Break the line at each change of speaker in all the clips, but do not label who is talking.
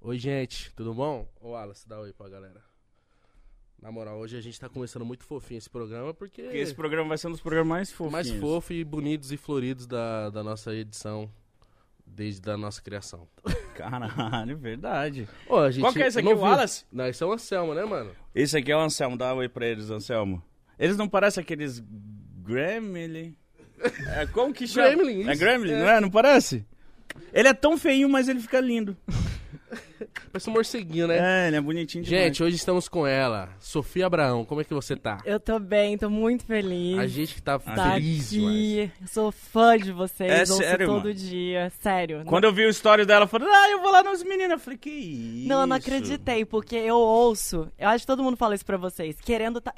Oi, gente, tudo bom? Ô, Wallace, dá oi pra galera. Na moral, hoje a gente tá começando muito fofinho esse programa, porque,
Porque esse programa vai ser um dos programas mais
é
fofos.
mais fofo e bonitos e floridos da, da nossa edição, desde a nossa criação.
Caralho, verdade.
Ô, a gente,
Qual que é esse
eu
aqui,
não
o
vi-
Wallace?
Não, esse é o Anselmo, né, mano?
Esse aqui é o Anselmo, dá um oi pra eles, Anselmo. Eles não parecem aqueles Gremlin? É, como que chama?
Gremlin, isso.
É Gremlin,
É.
não é? Não parece? Ele é tão feinho, mas ele fica lindo.
Parece um morceguinho, né?
É, ele é bonitinho demais.
Gente, hoje estamos com ela, Sofia Abraão. Como é que você tá?
Eu tô bem, tô muito feliz.
A gente que tá
tá
feliz, demais.
aqui. Eu sou fã de vocês,
É
ouço
sério,
todo
mano?
dia. Sério.
Quando eu vi o story dela falando, ah, eu vou lá nos meninos, eu falei, que isso?
Não, eu não acreditei, porque eu ouço. Eu acho que todo mundo fala isso pra vocês. Querendo. tá-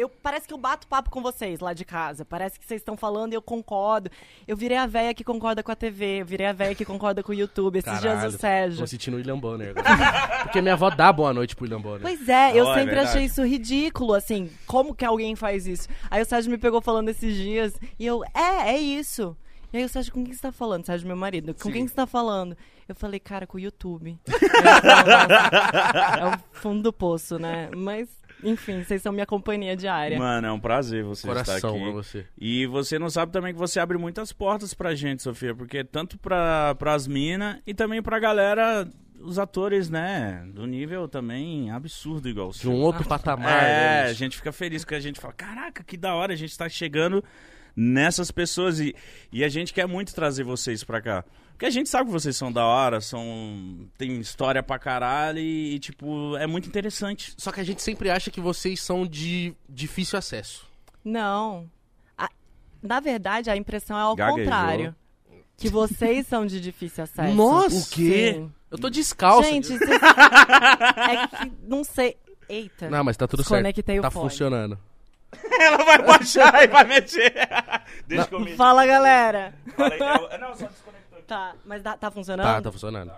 Eu, parece que eu bato papo com vocês lá de casa. Parece que vocês estão falando e eu concordo. Eu virei a véia que concorda com a TV. Eu virei a véia que concorda com o YouTube. Esses dias o Sérgio.
Tô sentindo o William Bonner agora. Porque minha avó dá boa noite pro William Bonner.
Pois é, eu
Não, é
sempre
verdade.
achei isso ridículo, assim, como que alguém faz isso? Aí o Sérgio me pegou falando esses dias, e eu, é, é isso. E aí o Sérgio, com quem você tá falando? Sérgio, meu marido, com quem você tá falando? Eu falei, cara, com o YouTube. é o fundo do poço, né? Mas, enfim, vocês são minha companhia diária.
Mano, é um prazer você estar
Coração
aqui.
pra você.
E você não sabe também que você abre muitas portas pra gente, Sofia, porque tanto pra, pras minas e também pra galera, os atores, né, do nível também absurdo igual o
De
seu.
um outro patamar,
É,
né?
a
bicho?
gente fica feliz porque a gente fala, caraca, que da hora, a gente tá chegando nessas pessoas e, e a gente quer muito trazer vocês pra cá. Porque a gente sabe que vocês são da hora, são tem história pra caralho e, e, tipo, é muito interessante.
Só que a gente sempre acha que vocês são de difícil acesso.
Não. A- na verdade, a impressão é ao
Gaguejou.
contrário. Que vocês são de difícil acesso.
Nossa!
O quê?
Sim.
Eu tô descalço.
Gente, vocês- é que não sei. Eita.
Não, mas tá tudo certo.
Desconectei o
Tá
fone.
funcionando.
Ela vai baixar e vai mexer. Deixa eu comigo.
Fala, galera.
Falei, eu- não, só desconectou.
Tá, mas dá- tá funcionando?
Tá, tá funcionando.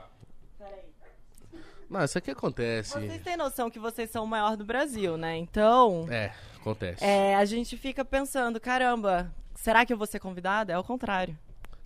Não, isso aqui acontece.
Vocês têm noção que vocês são o maior do Brasil, né? Então,
É, acontece.
é, a gente fica pensando, caramba, será que eu vou ser convidada? É o contrário.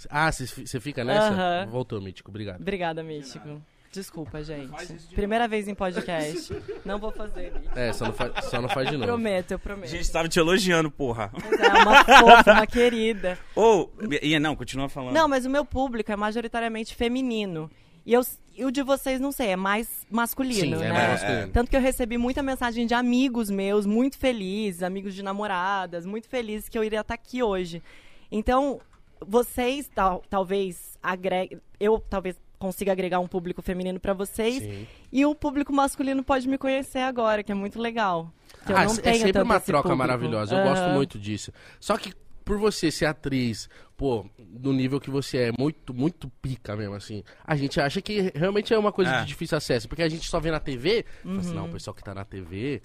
Ah, você fica nessa?
Aham.
Voltou, Mítico, obrigado.
Obrigada, Mítico. Desculpa, gente. Primeira vez em podcast. Não vou fazer, Mítico.
É, só não faz, só não faz de novo.
Prometo, eu
A
prometo.
gente tava te elogiando, porra.
Mas É uma fofa, uma querida.
Ou, e não, continua falando.
Não, mas o meu público é majoritariamente feminino. E, eu, e o de vocês, não sei, é mais masculino,
Sim,
né?
é mais masculino.
Tanto que eu recebi muita mensagem de amigos meus, muito felizes, amigos de namoradas, muito felizes que eu iria estar aqui hoje. Então, vocês tal- talvez agreguem. Eu talvez consiga agregar um público feminino pra vocês.
Sim.
E o público masculino pode me conhecer agora, que é muito legal. Que eu
Ah,
não
é
tenho
sempre
tanto
uma
esse
troca
público.
maravilhosa. Eu
Aham.
gosto muito disso. Só que por você ser atriz, pô, no nível que você é, muito, muito pica mesmo, assim, a gente acha que realmente é uma coisa
É.
de difícil acesso. Porque a gente só vê na TV, fala
Uhum.
assim, não, o pessoal que tá na TV,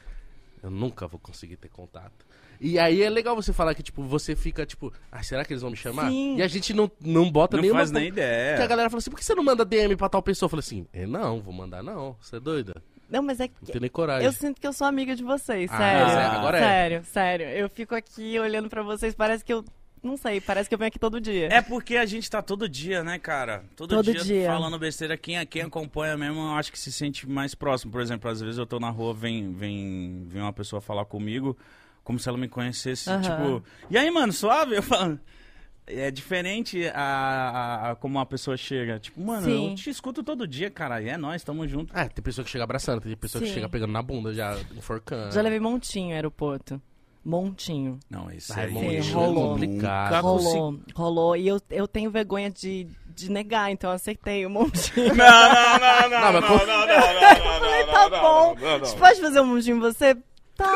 eu nunca vou conseguir ter contato. E aí é legal você falar que, tipo, você fica, tipo, ah, será que eles vão me chamar?
Sim.
E a gente não, não bota
não
nenhuma...
faz nem
Porque a
ideia.
galera fala assim, por que você não manda DM pra tal pessoa? Eu falo assim, "Eh, não, vou mandar não, você é doida?
Não, mas é
Não
que
tem nem coragem.
Eu sinto que eu sou amiga de vocês,
Ah,
sério.
é, agora
é.
sério, sério. Eu fico aqui olhando pra vocês, parece que eu. Não sei, parece que eu venho aqui todo dia.
É porque a gente tá todo dia, né, cara? Todo,
Todo
dia,
dia.
falando besteira. Quem, quem acompanha mesmo, eu acho que se sente mais próximo. Por exemplo, às vezes eu tô na rua, vem, vem, vem uma pessoa falar comigo, como se ela me conhecesse.
Aham.
Tipo, e aí, mano, suave? Eu falo. É diferente a, a- a como uma pessoa chega. Tipo, mano,
Sim.
eu te escuto todo dia, cara. E é nós, tamo junto.
Ah, tem pessoa que chega abraçando, tem pessoa que
Sim.
chega pegando na bunda, já enforcando.
Já levei montinho ao aeroporto. Montinho.
Não, isso
Ah,
aí
irmão, isso é
rolou.
complicado.
Nunca consegui-
Rolou, rolou. E eu, eu tenho vergonha de, de negar, então eu aceitei o
Não,
montinho.
não, não, não,
mas
não,
como-
não, não, não, não,
Falei,
não,
tá
não,
bom.
não, não,
A
não.
gente pode fazer um montinho em você? Tá.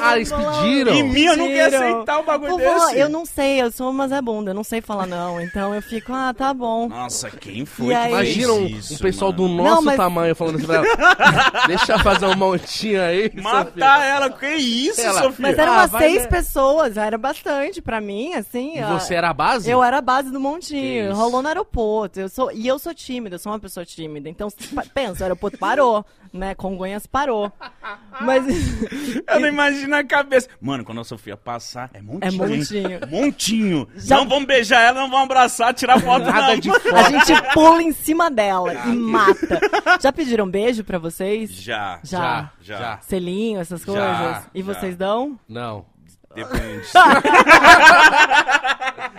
Ah, eles pediram?
Em mim eu não ia
Pediram.
aceitar um bagulho
Por favor,
desse.
Tipo, eu não sei, eu sou uma zebunda, eu não sei falar não. Então eu fico, ah, tá bom.
Nossa, quem foi
E
que
aí?
fez
Imagina um,
é isso,
um pessoal
mano?
do nosso
Não, mas-
tamanho falando assim pra ela. Deixa eu fazer um montinho aí.
Matar ela, que isso,
Ela-
Sofia?
Mas eram
Ah,
umas
vai
seis
ver.
pessoas, era bastante pra mim, assim.
E
a-
você era a base?
Eu era a base do
Que
montinho,
isso.
rolou no aeroporto. Eu sou, e eu sou tímida, eu sou uma pessoa tímida. Então, pa- pensa, o aeroporto parou. né? Congonhas parou. Mas
Eu não imagino a cabeça. Mano, quando a Sofia passar, é montinho.
é
hein?
montinho.
Montinho.
Já-
Não vamos beijar ela, não vamos abraçar, tirar foto,
Nada
não.
de
A
foda.
gente pula em cima dela e mata. Já pediram beijo pra vocês?
Já.
Já.
Já,
Já.
já.
Selinho, essas
Já,
coisas? e
já.
vocês dão?
Não.
Depende.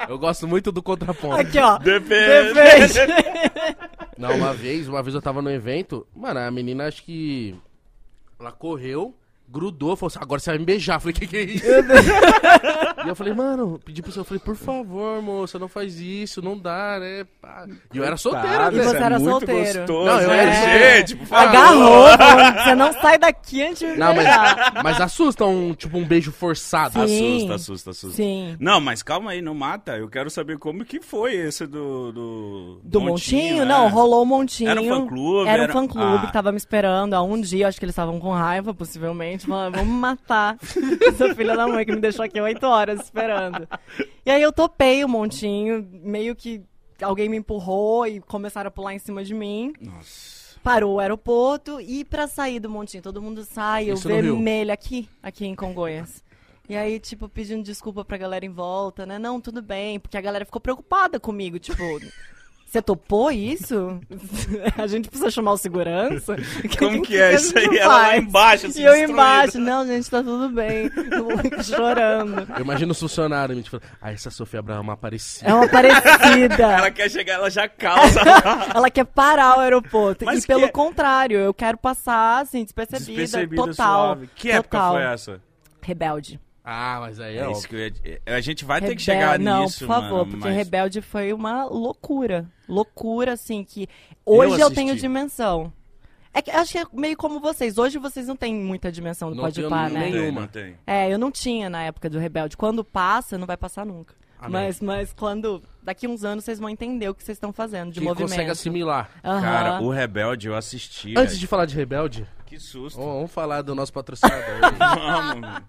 Eu gosto muito do contraponto.
Aqui, ó.
Depende.
Não, uma vez, uma vez eu tava no evento, mano, a menina acho que. Ela correu, grudou, falou assim, agora você vai me beijar. Eu falei, que que é isso? e eu falei, mano, pedi pro seu, eu falei, por favor, moça, não faz isso, não dá, né? pá." E eu era solteiro,
E
né?
você
Isso é
era
muito
solteiro.
Gostoso,
Não, eu
né?
era-
Gente, por favor.
É. Agarrou, falou, você não sai daqui antes de me
Não, mas,
beijar.
mas assusta um, tipo, um beijo forçado.
Sim.
Assusta, assusta, assusta.
Sim.
Não, mas calma aí, não mata. Eu quero saber como que foi esse do. Do,
Do
né?
Montinho? Não, rolou o Montinho.
Era um fã-clube,
Era um
era-
fã-clube
Ah.
que tava me esperando há um dia. Acho que eles estavam com raiva, possivelmente. Falaram, vamos matar essa filha da mãe que me deixou aqui oito horas esperando. E aí eu topei o Montinho, meio que alguém me empurrou e começaram a pular em cima de mim.
Nossa.
Parou o aeroporto e pra sair do Montinho, todo mundo sai, eu
Isso no Rio.
vermelho aqui, aqui em Congonhas. E aí, tipo, pedindo desculpa pra galera em volta, né? Não, tudo bem, porque a galera ficou preocupada comigo, tipo... Você topou isso? A gente precisa chamar o segurança?
Como que
a
é isso
gente
aí? Ela lá
faz?
embaixo, assim,
E eu
destruída.
embaixo, não, gente, tá tudo bem. Chorando.
Eu imagino os funcionários me tipo, ah, essa Sofia Abraão é uma parecida.
É uma parecida.
É.
Ela quer chegar, ela já calça.
Ela quer parar o aeroporto.
Mas
e pelo
que- é
contrário, eu quero passar, assim, despercebida,
Despercebida,
total.
suave. Que época
total.
foi essa?
Rebelde.
Ah, mas aí é
É isso
óbvio.
que eu ia- A gente vai ter que
Rebelde-
chegar
não,
nisso,
por favor,
mano,
porque
mas-
Rebelde foi uma loucura. Loucura, assim, que hoje eu,
assisti.
tenho dimensão. É que acho que é meio como vocês. Hoje vocês não têm muita dimensão do
Não
Pode
tenho
Par,
Não
né?
tem,
Nenhuma.
não tem.
É, eu não tinha na época do Rebelde. Quando passa, não vai passar nunca.
Ah, né?
Amém.
Mas, mas quando. Daqui uns anos vocês vão entender o que vocês estão fazendo de
Que
movimento.
consegue assimilar.
Aham.
Cara, o Rebelde eu assisti.
Antes
velho.
de falar de Rebelde,
Que susto.
ó, vamos falar do nosso patrocinador.
Vamos. mano.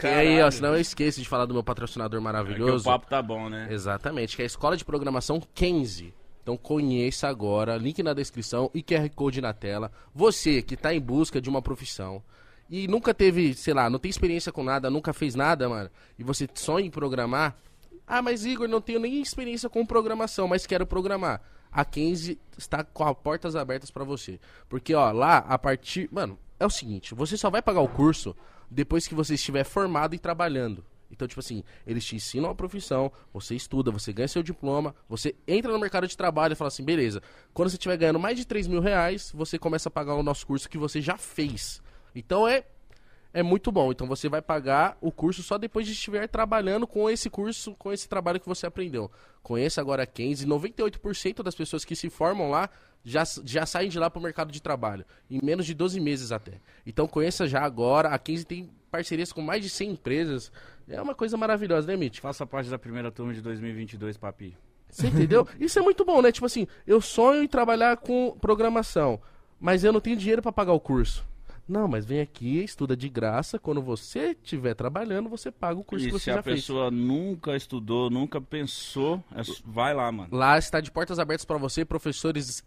Que aí, ó,
Caralho.
senão eu esqueço de falar do meu patrocinador
É que o
maravilhoso.
papo tá bom, né?
Exatamente, que é a Escola de Programação 15. Então conheça agora, link na descrição e QR Code na tela. Você que tá em busca de uma profissão e nunca teve, sei lá, não tem experiência com nada, nunca fez nada, mano, e você sonha em programar. Ah, mas Igor, não tenho nem experiência com programação, mas quero programar. A 15 está com as portas abertas pra você. Porque, ó, lá, a partir. Mano, é o seguinte: você só vai pagar o curso depois que você estiver formado e trabalhando. Então, tipo assim, eles te ensinam a profissão, você estuda, você ganha seu diploma, você entra no mercado de trabalho e fala assim, beleza, quando você estiver ganhando mais de 3 mil reais, você começa a pagar o nosso curso que você já fez. Então é, é muito bom. Então você vai pagar o curso só depois de estiver trabalhando com esse curso, com esse trabalho que você aprendeu. Conheça agora a Kenzie, 98% das pessoas que se formam lá já, já saem de lá para o mercado de trabalho, em menos de 12 meses até. Então conheça já agora, a Kenzie tem parcerias com mais de 100 empresas, é uma coisa maravilhosa, né, Mitch?
Faça parte da primeira turma de 2022, papi.
Você entendeu? Isso é muito bom, né? Tipo assim, eu sonho em trabalhar com programação, mas eu não tenho dinheiro pra pagar o curso. Não, mas vem aqui, estuda de graça. Quando você estiver trabalhando, você paga o curso
E
que
se
você
a
já fez.
pessoa nunca estudou, nunca pensou, é s- vai lá, mano.
Lá está de portas abertas pra você, professores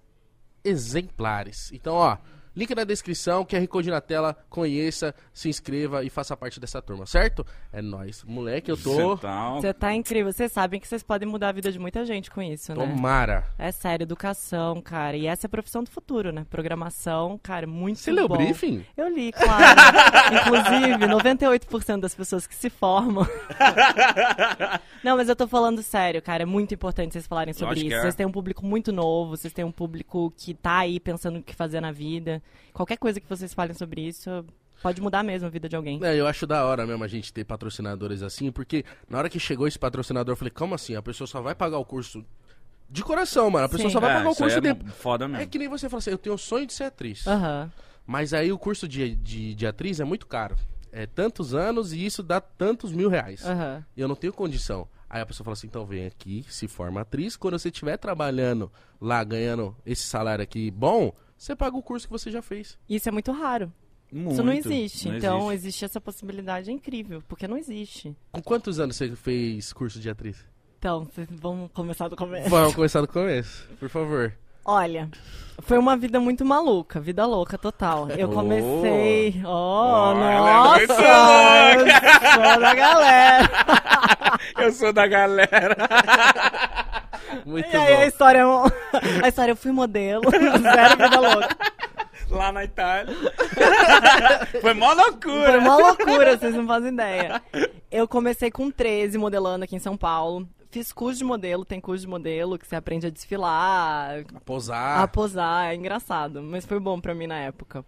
exemplares. Então, ó, link na descrição, QR Code na tela, conheça, se inscreva e faça parte dessa turma, certo? É nóis. Moleque, eu tô.
Cê tá-
Você tá incrível. Vocês sabem que vocês podem mudar a vida de muita gente com
tá-
isso, né?
Tomara.
É sério, educação, cara. E essa é a profissão do futuro, né? Programação, cara, muito
Você leu o
bom.
briefing?
Eu li, claro. Inclusive, 98% das pessoas que se formam. Não, mas eu tô falando sério, cara. É muito importante vocês falarem sobre
Lógico que
isso.
é.
Vocês têm um público muito novo, vocês têm um público que tá aí pensando o que fazer na vida. Qualquer coisa que vocês falem sobre isso pode mudar mesmo a vida de alguém.
É, eu acho da hora mesmo a gente ter patrocinadores assim, porque na hora que chegou esse patrocinador, eu falei, como assim? A pessoa só vai pagar o curso de coração, mano. A pessoa
Sim.
só vai
É,
pagar o
isso aí
curso
é
de...
Foda
É
mesmo.
que nem você fala assim, eu tenho o sonho de ser atriz.
Aham.
Mas aí o curso de, de, de atriz é muito caro. É tantos anos e isso dá tantos mil reais.
Aham.
E eu não tenho condição. Aí a pessoa fala assim, então vem aqui, se forma atriz. Quando você estiver trabalhando lá, ganhando esse salário aqui bom, você paga o curso que você já fez.
Isso é muito raro.
Muito.
Isso não existe. então,
existe.
existe. essa possibilidade, é incrível, porque não existe.
Com quantos anos você fez curso de atriz?
Então, vocês vão começar do começo.
Vamos começar do começo, por favor.
Olha, foi uma vida muito maluca, vida louca total. Eu
Oh.
comecei. Oh,
ela é muito
nossa! Eu sou da galera!
Eu sou da galera.
Muito
e aí a
bom.
história é um... A história, eu fui modelo, zero vida louca.
Lá na Itália. Foi mó loucura.
Foi uma loucura, vocês não fazem ideia. Eu comecei com 13 modelando aqui em São Paulo. Fiz curso de modelo, tem curso de modelo que você aprende a desfilar, a
Posar.
posar, é engraçado, mas foi bom pra mim na época.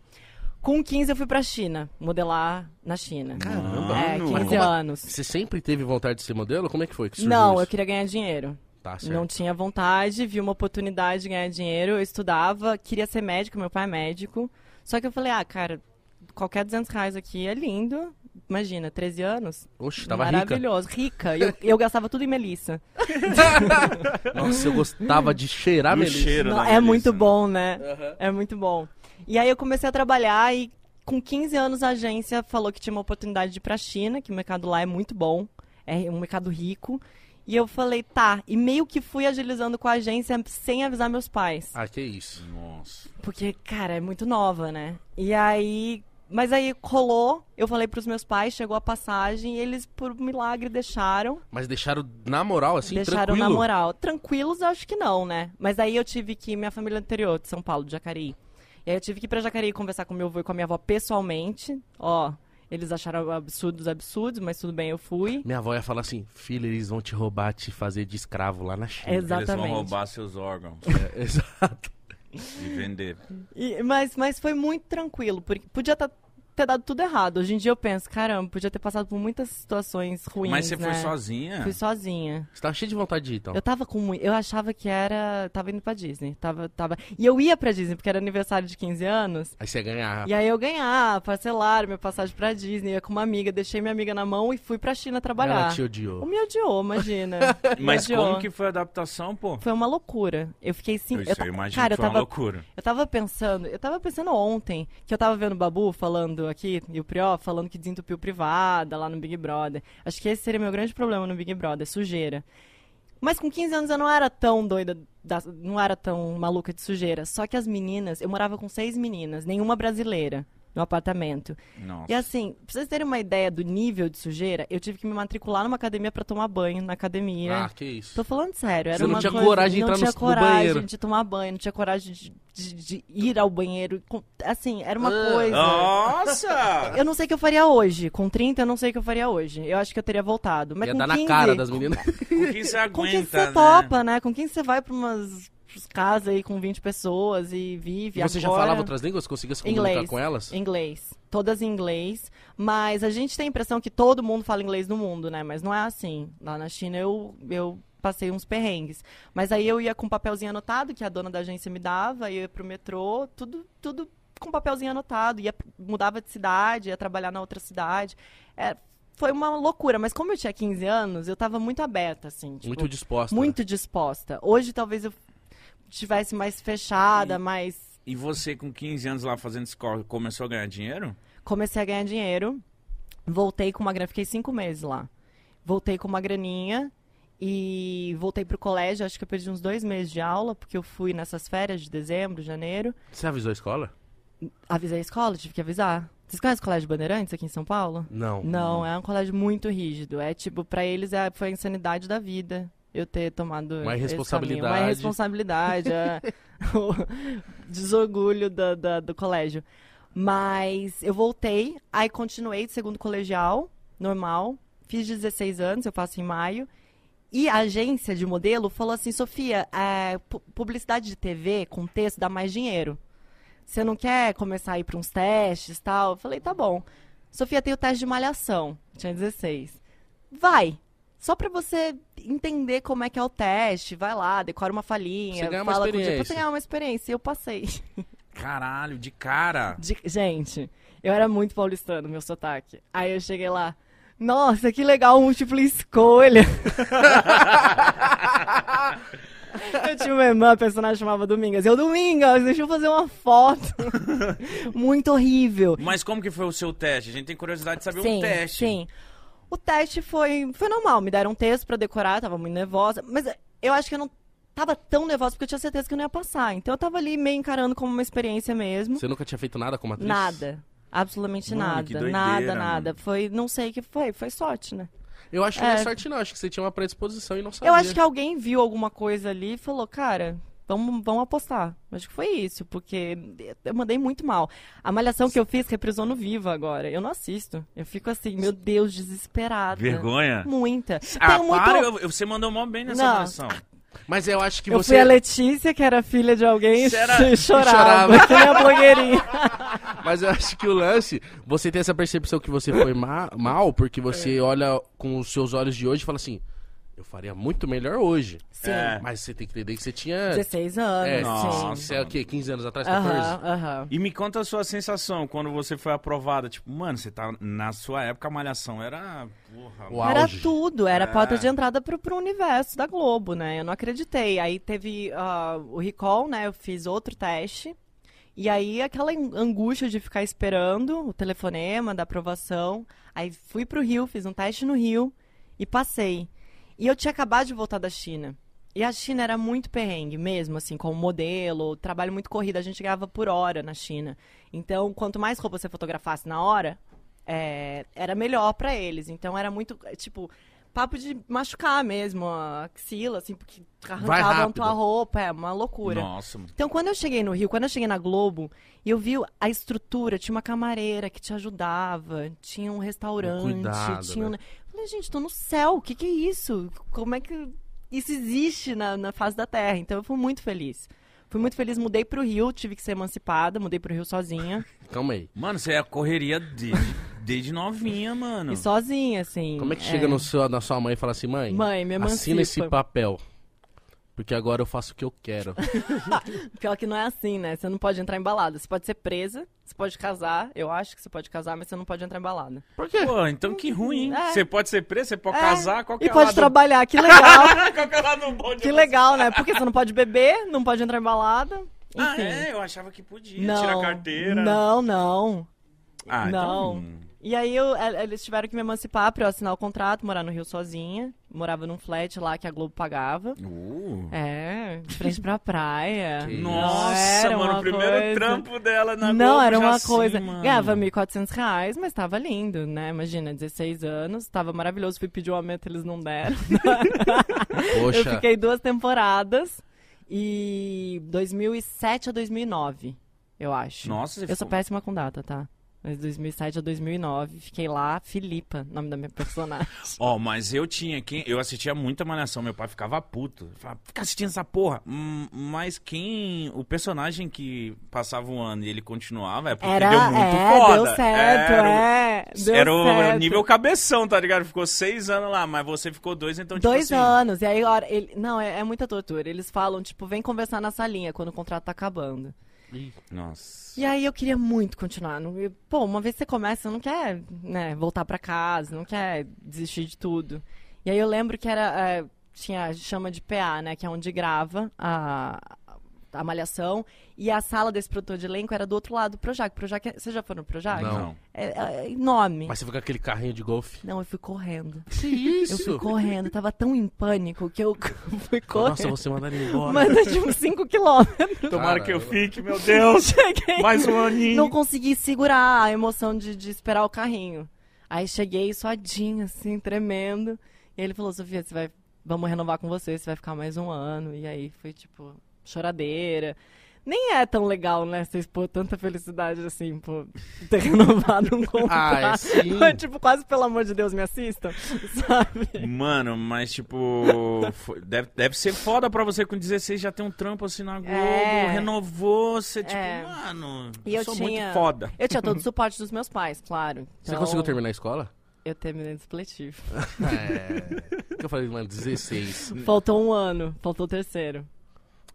Com 15 eu fui pra China, modelar na China.
Caramba.
É,
Mano.
15 anos.
Você sempre teve vontade de ser modelo? Como é que foi que surgiu
Não,
isso?
eu queria ganhar dinheiro.
Tá certo.
Não tinha vontade, vi uma oportunidade de ganhar dinheiro, eu estudava, queria ser médico, meu pai é médico. Só que eu falei, ah, cara, qualquer 200 reais aqui é lindo. Imagina, 13 anos,
Oxe, tava rica.
maravilhoso, rica. Eu, eu gastava tudo em melissa.
Nossa, eu gostava de cheirar
No
melissa.
cheiro.
Não,
da
é
Melissa,
muito
né?
bom, né? É muito bom. E aí eu comecei a trabalhar e com 15 anos a agência falou que tinha uma oportunidade de ir pra China, que o mercado lá é muito bom, é um mercado rico. E eu falei, tá. E meio que fui agilizando com a agência sem avisar meus pais.
Ah, que isso.
Nossa.
Porque, cara, é muito nova, né? E aí. Mas aí rolou, eu falei pros meus pais, chegou a passagem e eles, por milagre, deixaram.
Mas deixaram na moral, assim,
deixaram
tranquilo?
na moral. Tranquilos, eu acho que não, né? Mas aí eu tive que ir, minha família é do interior, de São Paulo, de Jacareí. E aí eu tive que ir pra Jacareí conversar com meu avô e com a minha avó pessoalmente. Ó, eles acharam absurdos, absurdos, mas tudo bem, eu fui.
Minha avó ia falar assim, filho, eles vão te roubar, te fazer de escravo lá na China.
Eles vão
Exatamente.
roubar seus órgãos
É, exato.
e vender.
E- mas, mas foi muito tranquilo, porque podia tá- ter dado tudo errado. Hoje em dia eu penso, caramba, podia ter passado por muitas situações ruins,
Mas você foi
né?
sozinha?
Fui sozinha.
Você tava cheio de vontade de ir, então.
Eu tava com muito. Eu achava que era. Tava indo pra Disney. Tava, tava... E eu ia pra Disney, porque era aniversário de 15 anos.
Aí você ia
Ah,
ganhar.
tá.
E aí eu ganhar, parcelar minha passagem pra Disney, ia com uma amiga, deixei minha amiga na mão e fui pra China trabalhar.
Ela te
O
odiou.
me odiou, imagina. Me
Mas
odiou.
como que foi a adaptação, pô?
Foi uma loucura. Eu fiquei assim.
Isso
ta-
eu imagino que
cara,
foi
eu
uma
tava
loucura.
eu tava pensando, eu tava pensando ontem que eu tava vendo o Babu falando aqui, e o Prió falando que desentupiu privada lá no Big Brother. Acho que esse seria meu grande problema no Big Brother, sujeira. Mas com 15 anos eu não era tão doida, da- não era tão maluca de sujeira. Só que as meninas, eu morava com seis meninas, nenhuma brasileira, no apartamento.
Nossa.
E assim, pra vocês terem uma ideia do nível de sujeira, eu tive que me matricular numa academia pra tomar banho na academia.
Ah, que isso.
Tô falando sério, era
Você não
uma
tinha
coisa-
coragem de
não
entrar no-
tinha
no
coragem
banheiro.
de tomar banho, não tinha coragem de, de- de ir ao banheiro. Com- Assim, era uma
Ah.
coisa.
Nossa!
Eu não sei o que eu faria hoje. Com 30, eu não sei o que eu faria hoje. Eu acho que eu teria voltado. Mas
Ia
com
dar
15,
na cara das meninas.
Com quem você aguenta,
Com quem você
né?
topa, né? Com quem você vai pra umas casas aí com 20 pessoas e vive.
E você já
agora?
falava outras línguas? Conseguia se comunicar
Inglês.
com elas?
Inglês. Todas em inglês. Mas a gente tem a impressão que todo mundo fala inglês no mundo, né? Mas não é assim. Lá na China eu, eu passei uns perrengues. Mas aí eu ia com um papelzinho anotado que a dona da agência me dava, eu ia pro metrô, tudo, tudo com papelzinho anotado. Ia, mudava de cidade, ia trabalhar na outra cidade. É, foi uma loucura. Mas como eu tinha 15 anos, eu tava muito aberta, assim. Tipo,
Muito disposta. né?
muito disposta. Hoje talvez eu tivesse mais fechada, mais
E você com 15 anos lá fazendo escola, começou a ganhar dinheiro?
comecei a ganhar dinheiro, voltei com uma grana, fiquei cinco meses lá. Voltei com uma graninha e voltei pro colégio, acho que eu perdi uns dois meses de aula, porque eu fui nessas férias de dezembro, janeiro.
Você avisou a escola?
Avisei a escola, tive que avisar. Vocês conhecem o Colégio Bandeirantes aqui em São Paulo?
Não.
Não, é um colégio muito rígido. É tipo, pra eles é, foi a insanidade da vida eu ter tomado.
Uma
esse
irresponsabilidade.
caminho. Uma responsabilidade. é, o desorgulho da- da- do colégio. Mas eu voltei, aí continuei de segundo colegial, normal. Fiz 16 anos, eu faço em maio. E a agência de modelo falou assim: Sofia, é, pu- publicidade de TV com texto dá mais dinheiro. Você não quer começar a ir para uns testes tal? Eu falei: tá bom. Sofia, tem o teste de malhação. Tinha 16. Vai! Só pra você entender como é que é o teste, vai lá, decora uma falinha,
Você ganha uma
fala com o dia, pra você
experiência.
ganhar uma experiência. E eu passei.
Caralho, de cara.
De- Gente, eu era muito paulistano, meu sotaque. Aí eu cheguei lá, nossa, que legal, múltipla escolha. eu tinha uma irmã, a personagem chamava Domingas. Eu, Domingas, deixa eu fazer uma foto. muito horrível.
Mas como que foi o seu teste? A gente tem curiosidade de saber
sim,
um teste.
Sim. O teste foi, foi normal, me deram um texto pra decorar, eu tava muito nervosa, mas eu acho que eu não tava tão nervosa porque eu tinha certeza que eu não ia passar. Então eu tava ali meio encarando como uma experiência mesmo.
Você nunca tinha feito nada como atriz?
Nada. Absolutamente
Mano,
nada.
que doideira,
nada,
mano.
nada. Foi, não sei o que foi, foi sorte, né?
Eu acho que não é
É.
sorte, não. Acho que você tinha uma predisposição e não sabia.
Eu acho que alguém viu alguma coisa ali e falou, cara, vamos, vamos apostar. Acho que foi isso, porque eu mandei muito mal. A malhação que eu fiz reprisou no Viva agora. Eu não assisto. Eu fico assim, meu Deus, desesperada.
Vergonha?
Muita.
Ah,
Tenho muito-
para, eu- você mandou mó bem nessa
Não.
relação.
Mas eu acho que
Eu
você.
fui a Letícia, que era filha de alguém,
Você era-
e chorava,
chorava.
que nem a blogueirinha.
Mas eu acho que o lance, você tem essa percepção que você foi ma- mal, porque
É.
você olha com os seus olhos de hoje e fala assim: eu faria muito melhor hoje.
Sim.
É.
Mas você tem que entender que você tinha.
16 anos,
É,
Nossa.
sim.
Isso é o quê? 15 anos atrás? 14?
Aham, aham.
E me conta a sua sensação quando você foi aprovada. Tipo, mano, você tá. Na sua época a malhação era. Porra,
Uau.
Era
auge.
tudo, era a
É.
porta de entrada pro, pro universo da Globo, né? Eu não acreditei. Aí teve ah, o recall, né? Eu fiz outro teste. E aí aquela an- angústia de ficar esperando o telefonema da aprovação. Aí fui pro Rio, fiz um teste no Rio e passei. E eu tinha acabado de voltar da China. E a China era muito perrengue mesmo, assim, como modelo, trabalho muito corrido. A gente ganhava por hora na China. Então, quanto mais roupa você fotografasse na hora, é, era melhor pra eles. Então, era muito, é, tipo, papo de machucar mesmo a axila, assim, porque arrancavam
rápido.
tua roupa. É uma loucura.
Nossa, mano.
Então, quando eu cheguei no Rio, quando eu cheguei na Globo, e eu vi a estrutura, tinha uma camareira que te ajudava, tinha um restaurante,
cuidado,
tinha um...
né?
Eu Falei, gente, tô no céu, o que que é isso? Como é que isso existe na, na face da Terra? Então, eu fui muito feliz. Fui muito feliz, mudei pro Rio, tive que ser emancipada, mudei pro Rio sozinha.
Calma aí.
Mano, você é a correria desde, desde novinha, mano.
E sozinha, assim.
Como é que chega no seu- na sua mãe e fala assim: mãe,
Mãe, me emancipa.
assina esse papel. Porque agora eu faço o que eu quero.
Pior que não é assim, né? Você não pode entrar em balada. Você pode ser presa, você pode casar. Eu acho que você pode casar, mas você não pode entrar em balada.
Por quê?
Pô, então que ruim. hein?
É.
Você pode ser preso, você pode
É.
casar, qualquer
E pode
lado-
trabalhar, que legal.
qualquer lado bom de
Que
você.
legal, né? Porque você não pode beber, não pode entrar em balada. Enfim.
Ah, é, eu achava que podia.
Não.
Tira a carteira.
Não, não.
Ah,
não.
então-
E aí eu- eh, eles tiveram que me emancipar pra eu assinar o contrato, morar no Rio sozinha. Morava num flat lá que a Globo pagava.
Uh.
É, de frente pra praia.
Que
Nossa,
Era
mano,
uma
o primeiro
coisa.
trampo dela na
não,
Globo
era
já
uma
assim,
coisa.
mano.
Ganhava 1.400 reais, mas tava lindo, né? Imagina, 16 anos, tava maravilhoso. Fui pedir um aumento, eles não deram. Eu
Poxa.
fiquei duas temporadas e 2007 a 2009, eu acho.
Nossa, você
Eu sou péssima com data, tá? Mas 2007 a 2009, fiquei lá, Filipa, nome da minha personagem.
Ó, mas eu tinha quem. Eu assistia muita malhação, meu pai ficava puto. Ele Falava, fica assistindo essa porra. Hum, Mas quem. O personagem que passava um ano e ele continuava é porque
Era,
deu muito
é,
foda.
deu certo,
era, o-
é. Deu
era o
certo.
nível cabeção, tá ligado? Ficou seis anos lá, mas você ficou dois, então tipo
Dois
assim.
anos, e aí, hora, ele, não, é, é muita tortura. Eles falam, tipo, vem conversar na salinha quando o contrato tá acabando.
Ih,
Nossa.
E aí eu queria muito continuar. Não- eu- Pô, uma vez que você começa, você não quer né, voltar pra casa, não quer desistir de tudo. E aí eu lembro que era. eh, tinha chama de PA, né? Que é onde grava a, a malhação. E a sala desse produtor de elenco era do outro lado do Projac. Projac é- Vocês já foram no Projac?
Não.
É, é enorme.
Mas você fica com aquele carrinho de golfe.
Não, eu fui correndo.
assim. Que
Eu
isso?
fui correndo. Eu tava tão em pânico que eu fui correndo.
Nossa, você mandaria embora.
Manda de uns 5 quilômetros.
Tomara que eu
Caramba.
fique, meu Deus.
Cheguei.
Mais um aninho.
não consegui segurar a emoção de, de esperar o carrinho. Aí cheguei suadinha, assim, tremendo. E ele falou, Sofia, você vai. Vamos renovar com você, você vai ficar mais um ano. E aí foi tipo, choradeira. Nem é tão legal, né? Você expor tanta felicidade assim por ter renovado um contrato.
Ah, é sim.
Foi tipo, quase pelo amor de Deus, me assistam. Sabe?
Mano, mas tipo. foi- deve, deve ser foda pra você com 16 já ter um trampo assim na Globo.
É.
Renovou, você, tipo,
É.
mano.
E eu
sou
tinha-
muito foda.
Eu tinha todo o suporte dos meus pais, claro.
Você
Então,
conseguiu terminar a escola?
Eu terminei despletivo.
É. que eu falei, mano, 16.
Faltou um ano, faltou o terceiro.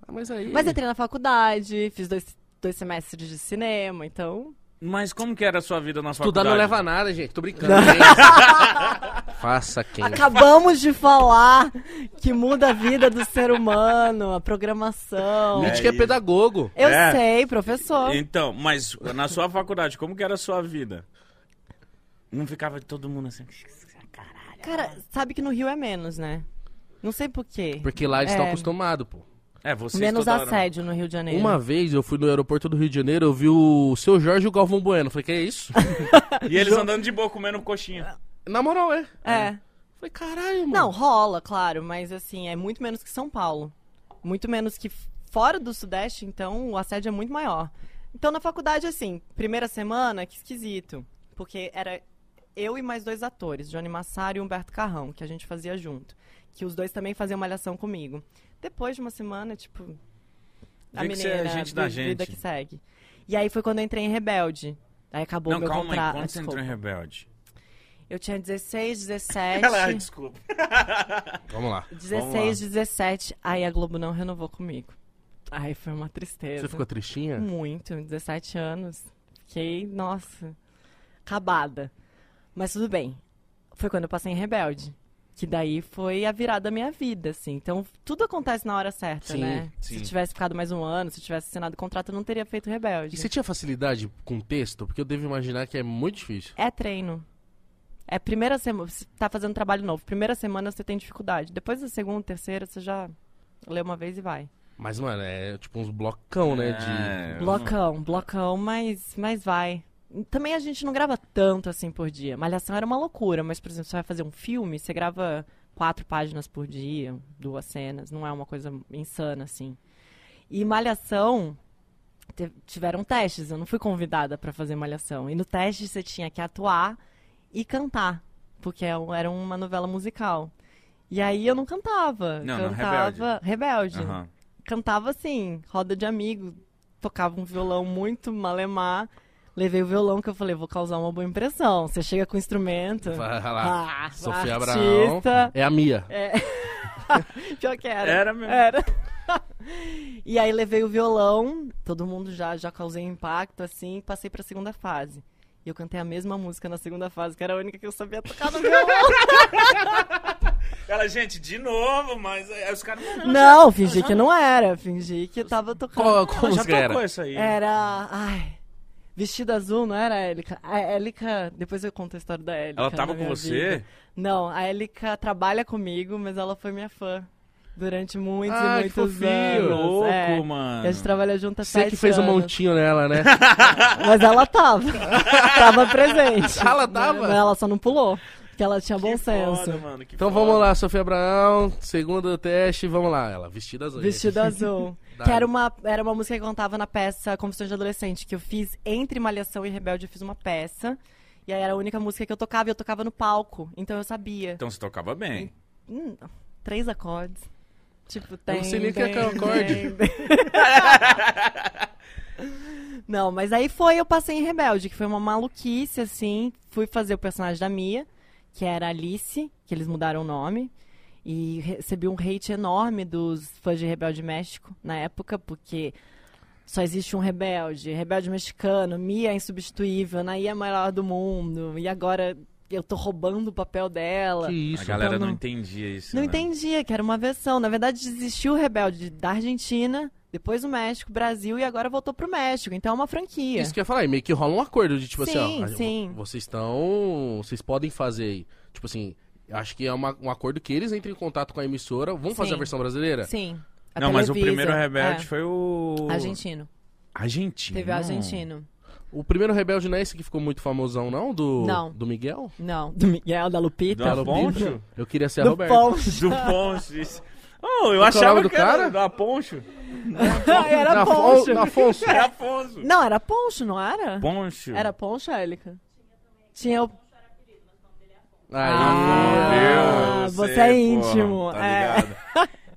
Ah, Mas aí.
Mas é entrei na faculdade, fiz dois, dois semestres de cinema, então.
Mas como que era a sua vida na
Estudar
faculdade?
não leva a nada, gente. Tô brincando. gente. Faça quem.
Acabamos de falar que muda a vida do ser humano, a programação.
Nietzsche que é
É
pedagogo.
Eu
É.
sei, professor.
Então, mas na sua faculdade, como que era a sua vida? Não ficava todo mundo assim.
Cara, sabe que no Rio é menos, né? Não sei por quê.
Porque lá eles
É.
estão acostumados, pô.
É, vocês
Menos
toda hora-
assédio no Rio de Janeiro.
É. Uma vez eu fui no aeroporto do Rio de Janeiro, eu vi o seu Jorge e o Galvão Bueno. Falei, que é isso?
E eles andando de boa, comendo coxinha.
Na moral, é.
É.
Falei, caralho, mano.
Não, rola, claro, mas assim, é muito menos que São Paulo. Muito menos que f- fora do Sudeste, então o assédio é muito maior. Então na faculdade, assim, primeira semana, que esquisito. Porque era eu e mais dois atores, Johnny Massaro e Humberto Carrão, que a gente fazia junto. Que os dois também faziam malhação comigo. Depois de uma semana, tipo. A
Vê que você é
menina,
gente
vi-
da
vida
gente.
que segue. E aí foi quando eu entrei em Rebelde. Aí acabou o
não,
meu
calma aí.
contrato.
Quando
Ah,
você entrou em
desculpa.
Rebelde?
Eu tinha 16, 17.
Ela, desculpa.
Vamos lá.
16, 17, aí a Globo não renovou comigo. Aí foi uma tristeza.
Você ficou assim? tristinha?
Muito, 17 anos. Fiquei, nossa, acabada. Mas tudo bem. Foi quando eu passei em Rebelde. Que daí foi a virada da minha vida, assim. Então, tudo acontece na hora certa,
Sim,
né?
sim.
Se tivesse ficado mais um ano, se tivesse assinado o contrato, eu não teria feito Rebelde.
E você tinha facilidade com texto? Porque eu devo imaginar que é muito difícil.
É treino. É primeira semana. Você tá fazendo trabalho novo. Primeira semana você tem dificuldade. Depois da segunda, terceira, você já lê uma vez e vai.
Mas, mano, é tipo uns blocão, né? De...
É,
Blocão, blocão, mas, mas vai. Também a gente não grava tanto assim por dia. Malhação era uma loucura, mas, por exemplo, você vai fazer um filme, você grava quatro páginas por dia, duas cenas, não é uma coisa insana, assim. E Malhação, te- tiveram testes, eu não fui convidada pra fazer Malhação. E no teste você tinha que atuar e cantar, porque é um- era uma novela musical. E aí eu não cantava.
Não, não,
cantava. Rebelde.
Aham.
Cantava assim, roda de amigo, tocava um violão muito malemar. Levei o violão que eu falei, vou causar uma boa impressão. Você chega com o instrumento.
Vai lá.
É. Ah,
Sofia Abraão.
artista.
É a Mia.
Pior que era. É.
Era mesmo.
Era. e aí levei o violão, todo mundo já, já causei impacto, assim, e passei pra segunda fase. E eu cantei a mesma música na segunda fase, que era a única que eu sabia tocar no violão.
Ela, gente, de novo, mas aí os caras. Não,
não, fingi que não era. Fingi que tava tocando.
Qual, qual
já
música era?
tocou isso aí.
É. Era. Ai. Vestido azul, não era a Élica? A Élica. Depois eu conto a história da Élica.
Ela
na
tava com
minha
você?
vida. Não, a Élica trabalha comigo, mas ela foi minha fã durante muitos
Ai,
e
que
muitos
fofinho.
anos.
Louco,
é.
mano.
A gente trabalha junto há
Você
sete
que fez um
anos.
montinho nela, né?
Mas ela tava. tava presente.
Ela tava?
Não, ela só não pulou. Porque ela tinha
Que
bom
foda,
senso.
mano, que
Então
foda.
vamos lá, Sofia Abraão, segundo teste, vamos lá. Ela, vestida azul.
Vestido azul.
Dá.
que era uma, era uma música que eu cantava na peça Confissões de Adolescente, que eu fiz entre Malhação e Rebelde, eu fiz uma peça. E aí era a única música que eu tocava e eu tocava no palco. Então eu sabia.
Então você tocava bem.
Hum, três acordes. Tipo, tem.
não sei nem o que é
tem,
que é um acorde.
tem, tem. não, mas aí foi, eu passei em Rebelde, que foi uma maluquice, assim. Fui fazer o personagem da Mia, que era Alice, que eles mudaram o nome. E recebi um hate enorme dos fãs de Rebelde México na época, porque só existe um rebelde, rebelde mexicano, Mia é insubstituível, Anaí é a maior do mundo, e agora eu tô roubando o papel dela.
Que isso, tá
a galera
então
não
não-
entendia isso.
Não
né?
entendia que era uma versão. Na verdade, desistiu o Rebelde da Argentina, depois o México, Brasil e agora voltou pro México. Então é uma franquia.
Isso que eu ia falar, e meio que rola um acordo de tipo assim,
Sim,
ó.
sim.
Vocês estão. Vocês podem fazer aí. Tipo assim, acho que é uma- um acordo que eles entram em contato com a emissora. Vamos fazer
Sim.
a versão brasileira?
Sim. a
é. Não, mas o
Televisa,
primeiro rebelde
é.
foi o.
Argentino.
Argentino.
Teve o argentino.
O primeiro rebelde não é esse que ficou muito famosão, não? Do,
Não.
do Miguel?
Não. Do Miguel, da Lupita.
Da
Alô,
Poncho?
Pinto? Eu queria ser a
Do
Roberto.
Poncho.
Do Poncho. isso. Oh, eu
Qual que é o
achava
nome
que
do
era
cara?
da Poncho.
Ah, era
Na Fon-
Poncho.
na Afonso.
Era Afonso.
É. Não, era Poncho, não era?
Poncho.
Era Poncho, Élica? Tinha o...
Aí,
Ah,
Meu,
você é
porra,
íntimo,
tá
é.
ligado?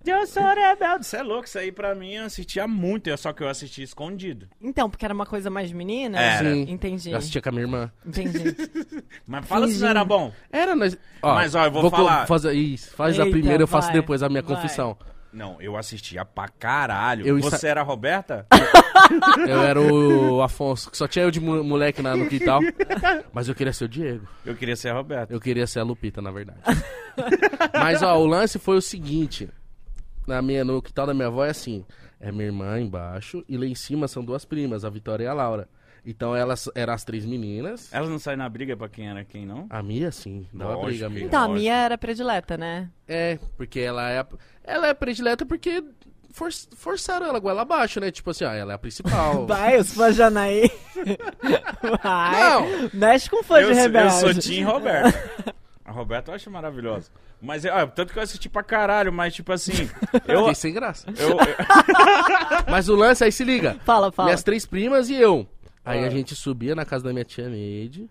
Eu sou rebelde. Você é louco, isso aí pra mim eu assistia muito, eu- só que eu assistia escondido.
Então, porque era uma coisa mais menina.
Era.
Sim.
Entendi.
Eu assistia com a minha irmã.
Entendi.
Mas fala se não era bom.
Era, nós. Ó,
Mas, ó, eu vou
co-
falar.
Fazer, isso, faz a
Eita,
primeira, eu faço
vai,
depois a minha
vai.
confissão.
Não, eu assistia pra caralho.
Eu
você
insta-
era a Roberta?
Eu era o Afonso, que só tinha eu de mo- moleque na, no quintal. Mas eu queria ser o Diego.
Eu queria ser a Roberta.
Eu queria ser a Lupita, na verdade. Mas, ó, o lance foi o seguinte. Na minha, no quintal da minha avó é assim. É minha irmã embaixo e lá em cima são duas primas, a Vitória e a Laura. Então elas eram as três meninas.
Elas não saem na briga pra quem era quem, não?
A Mia, sim, dava
Lógico
briga,
que
amiga.
Então, a
Lógico.
minha era predileta, né?
É, porque ela é. a- Ela é predileta porque for- forçaram ela goela abaixo, né? Tipo assim, ah, ela é a principal.
Vai, os fãs de Anaí. Vai.
Não!
Mexe com fãs
eu,
de
sou- eu
rebelde.
sou Tim Roberto. A Roberta eu acho maravilhosa. Mas, eu- ah, tanto que eu assisti pra caralho, mas, tipo assim, eu...
Fiquei sem graça.
eu,
Mas o lance aí se liga.
Fala, fala.
Minhas três primas e eu. Aí
Ah.
a gente subia na casa da minha tia Neide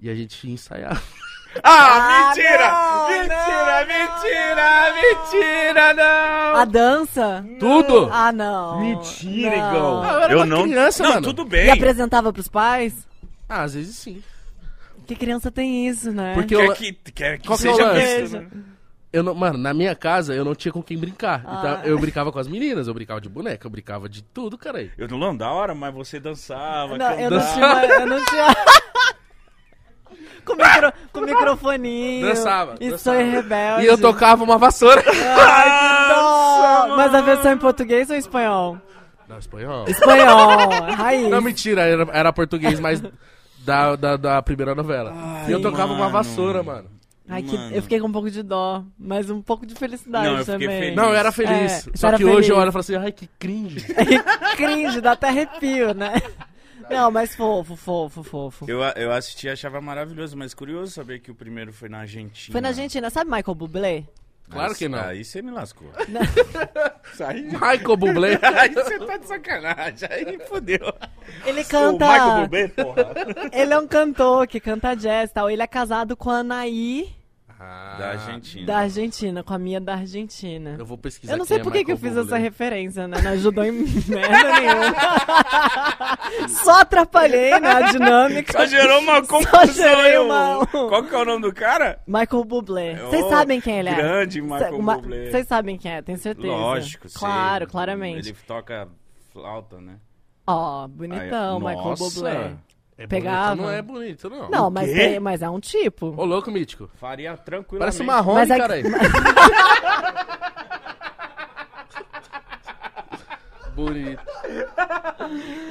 e a gente ensaiava.
Ah,
Ah,
mentira!
não,
mentira,
não,
mentira, mentira, não!
A dança?
Tudo!
Ah, não. é
Mentira,
Não.
Igão.
Ah, eu era uma criança,
não,
mano.
tudo
E
bem.
apresentava pros pais?
Ah, às vezes sim.
Que criança tem isso, né?
Porque eu,
Quer que, quer que
Qual que é o
seja
lance?
visto, né?
eu não, mano, na minha casa eu não tinha com quem brincar.
Ah.
Então eu brincava com as meninas, eu brincava de boneca, eu brincava de tudo, cara aí.
Eu não, da hora, mas você dançava,
Não, eu não
cantava.
tinha. Eu não tinha... com, micro, com microfoninho.
Dançava,
E
dançava.
sou rebelde.
E eu tocava uma vassoura.
Nossa,
mano.
Mas a versão em português ou em espanhol?
Não, espanhol.
Espanhol, raiz.
Não, mentira, era, era português, mas da, da, da primeira novela. e eu tocava uma
mano.
vassoura, mano.
Ai, que-
Mano.
eu fiquei com um pouco de dó, mas um pouco de felicidade
Não, eu fiquei
também.
feliz.
Não, eu era feliz.
É,
Só
era
que hoje eu
feliz.
olho e falo assim, ai, que cringe.
Cringe, dá até arrepio, né? Não, mas fofo, fofo, fofo.
Eu, eu assisti e achava maravilhoso, mas curioso saber que o primeiro foi na Argentina.
Foi na Argentina, sabe Michael Bublé?
Claro que não.
Aí você me lascou.
Não.
aí,
Michael Bublé.
aí você tá de sacanagem. Aí fodeu.
Ele
O Michael
canta.
Bublé, porra.
Ele é um cantor que canta jazz e tal. Ele é casado com a Anaí
Da
Ah.
Argentina.
da Argentina, com a Mia da Argentina.
Eu vou pesquisar
Eu não sei
quem é
por que que eu
Michael
fiz
Bublé.
essa referência, né? Não ajudou em merda nenhuma. Só atrapalhei, né? A dinâmica.
Só gerou uma confusão.
gerei
eu-
uma-
Qual que é o nome do cara?
Michael Bublé. Vocês
Ô,
sabem quem ele é?
Grande
Cê-
Michael
ma-
Bublé.
Vocês sabem quem é, tenho certeza.
Lógico, sei.
Claro, claramente.
Ele toca flauta, né?
Ó, bonitão,
Aí,
Então, Michael
nossa.
Bublé.
É bonito,
Pegava.
Não é bonito, não.
Não, mas,
quê?
tem, mas é um tipo.
Ô, louco, mítico.
Faria tranquilamente.
Parece uma Rome,
Mas é que-
cara aí. bonito.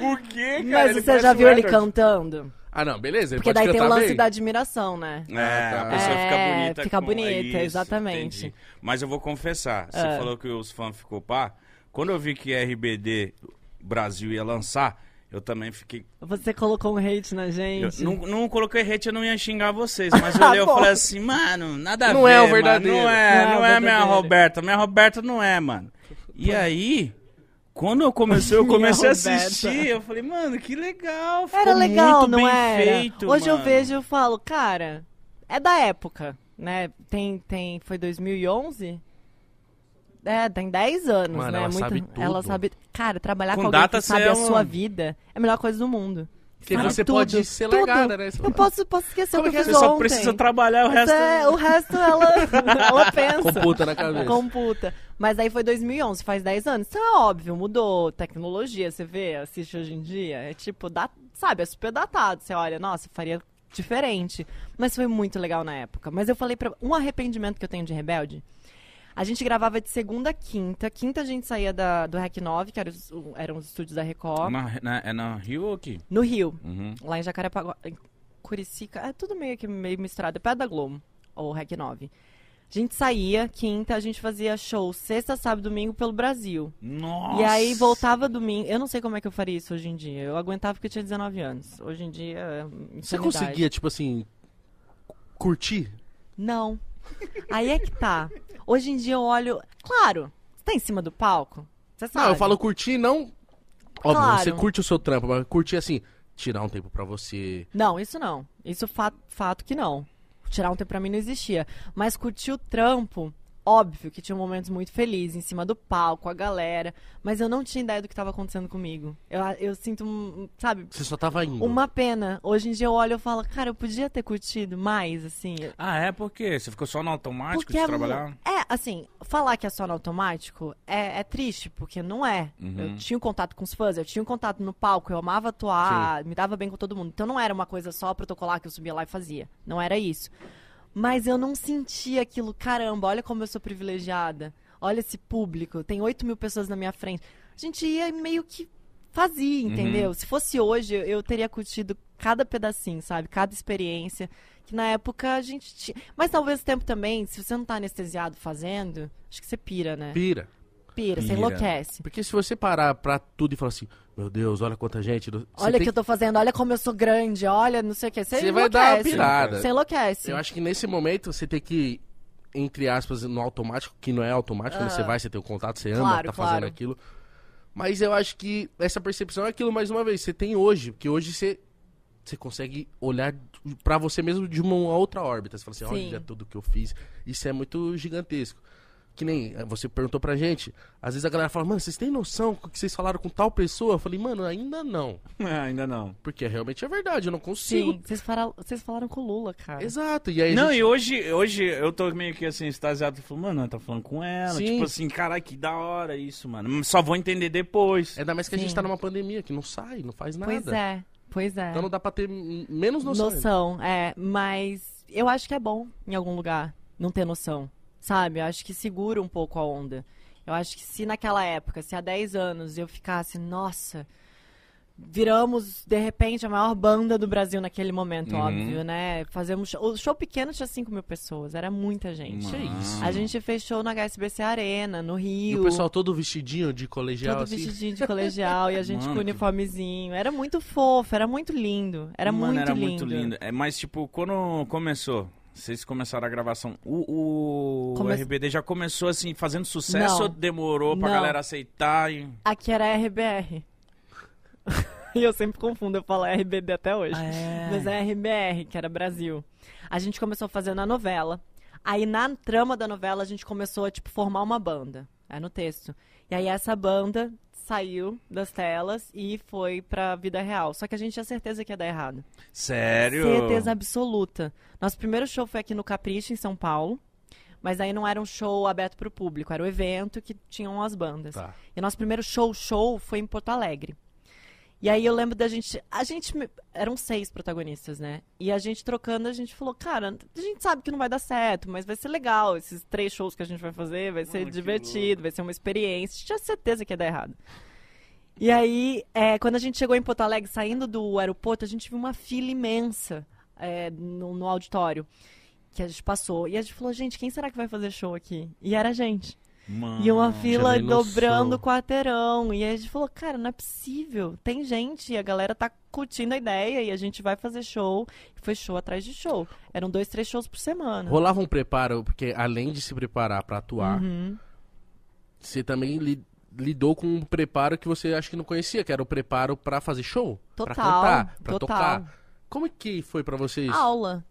O quê, cara?
mas
Ele
você já
parece
viu
o
ele
Edward.
cantando?
Ah, não, beleza. Ele
Porque
pode
daí tem o
cantar
lance
bem.
da admiração, né?
É,
tá.
a pessoa
É,
fica bonita.
fica
com-
bonita,
Isso,
exatamente. Ah.
entendi. Mas eu vou confessar, você falou que os fãs ficou pá. Quando eu vi que RBD Brasil ia lançar, eu também fiquei.
Você colocou um hate na
eu
gente.
não, não coloquei hate, eu não ia xingar vocês, mas eu olhei eu
Bom.
falei assim, mano, nada a
Não
ver.
é o
mano,
verdadeiro.
Não é,
Não é
não,
o
é a minha
verdadeiro.
Roberta. Minha Roberta não é, mano. E aí. Quando eu comecei, eu
Minha
comecei a
Roberta.
assistir, eu falei, mano, que legal, ficou
Era legal,
muito
não
bem
era?
feito,
Hoje eu
mano.
vejo e falo, cara, é da época, né? Tem, tem, foi 2011? É, tem 10 anos,
Mano,
né?
ela
Muito-
sabe tudo.
Ela sabe... Cara, trabalhar com,
Com
alguém
data,
que
você
sabe
é
a
um-
sua vida é a melhor coisa do mundo.
Porque
Sabe
você
tudo,
pode ser
tudo.
legada, né? Você
Eu
fala,
posso, posso esquecer
Como
o que
é
eu
que
Você
fiz
só
ontem.
precisa trabalhar o
Mas
resto.
é, o resto ela, ela pensa.
Computa na cabeça.
Computa. Mas aí foi 2011, faz 10 anos. Então é óbvio, mudou tecnologia, você vê, assiste hoje em dia. É tipo, da- sabe, é super datado. Você olha, nossa, faria diferente. Mas foi muito legal na época. Mas eu falei pra. Um arrependimento que eu tenho de Rebelde. A gente gravava de segunda a quinta. Quinta a gente saía da, do REC 9, que era os- o- eram os estúdios da Record.
Na- na- é na Rio ou aqui?
No Rio,
Uhum.
lá em Jacarepaguá, em Curicica, é tudo meio que meio misturado, é perto da Globo, ou Rec 9. A gente saía, quinta, a gente fazia show sexta, sábado, domingo pelo Brasil.
Nossa!
E aí voltava domingo. Eu não sei como é que eu faria isso hoje em dia. Eu aguentava porque eu tinha 19 anos. Hoje em dia, é
Você
insanidade.
conseguia, tipo assim, curtir?
Não. Aí é que tá. Hoje em dia eu olho. Claro, você tá em cima do palco. Você sabe.
Não, eu falo curtir, não... Óbvio, né,
Claro.
você curte o seu trampo, mas curtir, assim, tirar um tempo pra você.
Não, isso não. Isso fa- fato que não. Tirar um tempo pra mim não existia. Mas curtir o trampo, óbvio que tinha momentos muito felizes, em cima do palco, a galera. Mas eu não tinha ideia do que tava acontecendo comigo. Eu, eu sinto, um- sabe,
Você só tava indo.
uma pena. Hoje em dia eu olho e falo, cara, eu podia ter curtido mais, assim.
Ah, é? Por quê? Você ficou só no automático
Porque
de
é
trabalhar?
mu- É, assim, falar que é só no automático é, é triste, porque não é.
Uhum.
Eu tinha um contato com os fãs, eu tinha um contato no palco, eu amava atuar, me dava bem com todo mundo. Então não era uma coisa só protocolar que eu subia lá e fazia. Não era isso. Mas eu não sentia aquilo, caramba, olha como eu sou privilegiada. Olha esse público, tem 8 mil pessoas na minha frente. A gente ia meio que fazia,
Uhum.
entendeu? Se fosse hoje, eu- eu teria curtido cada pedacinho, sabe? Cada experiência. Que na época a gente tinha. Mas talvez o tempo também, se você não tá anestesiado fazendo, acho que você pira, né?
Pira.
Pira, você
Pira.
enlouquece.
Porque se você parar pra tudo e falar assim, meu Deus, olha quanta gente. você
Olha o
tem
que eu tô fazendo, olha como eu sou grande, olha, não sei o que. Você,
Você vai dar uma
enlouquece.
pirada.
Você enlouquece.
Eu acho que nesse momento você tem que, entre aspas, no automático, que não é automático, quando você vai, você tem o contato, você ama,
Ah. Claro,
tá
claro.
fazendo aquilo. Mas eu acho que essa percepção é aquilo, mais uma vez, você tem hoje, porque hoje você, você consegue olhar pra você mesmo de uma outra órbita. Você fala assim,
Sim.
olha tudo que eu fiz, isso é muito gigantesco. Que nem eh, você perguntou pra gente, às vezes a galera fala, mano, vocês têm noção do que vocês falaram com tal pessoa? Eu falei, mano, ainda não.
Ah, ainda não.
Porque realmente é verdade, eu não consigo.
Sim, vocês falaram, vocês falaram com o Lula, cara.
Exato, e aí a
não,
gente-
e hoje, hoje eu tô meio que assim, extasiado, falando, mano, tá falando com ela.
Sim.
Tipo assim, caralho, que da hora isso, mano. Só vou entender depois.
Ainda mais que a gente
Sim.
tá numa pandemia, que não sai, não faz nada.
Pois é, pois é.
Então não dá pra ter m- menos noção.
Noção, é, mas eu acho que é bom em algum lugar não ter noção, sabe? Eu acho que segura um pouco a onda. Eu acho que se naquela época, se há 10 anos eu ficasse, nossa, viramos de repente a maior banda do Brasil naquele momento,
Uhum.
óbvio, né? Fazemos show, o show pequeno tinha 5 mil pessoas, era muita gente.
Que isso?
A gente fez show na HSBC Arena, no
E
Rio.
o pessoal todo vestidinho de colegial,
Todo
assim.
vestidinho de colegial e a gente
Mano,
com
que-
uniformezinho. Era muito fofo, era muito lindo. Era
Mano,
muito
era
lindo.
muito lindo. É, mas, tipo, quando começou, vocês começaram a gravação, o, o
Come-
RBD já começou, assim, fazendo sucesso
Não.
ou demorou pra
Não.
galera aceitar? E...
Aqui era RBR. e eu sempre confundo, eu falo RBD até hoje.
Ah,
Mas é RBR, que era Brasil. A gente começou fazendo a novela. Aí na trama da novela a gente começou a tipo formar uma banda. É no texto. E aí essa banda saiu das telas e foi pra vida real. Só que a gente tinha certeza que ia dar errado.
Sério?
Certeza absoluta. Nosso primeiro show foi aqui no Capricho, em São Paulo. Mas aí não era um show aberto pro público, era o evento que tinham as bandas.
Tá.
E o nosso primeiro show, show, foi em Porto Alegre. E aí eu lembro da gente. A gente. me- Eram seis protagonistas, né? E a gente trocando, a gente falou, cara, a gente sabe que não vai dar certo, mas vai ser legal. Esses três shows que a gente vai fazer, vai ser
Mano, que
divertido, vai ser uma experiência. A gente tinha certeza que ia dar errado. E aí, é, quando a gente chegou em Porto Alegre, saindo do aeroporto, a gente viu uma fila imensa é, no, no auditório que a gente passou. E a gente falou, gente, quem será que vai fazer show aqui? E era a gente.
Mano.
E uma fila
nem Hum, noção.
dobrando o quarteirão. E aí a gente falou, cara, não é possível. Tem gente, e a galera tá curtindo a ideia, e a gente vai fazer show. E foi show atrás de show. Eram dois, três shows por semana.
Rolava um preparo, porque além de se preparar pra atuar,
Uhum.
você também li- lidou com um preparo que você acha que não conhecia, que era o preparo pra fazer show, pra
Total,
cantar, pra
total. Ah,
tocar. Como é que foi pra vocês?
Aula.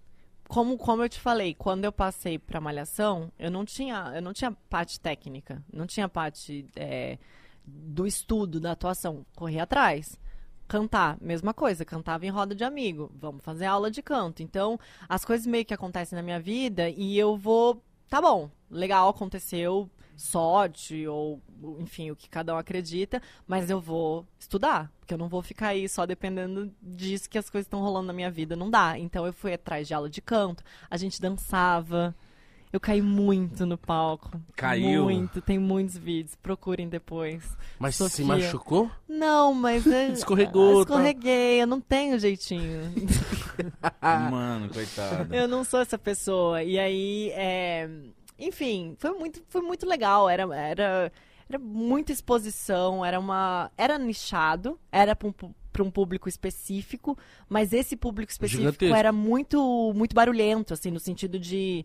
Como, como eu te falei, quando eu passei pra malhação, eu não tinha, eu não tinha parte técnica, não tinha parte é, do estudo, da atuação. Corri atrás. Cantar, mesma coisa, cantava em roda de amigo. Vamos fazer aula de canto. Então, as coisas meio que acontecem na minha vida e eu vou. Tá bom, legal, aconteceu, sorte, ou enfim, o que cada um acredita, mas eu vou estudar, porque eu não vou ficar aí só dependendo disso que as coisas estão rolando na minha vida. Não dá. Então eu fui atrás de aula de canto, a gente dançava. Eu caí muito no palco.
Caiu?
Muito, tem muitos vídeos, procurem depois.
Mas se
Sofia.
machucou?
Não, mas. é-
Escorregou,
eu Escorreguei, eu não tenho jeitinho. Ah.
Mano, coitado.
Eu não sou essa pessoa. E aí, é, enfim, foi muito, foi muito legal. Era, era, era muita exposição, era uma. Era nichado, era pra um, pu- pra um público específico, mas esse público específico
Gigantesco.
era muito, muito barulhento, assim, no sentido de.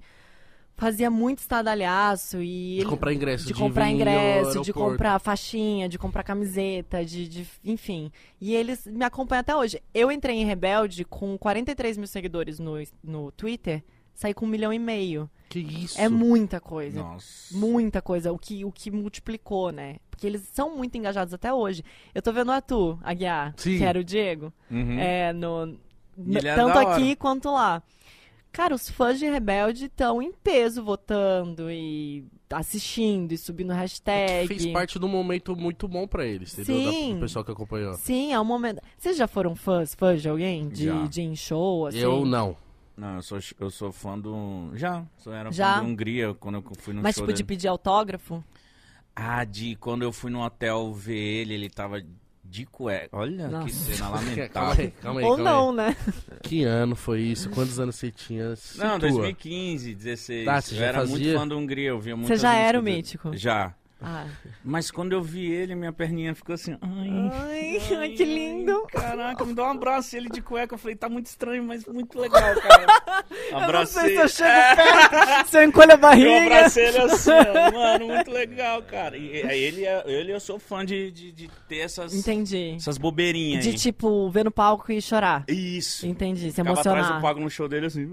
Fazia muito estadalhaço
De
e. ele-
comprar ingresso,
de comprar
vir ao
ingresso, de
aeroporto.
comprar faixinha, de comprar camiseta, de, de- enfim. E eles me acompanham até hoje. Eu entrei em Rebelde com 43 mil seguidores no, no Twitter, saí com um milhão e meio.
Que isso?
É muita coisa.
Nossa.
Muita coisa, o que, o que multiplicou, né? Porque eles são muito engajados até hoje. Eu tô vendo o Atu, Aguiar,
Sim.
que era o Diego,
Uhum.
é, no,
Ele era
tanto
da hora.
aqui quanto lá. Cara, os fãs de Rebelde estão em peso votando e assistindo e subindo hashtag.
Que fez parte de um momento muito bom pra eles, entendeu?
É, Sim.
Da- do pessoal que acompanhou.
Sim, é um momento. Vocês já foram fãs, fãs de alguém? De,
Já.
de em show, assim?
Eu não.
Não, eu sou, eu sou fã do. Já. Sou, era
Já?
fã do Hungria quando eu fui no
Mas,
show
tipo, de
dele.
pedir autógrafo?
Ah, de quando eu fui no hotel ver ele, ele tava de cueca. Olha que
Nossa.
cena
Calma aí,
lamentável.
calma aí.
Ou
calma
não, né?
aí. Que ano foi isso? Quantos anos você tinha? Situa.
Não, 2015, 16.
Tá,
Ah, você
eu
já
era muito
fazia?
fã do Hungria, eu via muito.
Você já era o mítico?
Já.
Ah.
Mas quando eu vi ele, minha perninha ficou assim. Ai,
Ai, ai, que lindo.
caraca, me dá um abraço. E ele de cueca, eu falei, tá muito estranho, mas muito legal, cara. Abracei.
Eu não sei se eu chego perto, se eu encolho
Um É.
a
Eu
barriga.
abracei ele assim, ó, mano, muito legal, cara. E, aí ele, é- ele eu sou fã de, de, de ter essas,
Entendi.
essas bobeirinhas
De
aí.
tipo, ver no palco e chorar.
Isso.
Entendi, se
Ficava atrás do
emocionar.
pago no show dele assim,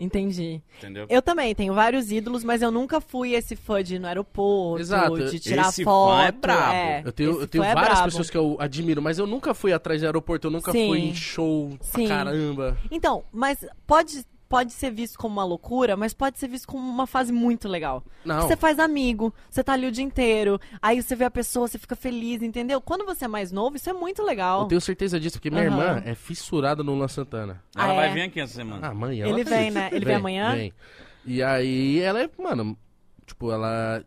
Entendi.
entendeu?
Eu também tenho vários ídolos, mas eu nunca fui esse fã de ir no aeroporto,
Exato.
de tirar
Esse fã
foto.
é brabo.
é.
Eu tenho,
Esse
eu tenho
fã é
várias
brabo.
pessoas que eu admiro, mas eu nunca fui atrás de aeroporto, eu nunca
Sim.
fui em show pra
Sim.
caramba.
Então, mas pode, pode ser visto como uma loucura, mas pode ser visto como uma fase muito legal.
Não.
Você faz amigo, você tá ali o dia inteiro, aí você vê a pessoa, você fica feliz, entendeu? Quando você é mais novo, isso é muito legal.
Eu tenho certeza disso, porque minha
Aham.
irmã é fissurada no Luan Santana.
Ela
Ah,
vai
é?
vir aqui essa semana.
Amanhã.
Ele
ela
vem, né? Ele vem amanhã?
Vem. E aí ela é, mano, tipo, ela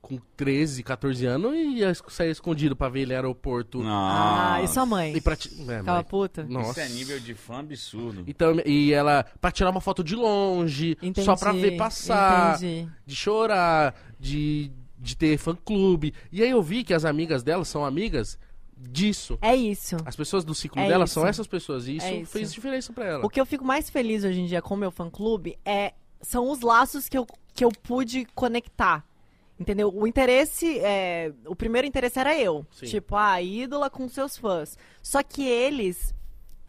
com 13, 14 anos ia esc- sair escondido pra ver ele no aeroporto.
Ah, um e sua mãe?
E pra ti... é,
Ficava
mas-
puta?
Nossa.
Isso é nível de fã absurdo.
Então, e ela, pra tirar uma foto de longe,
Entendi.
só pra ver passar,
Entendi.
de chorar, de, de ter fã-clube. E aí eu vi que as amigas dela são amigas disso.
É isso.
As pessoas do ciclo
É
dela
isso.
são essas pessoas. E isso,
É isso.
fez diferença pra ela.
O que eu fico mais feliz hoje em dia com o meu fã-clube é, são os laços que eu, que eu pude conectar. Entendeu? O interesse, é, o primeiro interesse era eu.
Sim.
Tipo, a ídola com seus fãs. Só que eles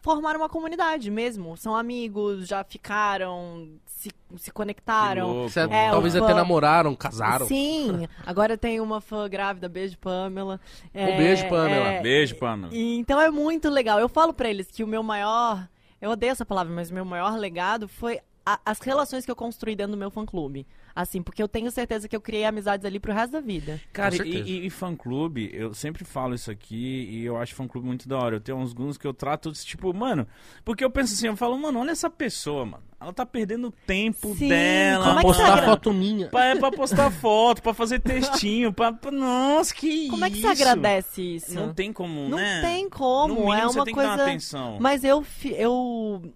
formaram uma comunidade mesmo. São amigos, já ficaram, se, se
Que
conectaram.
louco,
Cê-
mano.
É,
Talvez
o
até
fã-
namoraram, casaram.
Sim, agora tem uma fã grávida, beijo Pamela. É,
Um beijo, Pamela.
é,
Beijo, Pamela.
e, então é muito legal. Eu falo pra eles que o meu maior. Eu odeio essa palavra, mas o meu maior legado foi a- as relações que eu construí dentro do meu fã-clube. Assim, porque eu tenho certeza que eu criei amizades ali pro resto da vida.
Cara,
Com
e,
certeza.
e, e fã-clube, eu sempre falo isso aqui e eu acho fã-clube muito da hora. Eu tenho uns guns que eu trato, tipo, mano... Porque eu penso assim, eu falo, mano, olha essa pessoa, mano. Ela tá perdendo o tempo
Sim,
dela.
como é
mano.
que
Postar
Instagram.
foto minha.
Pra, é pra postar foto, pra fazer textinho, pra... pra- Nossa, que
Como é que
isso?
você agradece isso?
Não tem como,
Não
né?
tem
No
como.
mínimo,
é
você
uma
tem que dar uma
coisa.
atenção.
Mas eu, fi- eu.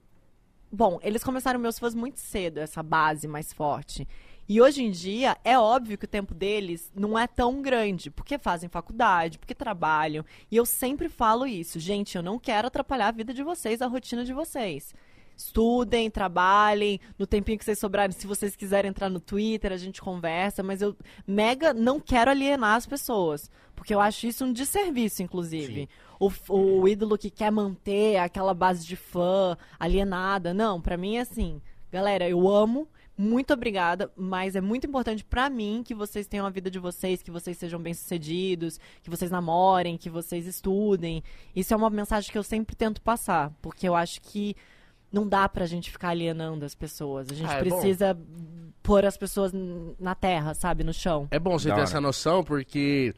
Bom, eles começaram meus fãs muito cedo, essa base mais forte. E hoje em dia, é óbvio que o tempo deles não é tão grande, porque fazem faculdade, porque trabalham. E eu sempre falo isso, gente, eu não quero atrapalhar a vida de vocês, a rotina de vocês. Estudem, trabalhem, no tempinho que vocês sobrarem, se vocês quiserem entrar no Twitter, a gente conversa, mas eu mega não quero alienar as pessoas. Porque eu acho isso um desserviço, inclusive. O, f- o ídolo que quer manter aquela base de fã alienada. Não, pra mim é assim. Galera, eu amo, muito obrigada, mas é muito importante pra mim que vocês tenham a vida de vocês, que vocês sejam bem-sucedidos, que vocês namorem, que vocês estudem. Isso é uma mensagem que eu sempre tento passar, porque eu acho que não dá pra gente ficar alienando as pessoas. A gente
Ah, é bom.
precisa pôr as pessoas n- na terra, sabe, no chão.
É bom você
Da
ter
hora.
essa noção, porque.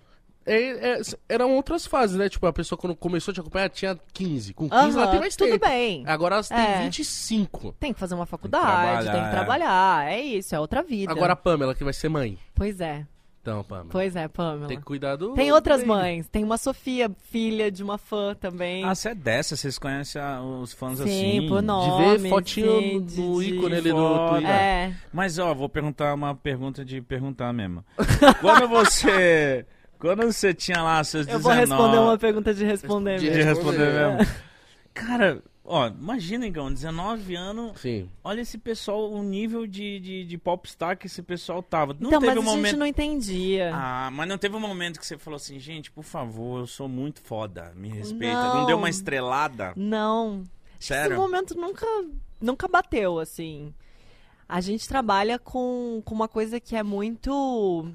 é- é- eram outras fases, né? Tipo, a pessoa quando começou a te acompanhar tinha 15. Com 15 ela
Aham,
tem mais
tudo
tempo.
bem.
Agora elas têm
É.
25.
Tem que fazer uma faculdade, tem
trabalhar, é.
que, trabalhar. É isso, é outra vida.
Agora a Pamela, que vai ser mãe.
Pois é,
Então, Pamela.
pois é, Pamela.
Tem que
Tem,
cuidar do.
outras
do baby.
mães. Tem uma Sofia, filha de uma fã também.
Ah, você é dessa, vocês conhecem a- os fãs
sim,
assim.
por
De
nome.
ver fotinho
sim,
no-
de-
no
de-
ícone ali no
foto.
Twitter.
É.
Mas ó, vou perguntar uma pergunta de perguntar mesmo. Quando você. Quando você tinha lá seus
Eu
19.
vou responder uma pergunta de responder
De
de
mesmo.
responder
Responder. É.
mesmo. Cara, ó, imagina, Igão, 19 anos.
Sim.
Olha esse pessoal, o nível de, de, de popstar que esse pessoal tava. Não
então,
teve
mas
um
a gente
momento.
não é. entendia.
Ah, mas não teve um momento que você falou assim, gente, por favor, eu sou muito foda, me respeita. Não,
Não.
deu uma estrelada?
Não. Acho que
Sério?
Esse momento nunca, nunca bateu, assim. A gente trabalha com, com uma coisa que é muito.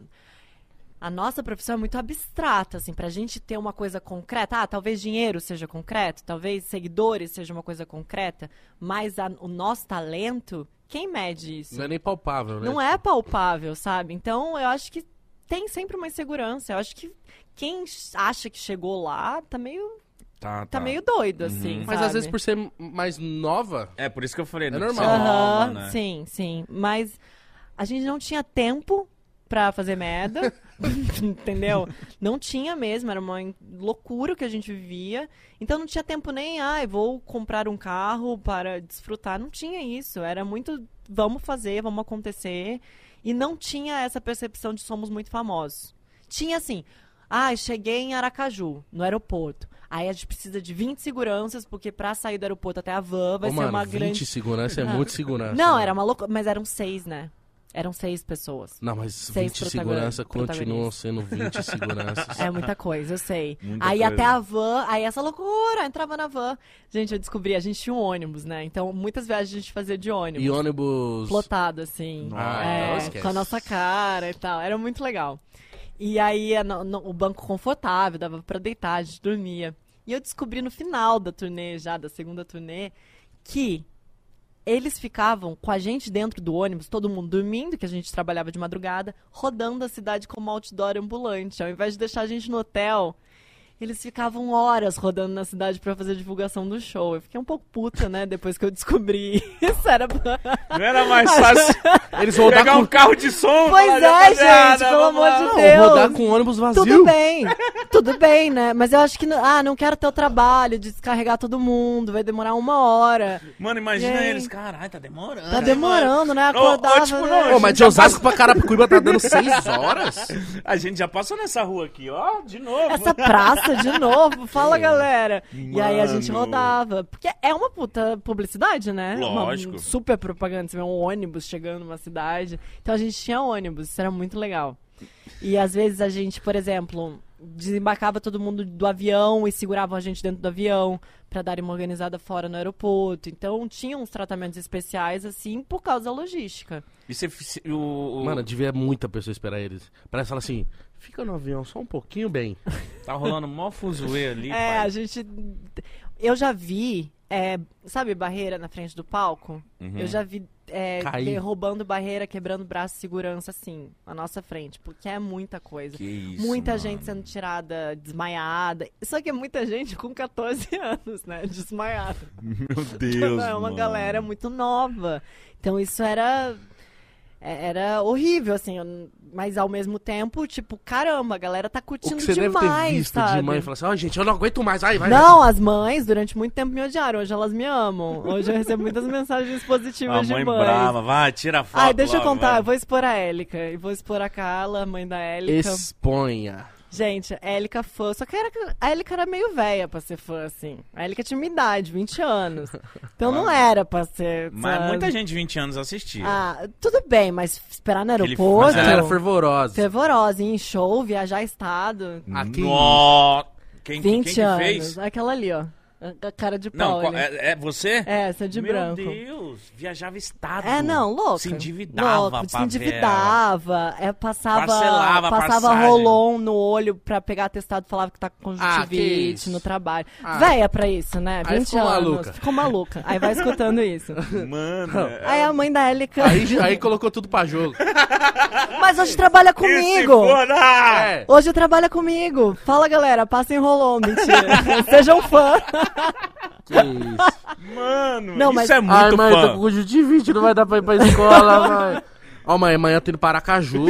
A nossa profissão é muito abstrata, assim, pra gente ter uma coisa concreta. Ah, talvez dinheiro seja concreto, talvez seguidores seja uma coisa concreta, mas a- o nosso talento, quem mede isso?
Não é nem palpável, né?
Não é palpável, sabe? Então eu acho que tem sempre uma insegurança. Eu acho que quem acha que chegou lá tá meio,
Tá,
tá meio doido, assim.
Mas às
sabe?
vezes por ser mais nova.
É, por isso que eu falei,
É
não precisa
normal.
nova,
Aham,
né?
Sim, sim. Mas a gente não tinha tempo pra fazer merda. Entendeu? Não tinha mesmo, era uma en- loucura que a gente vivia. Então não tinha tempo nem, ai, vou comprar um carro para desfrutar. Não tinha isso. Era muito, vamos fazer, vamos acontecer. E não tinha essa percepção de somos muito famosos. Tinha assim, ai, cheguei em Aracaju, no aeroporto. Aí a gente precisa de 20 seguranças, porque para sair do aeroporto até a van vai
Ô,
ser
mano,
uma
20
grande.
segurança é
Não.
muito segurança.
Não,
né?
mano.
era uma loucura, mas eram seis, né? Eram seis pessoas.
Não, mas
Seis
20 segurança
protagonistas.
continuam sendo 20 seguranças.
É muita coisa, eu sei.
Muita
aí
coisa.
até a van, aí essa loucura, entrava na van. Gente, eu descobri, a gente tinha um ônibus, né? Então muitas viagens a gente fazia de um ônibus.
E ônibus.
Plotado, assim.
Nossa,
é,
esquece.
com a nossa cara e tal. Era muito legal. E aí a no- no- o banco confortável, dava pra deitar, a gente dormia. E eu descobri no final da turnê, já, da segunda turnê, que eles ficavam com a gente dentro do ônibus, todo mundo dormindo, que a gente trabalhava de madrugada, rodando a cidade como um outdoor ambulante. Ao invés de deixar a gente no hotel, eles ficavam horas rodando na cidade pra fazer divulgação do show. Eu fiquei um pouco puta, né, depois que eu descobri. Isso era
Não era mais fácil
Eles vão dar
pegar
com.
um carro de som?
Pois
falar,
é,
rapaziada,
gente, pelo
vamos
amor
lá.
de
Não,
Deus.
rodar com ônibus vazio.
Tudo bem, tudo bem, né? Mas eu acho que. não- Ah, não quero ter o trabalho de descarregar todo mundo, vai demorar uma hora.
Mano, imagina
Gente.
eles. Caralho, tá demorando.
Tá
hein,
demorando, né?
Ô, ô,
Acordava.
tipo,
né?
não,
Ô, mas de Osasco pra Carapicuíba tá dando 6 horas?
mano? A gente já passou nessa rua aqui, ó, de novo. É.
Essa praça de novo, fala galera. E aí a gente
Mano.
rodava. Porque é uma puta publicidade, né? Uma
Lógico.
super propaganda. Você vê um ônibus chegando numa cidade. Então a gente tinha ônibus, isso era muito legal. E às vezes a gente, por exemplo, desembarcava todo mundo do avião e seguravam a gente dentro do avião pra darem uma organizada fora no aeroporto. Então tinha uns tratamentos especiais, assim, por causa da logística.
E você. se- O, o-
Mano, devia muita pessoa esperar eles. Parece falar assim: fica no avião só um pouquinho bem.
tá rolando mó fuzuê ali. pai.
É, a gente. Eu já vi, é, sabe, barreira na frente do palco? Eu já vi é,
Uhum. Cair.
derrubando barreira, quebrando braço de segurança, assim, na nossa frente, porque é muita coisa.
Que isso.
muita
mano.
gente sendo tirada, desmaiada. Só que é muita gente com 14 anos, né? Desmaiada.
Meu Deus.
é uma
mano.
galera muito nova. Então isso era. é- Era horrível, assim, eu- mas ao mesmo tempo, tipo, caramba, a galera tá
O
curtindo
que você
demais,
deve ter visto
sabe?
de mãe e falar assim: ó, gente, eu não aguento mais. Ai, vai.
Não, as mães durante muito tempo me odiaram. Hoje elas me amam. Hoje eu recebo muitas mensagens
A
positivas
mãe
de mães.
brava, vai, tira a foto.
Ai, deixa eu
logo,
contar.
vai.
Eu vou expor a Élica. E vou expor a Carla, mãe da Élica.
Exponha.
Gente, a Élica fã. Só que a Élica- a Élica era meio velha pra ser fã, assim. A Élica tinha minha idade, 20 anos. Então não era pra ser.
Ah. Mas é
sabe?
muita gente de 20 anos assistia.
Ah, tudo bem, mas esperar no
Aquele
aeroporto.
fã-
Ela era fervorosa.
Fervorosa, ir em show, viajar estado.
Aqui.
Ah, Nó- Quem, quem
20
que
anos.
fez?
Aquela ali, ó. A- A cara de pau.
Não, qual-
ali.
é, é você?
É, essa de
Meu
branco.
Deus, viajava estado.
É, não, louca.
Se endividava,
Louca, se
favela.
endividava, é, passava,
Parcelava a
passava
passagem.
rolon no olho pra pegar atestado, falava que tá com
Ah, que
conjuntivite
isso.
no trabalho.
Ah.
Véia pra isso, né? 20
Aí ficou
anos.
maluca.
Ficou maluca. Aí vai escutando isso.
Mano, é.
Aí a mãe da Élica.
Aí, aí colocou tudo pra jogo.
Mas hoje trabalha
esse
comigo!
foda!
É.
Hoje trabalha comigo. Fala, galera, passem rolon, mentira. Sejam fã.
Que isso.
Mano,
Não,
isso
mas-
é
Ai,
muito
Ah, mãe, eu tô
fã.
com conjuntivite, não vai dar pra ir pra escola, mãe. Ó, mãe, amanhã eu tô indo para Aracaju.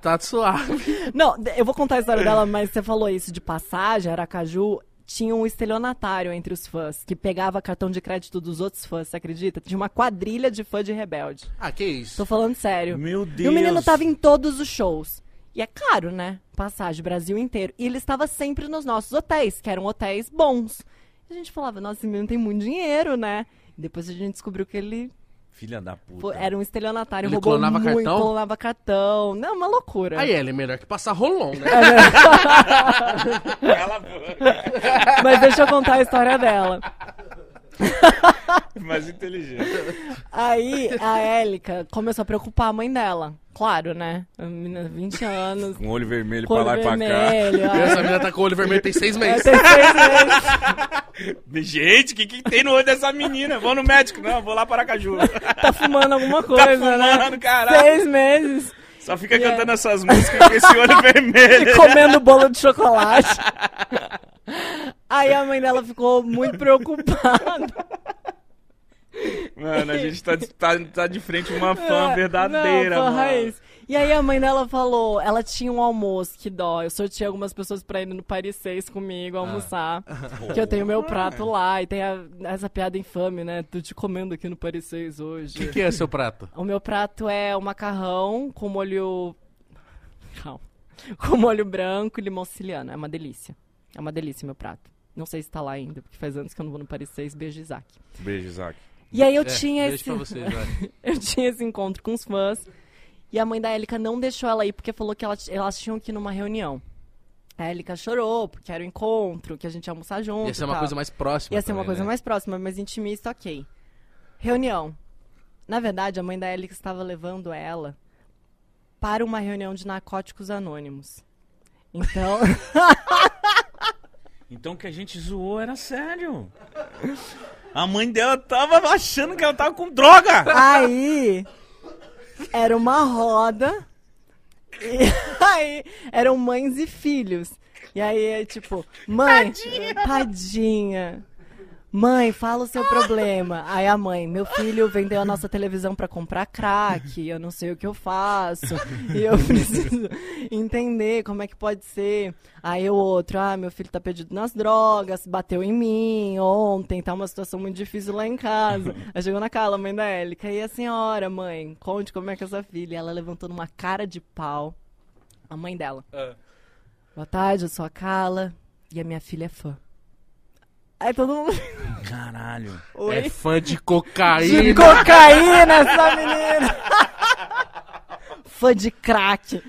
tá suave.
Não, d- eu vou contar a história dela, mas você falou isso de passagem, Aracaju. Tinha um estelionatário entre os fãs, que pegava cartão de crédito dos outros fãs, você acredita? Tinha uma quadrilha de fã de rebelde.
Ah, que
Tô
isso.
falando sério.
Meu Deus.
E o menino tava em todos os shows. E é caro, né? Passagem, Brasil inteiro. E ele estava sempre nos nossos hotéis, que eram hotéis bons. E a gente falava, nossa, esse menino tem muito dinheiro, né? Depois a gente descobriu que ele
Filha da puta.
fo- era um estelionatário,
Ele
roubou
clonava
muito,
cartão?
clonava cartão. Não, uma loucura.
Aí ela é melhor que passar rolon, né?
Cala a boca.
Mas deixa eu contar a história dela.
Mas inteligente.
Aí a Élica começou a preocupar a mãe dela. Claro, né? A menina, 20 anos.
Com olho vermelho
Cor
pra lá e
vermelho.
E Essa
ai,
menina tá com o olho vermelho tem seis
é,
meses.
tem seis meses.
pra cá. Gente, o que, que tem no olho dessa menina? Vou no médico. Não, vou lá para Aracaju.
Tá fumando alguma coisa,
tá fumando,
né?
caralho.
Seis meses.
Só fica
Yeah.
cantando essas músicas com esse olho vermelho.
Comendo bolo de chocolate. Aí a mãe dela ficou muito preocupada.
Mano, a gente tá, de- tá, tá de frente a uma fã
É,
verdadeira,
não, é fã
mano.
raiz. E aí a mãe dela falou, ela tinha um almoço, que dó. Eu sorteei algumas pessoas pra ir no Paris 6
Ah.
comigo almoçar. Que eu tenho meu prato lá e tem a- essa piada infame, né? Tô te comendo aqui no Paris 6 hoje.
O que é seu prato?
O meu prato é o macarrão com molho. Calma. Com molho branco e limão siciliano. É uma delícia. É uma delícia meu prato. Não sei se tá lá ainda, porque faz anos que eu não vou no Paris 6. Beijo, Isaac.
Beijo, Isaac.
E aí eu
É,
tinha
beijo
esse.
pra você, Isaac.
eu tinha esse encontro com os fãs. E a mãe da Élica não deixou ela ir porque falou que ela- elas tinham que ir numa reunião. A Élica chorou, porque era o encontro, que a gente ia almoçar junto.
Ia ser
e
uma
tal.
coisa mais próxima.
tá. Ia ser uma
também,
coisa
né?
mais próxima, mas intimista, ok. Reunião. Na verdade, a mãe da Elix estava levando ela para uma reunião de narcóticos anônimos. Então,
Então o que a gente zoou era sério. A mãe dela tava achando que ela tava com droga.
aí era uma roda. E aí eram mães e filhos. E aí é tipo, mãe, tadinha. Mãe, fala o seu problema. Aí a mãe, meu filho vendeu a nossa televisão pra comprar crack, eu não sei o que eu faço, e eu preciso entender como é que pode ser. Aí o outro, ah, meu filho tá perdido nas drogas, bateu em mim ontem, tá uma situação muito difícil lá em casa. Aí chegou na Carla, mãe da Élica, e a senhora, mãe, conte como é que é essa filha. E ela levantou numa cara de pau, a mãe dela. Boa tarde, eu sou a Carla, e a minha filha é fã. Aí todo mundo...
Caralho.
Oi?
É fã de cocaína.
De cocaína, essa menina! Fã de crack.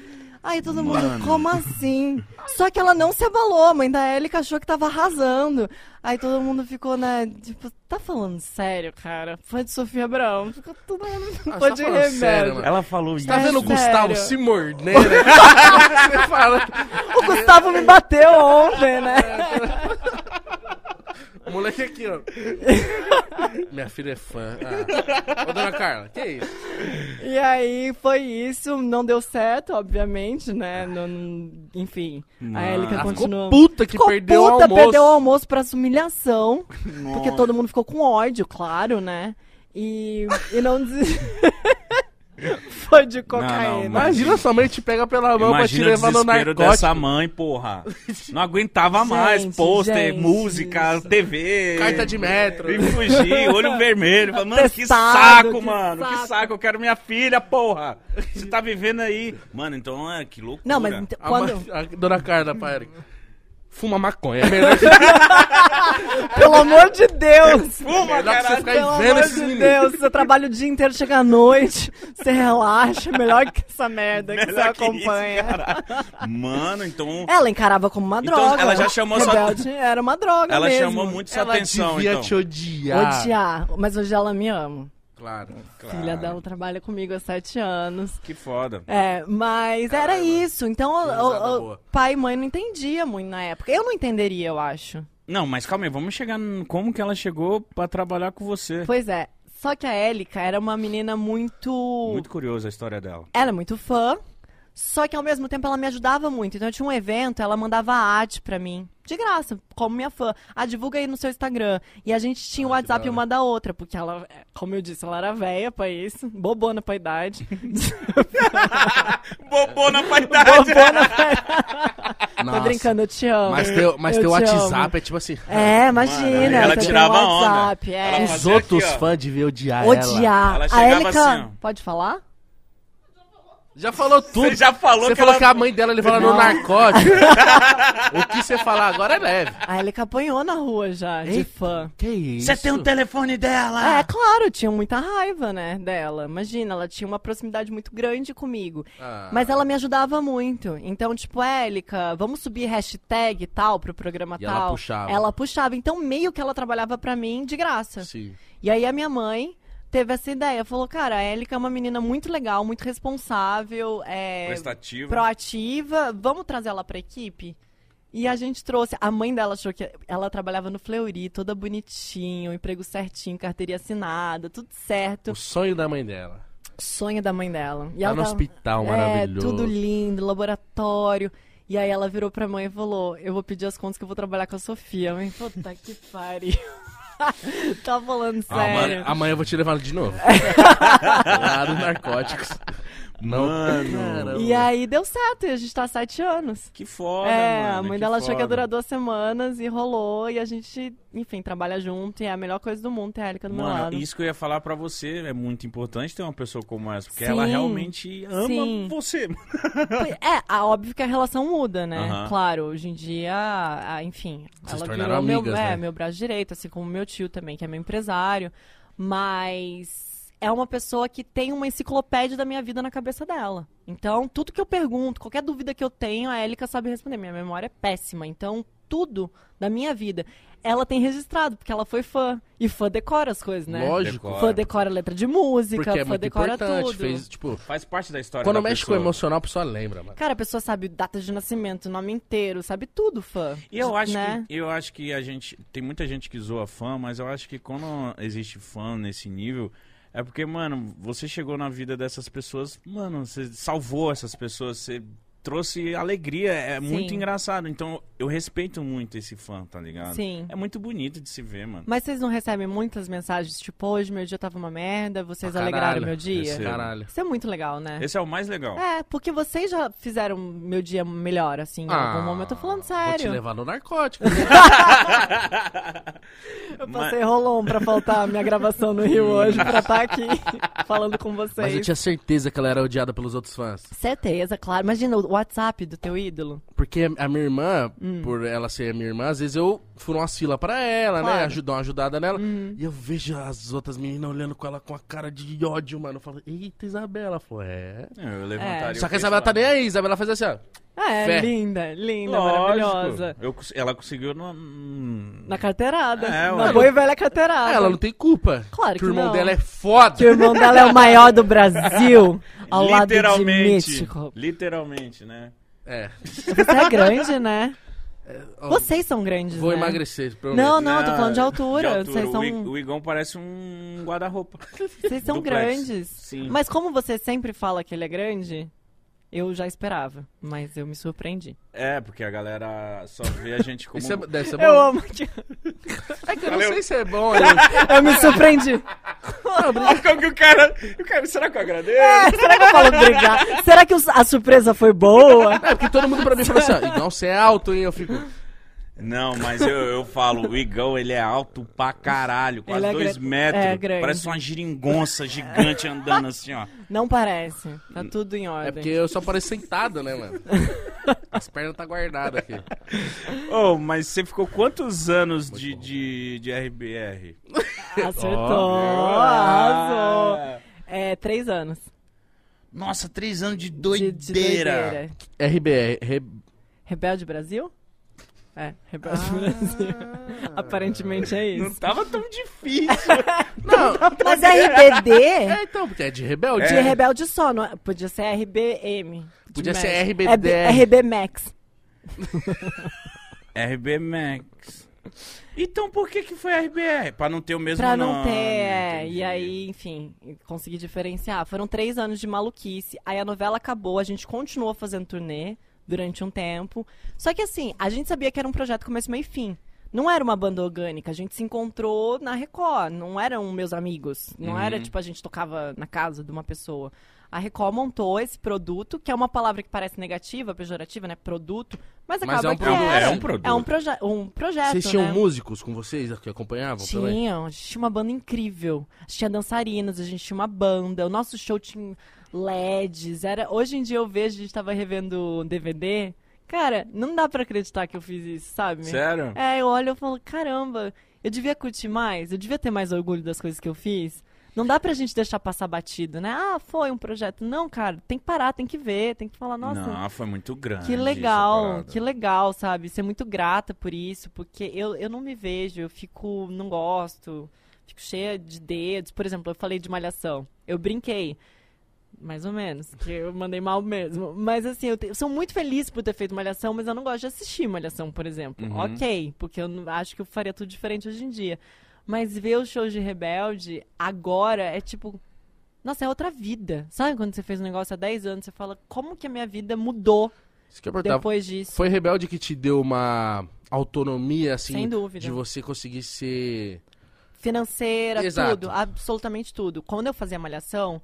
Aí todo mundo, como assim? Só que ela não se abalou, a mãe da Élica achou que tava arrasando. Aí todo mundo ficou, né, tipo, tá falando sério, cara? Fã de Sofia Abraão. Ficou todo mundo
Ah, você tá
fã de
falando
remédio.
sério, mano.
Ela falou isso.
Tá vendo o
É sério.
Gustavo se morder? né? Você fala.
o Gustavo me bateu ontem, né?
O moleque aqui, ó. Minha filha é fã. Ah. Ô, dona Carla, que isso?
E aí foi isso, não deu certo, obviamente, né? Não- enfim, a Élica
Ela
continuou.
Ah, ficou puta que
Ficou
perdeu o
puta,
almoço.
perdeu o almoço pra essa humilhação. Porque todo mundo ficou com ódio, claro, né? E, e não des... Foi de cocaína.
Não, não, mas-
Imagina sua mãe te pega pela mão pra te
Imagina o
levar no
desespero
narcótico.
dessa mãe, porra. Não aguentava mais.
Gente,
Pôster,
gente.
música, TV.
Carta de metro.
E fugir, olho vermelho. Fala, mano, que
Testado,
saco,
que
mano. Que
saco.
saco, eu quero minha filha, porra. Você tá vivendo aí. Mano, então é que loucura.
Não, mas então,
A
quando,
ma- a dona Carla, pra Eric. Fuma maconha. É melhor,
pelo amor de Deus!
Fuma,
melhor que você
caralho.
ficar
Pelo
vendo
amor
esse
de
menino.
Deus, você trabalha o dia inteiro, chega à noite, você relaxa, melhor que essa merda que você
Melhor que isso,
acompanha.
caralho. Mano, então...
ela encarava como uma
Então,
droga. né?
ela já chamou sua-
Rebelde era uma droga
Ela
mesmo.
chamou Ah. muito sua
Ela
atenção,
devia
então.
te odiar.
Odiar, mas hoje ela me ama.
Claro.
Filha dela trabalha comigo há sete anos.
Que foda.
É, mas era isso. Então, o-
risada
o- o
boa.
pai e mãe não entendia muito na época. Eu não entenderia, eu acho.
Não, mas calma aí, vamos chegar no como que ela chegou pra trabalhar com você.
Pois é. Só que a Élica era uma menina muito.
Muito curiosa a história dela.
Ela é muito fã. Só que ao mesmo tempo ela me ajudava muito. Então eu tinha um evento, ela mandava arte pra mim. De graça, como minha fã. Ah, divulga aí no seu Instagram. E a gente tinha o
Ah, que da
WhatsApp
hora.
uma da outra, porque ela, é, como eu disse, ela era velha pra isso, bobona pra idade.
Bobona na idade.
bobona pra
Nossa.
Tô Tá brincando, eu te amo.
Mas teu, mas
Eu
teu
te
WhatsApp
amo.
é tipo assim.
É, imagina.
Ela
você tem
tirava
um WhatsApp,
onda.
é.
Ela
Os
fazia
outros
aqui, ó.
fãs deviam odiar ela.
Odiar.
Ela
a
chegava
Érica.
assim, ó.
Pode falar?
Já falou tudo.
Você já falou
Você
que
falou
ela-
que a mãe dela levou ela no
Não.
narcótico. o que você falar agora é leve.
A Érica apanhou na rua já, de
Eita.
fã.
Que isso?
Você tem um telefone dela.
É, claro, eu tinha muita raiva, né, dela. Imagina, ela tinha uma proximidade muito grande comigo.
Ah.
Mas ela me ajudava muito. Então, tipo, Élica, vamos subir hashtag tal pro programa
E
tal.
ela puxava.
Ela puxava. Então, meio que ela trabalhava pra mim de graça.
Sim.
E aí a minha mãe teve essa ideia. Falou, cara, a Élica é uma menina muito legal, muito responsável, é,
Prestativa.
proativa. Vamos trazer ela pra equipe? E a gente trouxe. A mãe dela achou que ela trabalhava no Fleury, toda bonitinha, um emprego certinho, carteirinha assinada, tudo certo.
O sonho da mãe dela.
Sonho da mãe dela. E
Tá
ela
no
tava-
hospital
é,
maravilhoso.
tudo lindo, laboratório. E aí ela virou pra mãe e falou: Eu vou pedir as contas que eu vou trabalhar com a Sofia. A mãe, puta que pariu. tá falando
Ah,
sério.
Amanhã, amanhã eu vou te levar de novo. Lá nos narcóticos. Não.
Mano.
Caramba.
E aí deu certo, e a gente tá há sete anos.
Que foda,
é,
mano.
a mãe
que
dela achou que ia
foda.
durar duas semanas e rolou, e a gente, enfim, trabalha junto, e é a melhor coisa do mundo ter a Erika do meu
Mano,
lado.
isso que eu ia falar pra você é muito importante ter uma pessoa como essa, porque ela
Sim.
realmente ama
Sim.
você. mano.
Pois- É, a, óbvio que a relação muda, né?
Aham.
Claro, hoje em dia, a- enfim,
Vocês
ela
tornaram
virou meu,
amigas,
é,
né?
meu braço direito, assim como meu tio também, que é meu empresário. Mas é uma pessoa que tem uma enciclopédia da minha vida na cabeça dela. Então, tudo que eu pergunto, qualquer dúvida que eu tenho, a Élica sabe responder. Minha memória é péssima, então tudo da minha vida ela tem registrado, porque ela foi fã. E fã decora as coisas, né?
Lógico.
Decora.
Fã decora letra de música,
Porque é
fã
muito
decora
importante.
tudo.
Fez, tipo,
Faz parte da história
quando
da
mexe com o
pessoa.
emocional, a pessoa lembra, mano.
Cara, a pessoa sabe data de nascimento, nome inteiro, sabe tudo, fã.
E eu acho,
né?
que, eu acho que a gente. Tem muita gente que zoa fã, mas eu acho que quando existe fã nesse nível. É porque, mano, você chegou na vida dessas pessoas, mano, você salvou essas pessoas, você trouxe alegria, é
Sim.
muito engraçado. Então, eu respeito muito esse fã, tá ligado?
Sim.
É muito bonito de se ver, mano.
Mas vocês não recebem muitas mensagens, tipo, hoje meu dia tava uma merda, vocês
Pra
alegraram
caralho.
meu dia?
Recebo.
Caralho.
Isso é muito legal, né?
Esse é o mais legal.
É, porque vocês já fizeram meu dia melhor, assim, em algum momento. Eu tô falando
Ah, Vou te
sério.
levar no narcótico. né?
Eu passei rolom pra faltar a minha gravação no Rio hoje pra estar aqui falando com
Mas eu
vocês.
tinha certeza que ela era odiada pelos outros fãs.
Certeza, claro. Imagina o WhatsApp do teu ídolo.
Porque a minha irmã,
Hum.
por ela ser minha irmã, às vezes eu furo uma fila pra ela, né?
Claro. Hum.
Ajudar uma ajudada nela. E eu vejo as outras meninas olhando com ela com a cara de ódio, mano. Eu falo, eita, Isabela. Ela falou, é.
Eu levantaria
Só que
o
a
peito
Isabela
lá.
tá nem aí. Isabela faz assim, ó.
É,
Fé.
linda, linda,
Lógico.
maravilhosa.
Eu cons- ela conseguiu no- hum,
Na carteirada.
É,
na
ué.
boa e velha carteirada.
Ah, ela não tem culpa.
Claro
o
que
irmão
não.
dela é foda.
Que o irmão dela é o maior do Brasil. Ao lado de
literalmente,
Mítico.
literalmente, né?
É.
Você é grande, né?
Ó,
Vocês são grandes,
Oh. Vou
né?
emagrecer, prometo.
Não, não, eu tô falando de altura.
é, de altura.
Vocês
O I-
são,
O Igão parece um guarda-roupa.
vocês são
duplex.
grandes.
Sim.
Mas como você sempre fala que ele é grande, eu já esperava. Mas eu me surpreendi.
É, porque a galera só vê a gente como... um-
Isso é, deve ser bom.
Eu amo. que-
É que eu
Valeu.
não sei se é bom. eu-
Eu me surpreendi.
Olha como que o cara... o cara- Será que eu agradeço?
É,
Será que eu falo obrigado? Será que o- a surpresa foi boa?
É, porque todo mundo pra mim fala assim, ó, Igão, você é alto, hein? Eu fico...
Não, mas eu, eu falo, o Igão, ele é alto pra caralho, quase
Ele é
dois
gran-
metros.
é, grande.
Parece uma giringonça gigante andando assim, ó.
Não parece. Tá tudo em ordem.
É porque eu só pareço sentado, né, mano? As pernas tá guardadas aqui.
Ô, mas você ficou quantos anos de, de, de RBR?
Acertou.
Ó. Ah.
arrasou. É, três anos.
Nossa, três anos de
De,
doideira.
de doideira.
RBR.
é
Re...
Rebelde Brasil? É, Rebelde Brasil. Aparentemente é
Não
isso.
tava tão difícil.
Não,
Mas RBD
é então, porque é de rebelde.
de
É.
Rebelde só, não é? Podia ser RBM. de
Podia ser
Magic.
RBD.
É B- RB Max.
RB Max. Então por que que foi RBR? Pra não ter o mesmo
Pra
nome.
não ter. é,
entendi.
E aí, enfim, consegui diferenciar. Foram três anos de maluquice. Aí a novela acabou, a gente continuou fazendo turnê durante um tempo. Só que assim, a gente sabia que era um projeto começo, meio e fim. Não era uma banda orgânica, a gente se encontrou na Record, não eram meus amigos. Não
Uhum.
era tipo a gente tocava na casa de uma pessoa. A Record montou esse produto, que é uma palavra que parece negativa, pejorativa, né? Produto, mas
Mas
acaba
é um
que
produto,
era.
é um produto.
É um, proje- um projeto,
Vocês tinham
né?
músicos com vocês que acompanhavam também?
Tinham, a gente tinha uma banda incrível. A gente tinha dançarinos, a gente tinha uma banda, o nosso show tinha LEDs. Era... Hoje em dia eu vejo, a gente tava revendo um DVD. Cara, não dá pra acreditar que eu fiz isso, sabe?
Sério?
É, eu olho e eu falo, caramba, eu devia curtir mais, eu devia ter mais orgulho das coisas que eu fiz. Não dá pra gente deixar passar batido, né? Ah, foi um projeto. Não, cara, tem que parar, tem que ver, tem que falar, nossa,
Não, foi muito grande.
que
essa
legal,
parada.
que legal, sabe? Ser muito grata por isso, porque eu, eu não me vejo, eu fico, não gosto, fico cheia de dedos. Por exemplo, eu falei de malhação, eu brinquei, mais ou menos, porque eu mandei mal mesmo. Mas assim, eu, te- eu sou muito feliz por ter feito malhação, mas eu não gosto de assistir malhação, por exemplo.
Uhum.
Ok, porque eu não- acho que eu faria tudo diferente hoje em dia. Mas ver os shows de Rebelde agora é tipo, nossa, é outra vida. Sabe quando você fez um negócio há 10 anos, você fala, como que a minha vida mudou
Isso que eu perguntava.
depois disso?
Foi Rebelde que te deu uma autonomia, assim,
Sem dúvida.
de você conseguir ser...
Financeira,
Exato.
tudo, absolutamente tudo. Quando eu fazia malhação,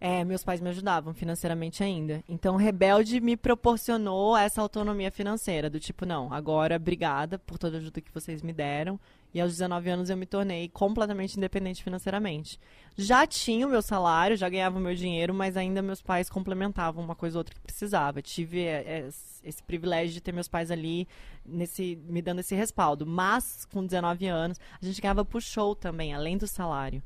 É, meus pais me ajudavam financeiramente ainda. Então, Rebelde me proporcionou essa autonomia financeira, do tipo, não, agora obrigada por toda a ajuda que vocês me deram. E aos 19 anos eu me tornei completamente independente financeiramente. Já tinha o meu salário, já ganhava o meu dinheiro, mas ainda meus pais complementavam uma coisa ou outra que precisava. Tive eh, es- esse privilégio de ter meus pais ali nesse, me dando esse respaldo. Mas, com 19 anos, a gente ganhava por show também, além do salário.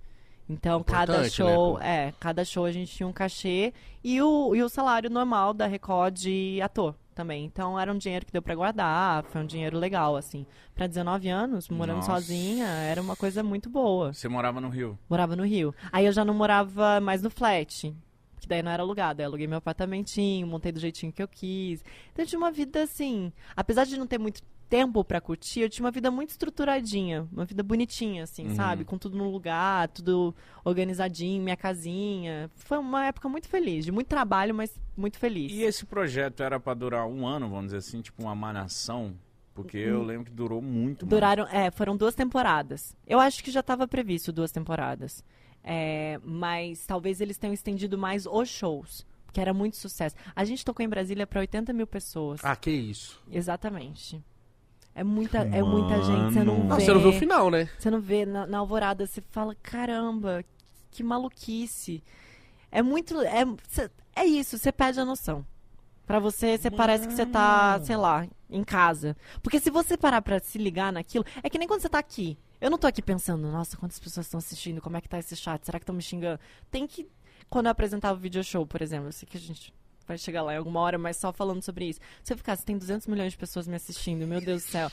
Então, cada
Importante,
show,
né,
é, cada show a gente tinha um cachê e o, e o salário normal da Record de ator também. Então, era um dinheiro que deu pra guardar, foi um dinheiro legal, assim. Pra 19 anos, morando
Nossa.
sozinha, era uma coisa muito boa.
Você morava no Rio.
Morava no Rio. Aí eu já não morava mais no flat, que daí não era alugado. Aí eu aluguei meu apartamentinho, montei do jeitinho que eu quis. Então, eu tinha uma vida, assim, apesar de não ter muito tempo pra curtir, eu tinha uma vida muito estruturadinha, uma vida bonitinha, assim,
Uhum.
sabe? Com tudo no lugar, tudo organizadinho, minha casinha. Foi uma época muito feliz, de muito trabalho, mas muito feliz.
E esse projeto era pra durar um ano, vamos dizer assim, tipo uma malhação? Porque
Uhum.
eu lembro que durou muito. mano.
Duraram, é, foram duas temporadas. Eu acho que já estava previsto duas temporadas. É, mas talvez eles tenham estendido mais os shows, que era muito sucesso. A gente tocou em Brasília para 80 mil pessoas.
Ah, que isso.
Exatamente. É muita, é muita gente, você não
Mano.
vê.
Não, você não viu o final, né?
Você não vê na, na alvorada, você fala, caramba, que maluquice. É muito. É, cê- é isso, você perde a noção. Pra você, você parece que você tá, sei lá, em casa. Porque se você parar pra se ligar naquilo, é que nem quando você tá aqui. Eu não tô aqui pensando, nossa, quantas pessoas estão assistindo, como é que tá esse chat, será que estão me xingando? Tem que. Quando eu apresentava o video show, por exemplo, eu sei que a gente vai chegar lá em alguma hora, mas só falando sobre isso. Se eu ficasse, tem 200 milhões de pessoas me assistindo, meu Deus do céu.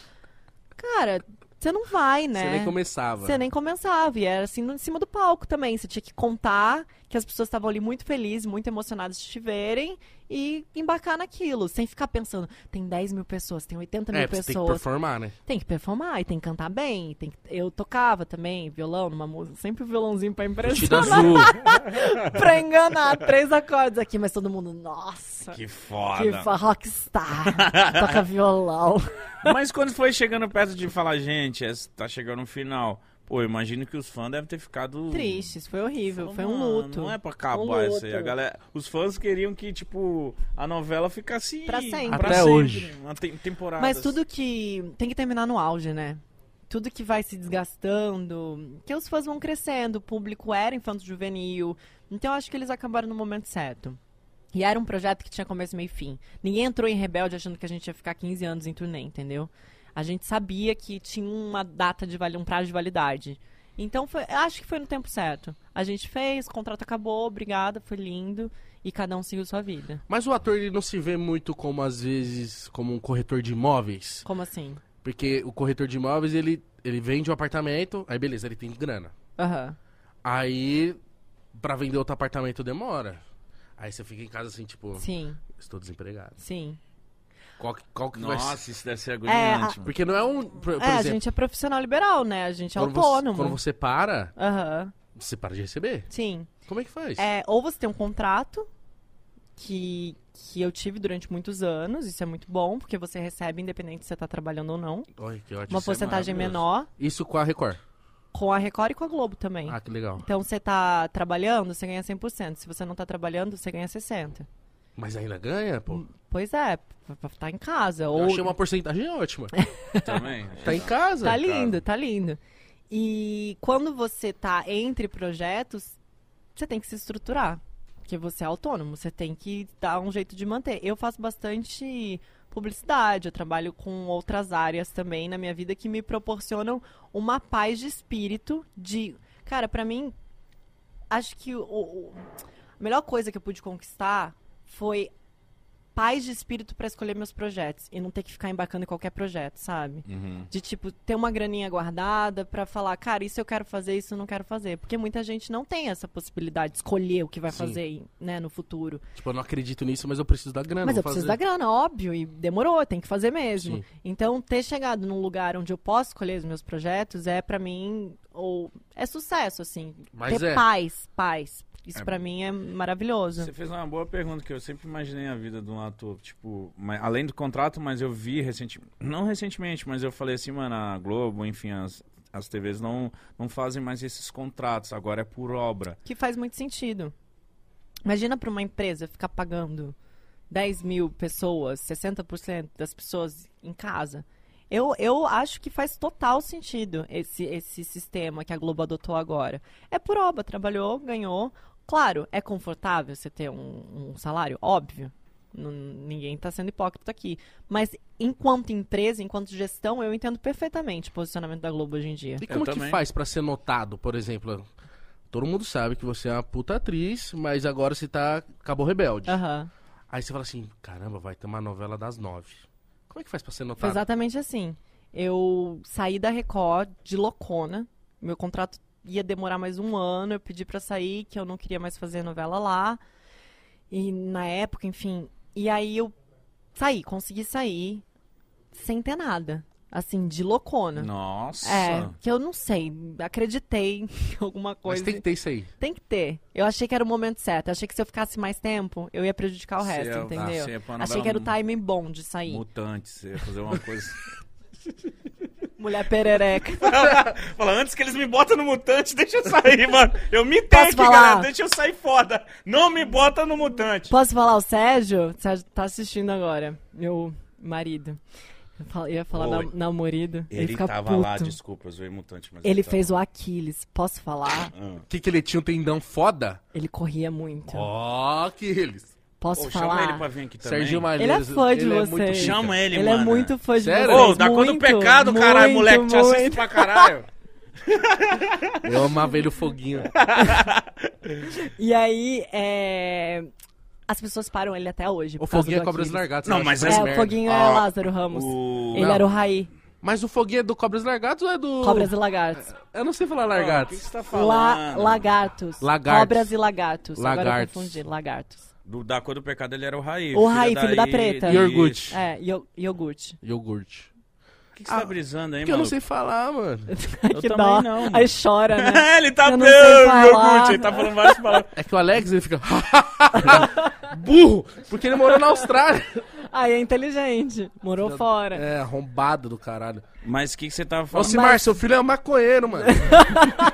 Cara, você não vai, né?
Você nem começava. É,
Você nem começava, e era assim em cima do palco também. Você tinha que contar que as pessoas estavam ali muito felizes, muito emocionadas de te verem e embarcar naquilo, sem ficar pensando, tem 10 mil pessoas, tem 80 mil
É, porque você tem que
pessoas.
performar, né?
Tem que performar e tem que cantar bem. e tem que- Eu tocava também, violão, numa música, sempre o violãozinho pra
Vestido
impressionar,
azul.
pra enganar. Três acordes aqui, mas todo mundo, nossa,
Que
Ah,
que
foda.
fa- rockstar, toca violão.
Mas quando foi chegando perto de falar, gente, essa- tá chegando o final. Pô, eu imagino que os fãs devem ter ficado.
Tristes, foi horrível,
Falou,
foi um
"Mano,
luto.
Não é pra acabar
Um luto.
isso aí. A galera, os fãs queriam que, tipo, a novela ficasse.
Pra sempre.
Até hoje.
Uma tem- temporada. assim.
Mas tudo que. Tem que terminar no auge, né? Tudo que vai se desgastando. Que os fãs vão crescendo, o público era infanto juvenil. Então eu acho que eles acabaram no momento certo. E era um projeto que tinha começo, meio e fim. Ninguém entrou em Rebelde achando que a gente ia ficar 15 anos em turnê, entendeu? A gente sabia que tinha uma data de vali- um prazo de validade. Então foi, eu acho que foi no tempo certo. A gente fez, o contrato acabou, obrigada, foi lindo. E cada um seguiu sua vida.
Mas o ator ele não se vê muito como, às vezes, como um corretor de imóveis.
Como assim?
Porque o corretor de imóveis, ele, ele vende um apartamento, aí beleza, ele tem grana.
Aham.
Aí, pra vender outro apartamento demora. Aí você fica em casa assim, tipo,
Sim,
estou desempregado.
sim.
Qual, que- qual que vai ser?
Nossa, isso deve ser agoniante. mano.
Porque não é um. Por, por
é, a
exemplo,
gente é profissional liberal, né? A gente é
quando,
autônomo.
Você, quando você para,
Aham,
você para de receber.
sim.
Como é que faz?
É, ou você tem um contrato que, que eu tive durante muitos anos, isso é muito bom, porque você recebe independente se você tá trabalhando ou não.
Olha que ótimo.
Uma
Isso é
porcentagem
maravilhoso.
menor
Isso com a Record.
com a Record e com a Globo também.
Ah, que legal.
Então você tá trabalhando, você ganha 100%. Se você não tá trabalhando, você ganha 60%.
Mas ainda ganha, pô.
Pois é, pra pra tá em casa.
Eu
Ou
achei uma porcentagem ótima.
Também.
Tá em casa.
Tá lindo, tá lindo. E quando você tá entre projetos, você tem que se estruturar. Porque você é autônomo, você tem que dar um jeito de manter. Eu faço bastante publicidade, eu trabalho com outras áreas também na minha vida que me proporcionam uma paz de espírito de. Cara, pra mim, acho que o- o- a melhor coisa que eu pude conquistar foi paz de espírito pra escolher meus projetos e não ter que ficar embarcando em qualquer projeto, sabe?
Uhum.
De, tipo, ter uma graninha guardada pra falar, cara, isso eu quero fazer, isso eu não quero fazer. Porque muita gente não tem essa possibilidade de escolher o que vai
Sim.
fazer, né, no futuro.
Tipo, eu não acredito nisso, mas eu preciso da grana.
Mas
É, vou
eu preciso da
fazer.
grana, óbvio, e demorou, tem que fazer mesmo.
Sim.
Então, ter chegado num lugar onde eu posso escolher os meus projetos é, pra mim, ou é sucesso, assim.
Mas
ter
é.
paz, paz. Isso
É.
pra mim é maravilhoso.
Você fez uma boa pergunta que eu sempre imaginei a vida de um ator. Tipo, ma- além do contrato, mas eu vi recentemente. Não recentemente, mas eu falei assim, mano, a Globo, enfim, as, as TVs não, não fazem mais esses contratos. Agora é por obra.
Que faz muito sentido. Imagina pra uma empresa ficar pagando 10 mil pessoas, 60% das pessoas em casa. Eu, eu acho que faz total sentido esse, esse sistema que a Globo adotou agora. É por obra, trabalhou, ganhou. Claro, é confortável você ter um, um salário? Óbvio. Não- ninguém está sendo hipócrita aqui. Mas enquanto empresa, enquanto gestão, eu entendo perfeitamente o posicionamento da Globo hoje em dia.
E como que
também.
faz pra ser notado, por exemplo? Todo mundo sabe que você é uma puta atriz, mas agora você tá Cabo Rebelde.
Aham.
Aí você fala assim, caramba, vai ter uma novela das nove. Como é que faz pra ser
Foi
notado?
exatamente assim. Eu saí da Record de loucona. Meu contrato ia demorar mais um ano. Eu pedi pra sair, que eu não queria mais fazer novela lá. E na época, enfim. E aí eu saí, consegui sair sem ter nada. Assim, de loucona.
Nossa.
É, que eu não sei. Acreditei em alguma
Mas
coisa.
é.
tem que ter isso aí.
Tem que ter. Eu achei que era o momento certo. Eu achei que se eu ficasse mais tempo, eu ia prejudicar é o
Você
resto,
ia-
entendeu?
você ia pra
achei
ah, novela
que era o
mu-
timing bom de sair.
Mutante, você ia fazer uma coisa.
Mulher perereca.
Fala, antes que eles me botam no mutante, deixa eu sair, mano. Eu me tenho
Posso
aqui,
falar?
galera. Deixa eu sair foda. Não me bota no mutante.
Posso falar o Sérgio? O Sérgio tá assistindo agora. Meu marido. Eu fal- ia falar
Oi.
na- namorido. Ele,
Ele
fica
tava
puto.
lá, então. desculpa, eu zoei mutante, mas.
Ele
tava
fez o
lá.
Aquiles. Posso falar?
Ah.
O que, que ele tinha um tendão foda?
Ele corria muito.
Ó, que eles.
Posso
Ô, chama
falar?
ele pra vir aqui também.
Serginho
Ele é
Malheiros.
fã de
é
vocês.
muito pica.
Chama ele,
Ele
mano.
é muito fã de
Sério?
vocês.
Ô, da cor do
muito,
pecado, caralho,
muito,
moleque, te
muito.
assusta pra caralho.
Eu amava ele o foguinho.
E aí, é... as pessoas param ele até hoje.
O
por causa
foguinho é
do
cobras
Aquiles.
largadas.
Não,
eu acho
mas
que
essa
É,
faz
o
merda.
Foguinho é
Ó,
Lázaro Ramos.
o-
Ele é
Não.
era o Raí,
Mas o foguinho é do Cobras Largados ou é do.
Cobras e Lagartos.
Eu não sei falar
O que
largados.
você tá falando?
La lagartos.
Lagartos.
Cobras e lagartos. Agora eu
Lagartos.
confundi. Lagartos.
Do, da cor do pecado, ele era o Raí.
O
filho
Raí, filho da
I-
preta.
E Tá. iogurte.
É, io- iogurte.
Iogurte.
O que
Ah,
que você tá brisando aí,
Porque eu
mano?
não sei falar, mano.
Eu
que
também
dó.
não, mano.
Aí chora, né?
ele tá
Eu
dando
não sei falar.
iogurte, ele tá falando várias palavras.
É que o Alex, ele fica. Burro! Porque ele morou na Austrália.
Aí é inteligente. Morou fora.
É, arrombado do caralho.
Mas o que, que você tava
Ô,
falando?
Simar, seu filho é um maconheiro, mano.
É.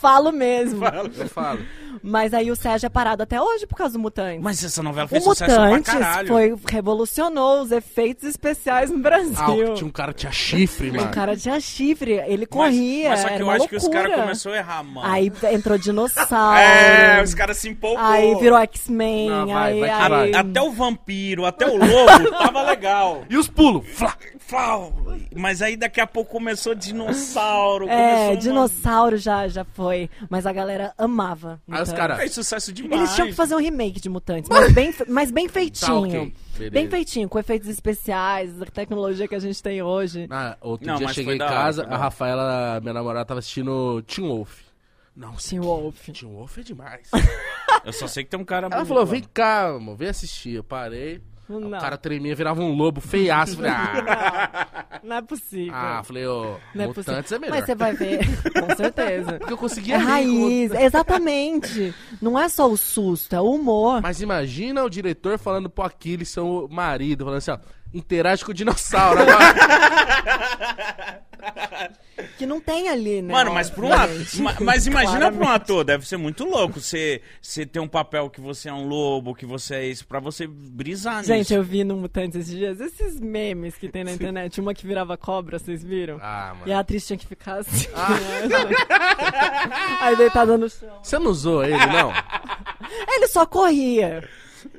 Falo mesmo.
Eu falo.
Mas aí o Sérgio é parado até hoje por causa do Mutante.
Mas essa novela
o
fez sucesso pra
Mutantes
caralho.
foi, revolucionou os efeitos especiais no Brasil.
Ah, o- tinha um cara que tinha chifre,
O
mano.
cara tinha chifre, ele
Mas-
corria.
Mas, só que
era
eu
uma
acho que os
loucura.
caras começaram a errar, mano.
Aí entrou dinossauro.
é, os caras se empolgou.
Aí virou X-Men.
Não, vai,
Aí,
vai que
A-
vai.
aí...
Até o vampiro, até o lobo, tava legal.
E os pulos? Flá!
Fau. Mas aí daqui a pouco começou dinossauro. começou
É,
uma-
dinossauro já, já foi. Mas a galera amava.
Aí os
Mutantes.
caras.
É sucesso demais.
Eles tinham que fazer um remake de Mutantes, mas bem, fe- mas bem feitinho.
tá, ok, beleza.
Bem feitinho, com efeitos especiais, a tecnologia que a gente tem hoje.
Ah, outro
Não,
dia
mas
cheguei
foi
em
da hora,
casa,
foi da
a
hora.
Rafaela, minha namorada, tava assistindo Tim Wolf. Não,
Sim, Wolf.
Tim Wolf é demais.
Eu só sei que tem um cara
Ela
bonito
falou,
lá.
vem cá, amor, vem assistir. Eu parei.
Não,
O cara tremia, virava um lobo feiaço. Falei, ah,
não é possível.
ah, falei, ô,
não é possível.
mutantes é melhor.
Mas você vai ver, com certeza.
Porque eu consegui
É
rir com
raiz,
outra-
exatamente. Não é só o susto, é o humor.
Mas imagina o diretor falando pro Aquiles, seu marido, falando assim, ó, interage com o dinossauro. Agora,
Que não tem ali, né?
Mano, mas pra um ator.
Obviamente.
ma- Mas imagina pra um
Claramente.
ator, deve ser muito louco você, você ter um papel que você é um lobo, que você é isso, pra você brisar
Gente,
nisso.
eu vi no Mutantes esses dias esses memes que tem na internet. Uma que virava cobra, vocês viram?
ah,
E
mano.
a atriz tinha que ficar assim. né? Aí deitada no chão.
Você não usou ele, não?
Ele só corria.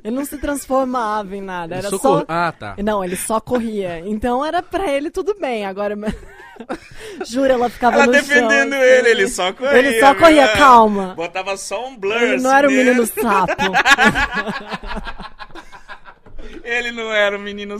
Ele não se transformava em nada.
Ele
Era
socorro-
só. um
Ah, tá.
Não, ele só corria. Então era pra ele tudo bem. Agora. mas- Jura, ela ficava no chão, assim.
só
Ele só corria,
mano.
calma.
Botava só um blur.
Ele não
assim
era o
nele.
menino sapo.
Ele não era o menino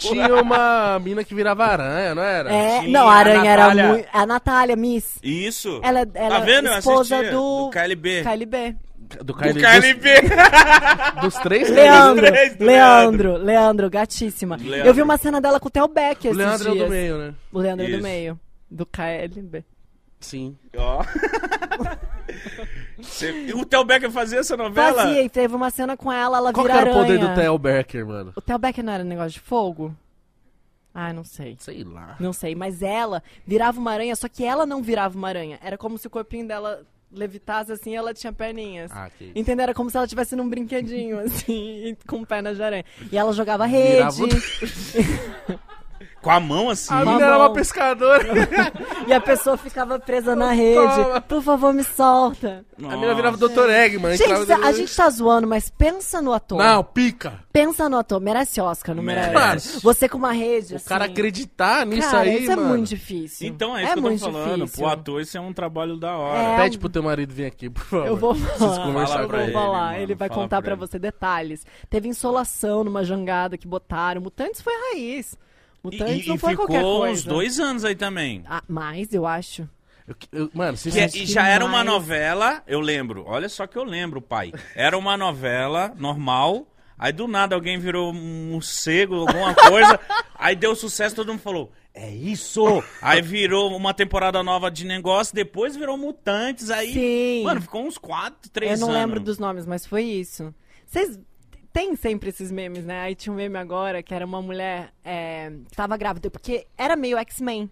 Tinha uma mina que virava aranha, não era?
É,
Sim,
não,
a
a aranha
Natália.
era muito. A Natália, Miss.
Isso.
Ela,
tá
ela
vendo? Eu
esposa
assistia,
do.
do KLB.
KLB.
Do
Do
Kylie,
KLB.
Dos, dos três
Leandro,
Os três do
Leandro, Leandro, gatíssima.
Leandro.
Eu vi uma cena dela com o Theo Beck
O
esses
Leandro é o
dias.
do meio, né?
O Leandro é
Isso.
do meio. Do KLB.
Sim.
Ó. Cê- O Theo Becker fazia essa novela?
Fazia, e teve uma cena com ela, ela
Qual que
vira
era o poder
aranha.
do Theo Becker, mano?
O Theo Beck não era um negócio de fogo? Ah, não sei.
Sei lá.
Não sei, mas ela virava uma aranha, só que ela não virava uma aranha. Era como se o corpinho dela levitasse assim, ela tinha perninhas.
Ah, que isso.
Entendeu? Era como se ela estivesse num brinquedinho, assim, e com pernas de aranha. E ela jogava
Virava um
rede,
o-
Com a mão assim.
A
Uma
mina era uma
mão.
pescadora.
e a pessoa ficava presa na rede. Por favor, me solta.
A mina virava o Dr. Eggman. entrava
Gente,
dentro
a
do-
gente tá zoando, mas pensa no ator.
Não, pica.
Pensa no ator, merece Oscar, não merece?
Merece.
Você com uma rede,
O cara
assim.
acreditar nisso
Cara,
aí,
isso
mano.
é muito difícil.
Então é isso que eu tô
muito
falando.
difícil.
Pro ator, isso é um trabalho da hora.
É.
Pede pro teu marido vir aqui, por favor.
Eu vou falar,
conversar
eu
pra
vou
ele,
falar.
mano,
ele vai
fala
contar
pra
pra
ele.
você detalhes. Teve insolação numa jangada que botaram. Mutantes foi raiz.
E,
Mutantes
e-
não
e
foi qualquer
ficou
coisa.
uns dois anos aí também.
Ah, mais, eu acho.
Eu- eu- mano, se
Que-
se-
e já era uma
demais.
novela, eu lembro. Olha só que eu lembro, pai. Era uma novela normal. Aí do nada alguém virou um morcego, alguma coisa. aí deu sucesso, todo mundo falou: É isso! Aí virou uma temporada nova de negócio, depois virou Mutantes. Aí.
Sim.
Mano, ficou uns 4, 3
Eu
anos.
não lembro dos nomes, mas foi isso. Vocês tem sempre esses memes, né? Aí tinha um meme agora que era uma mulher é, que tava grávida, porque era meio X-Men.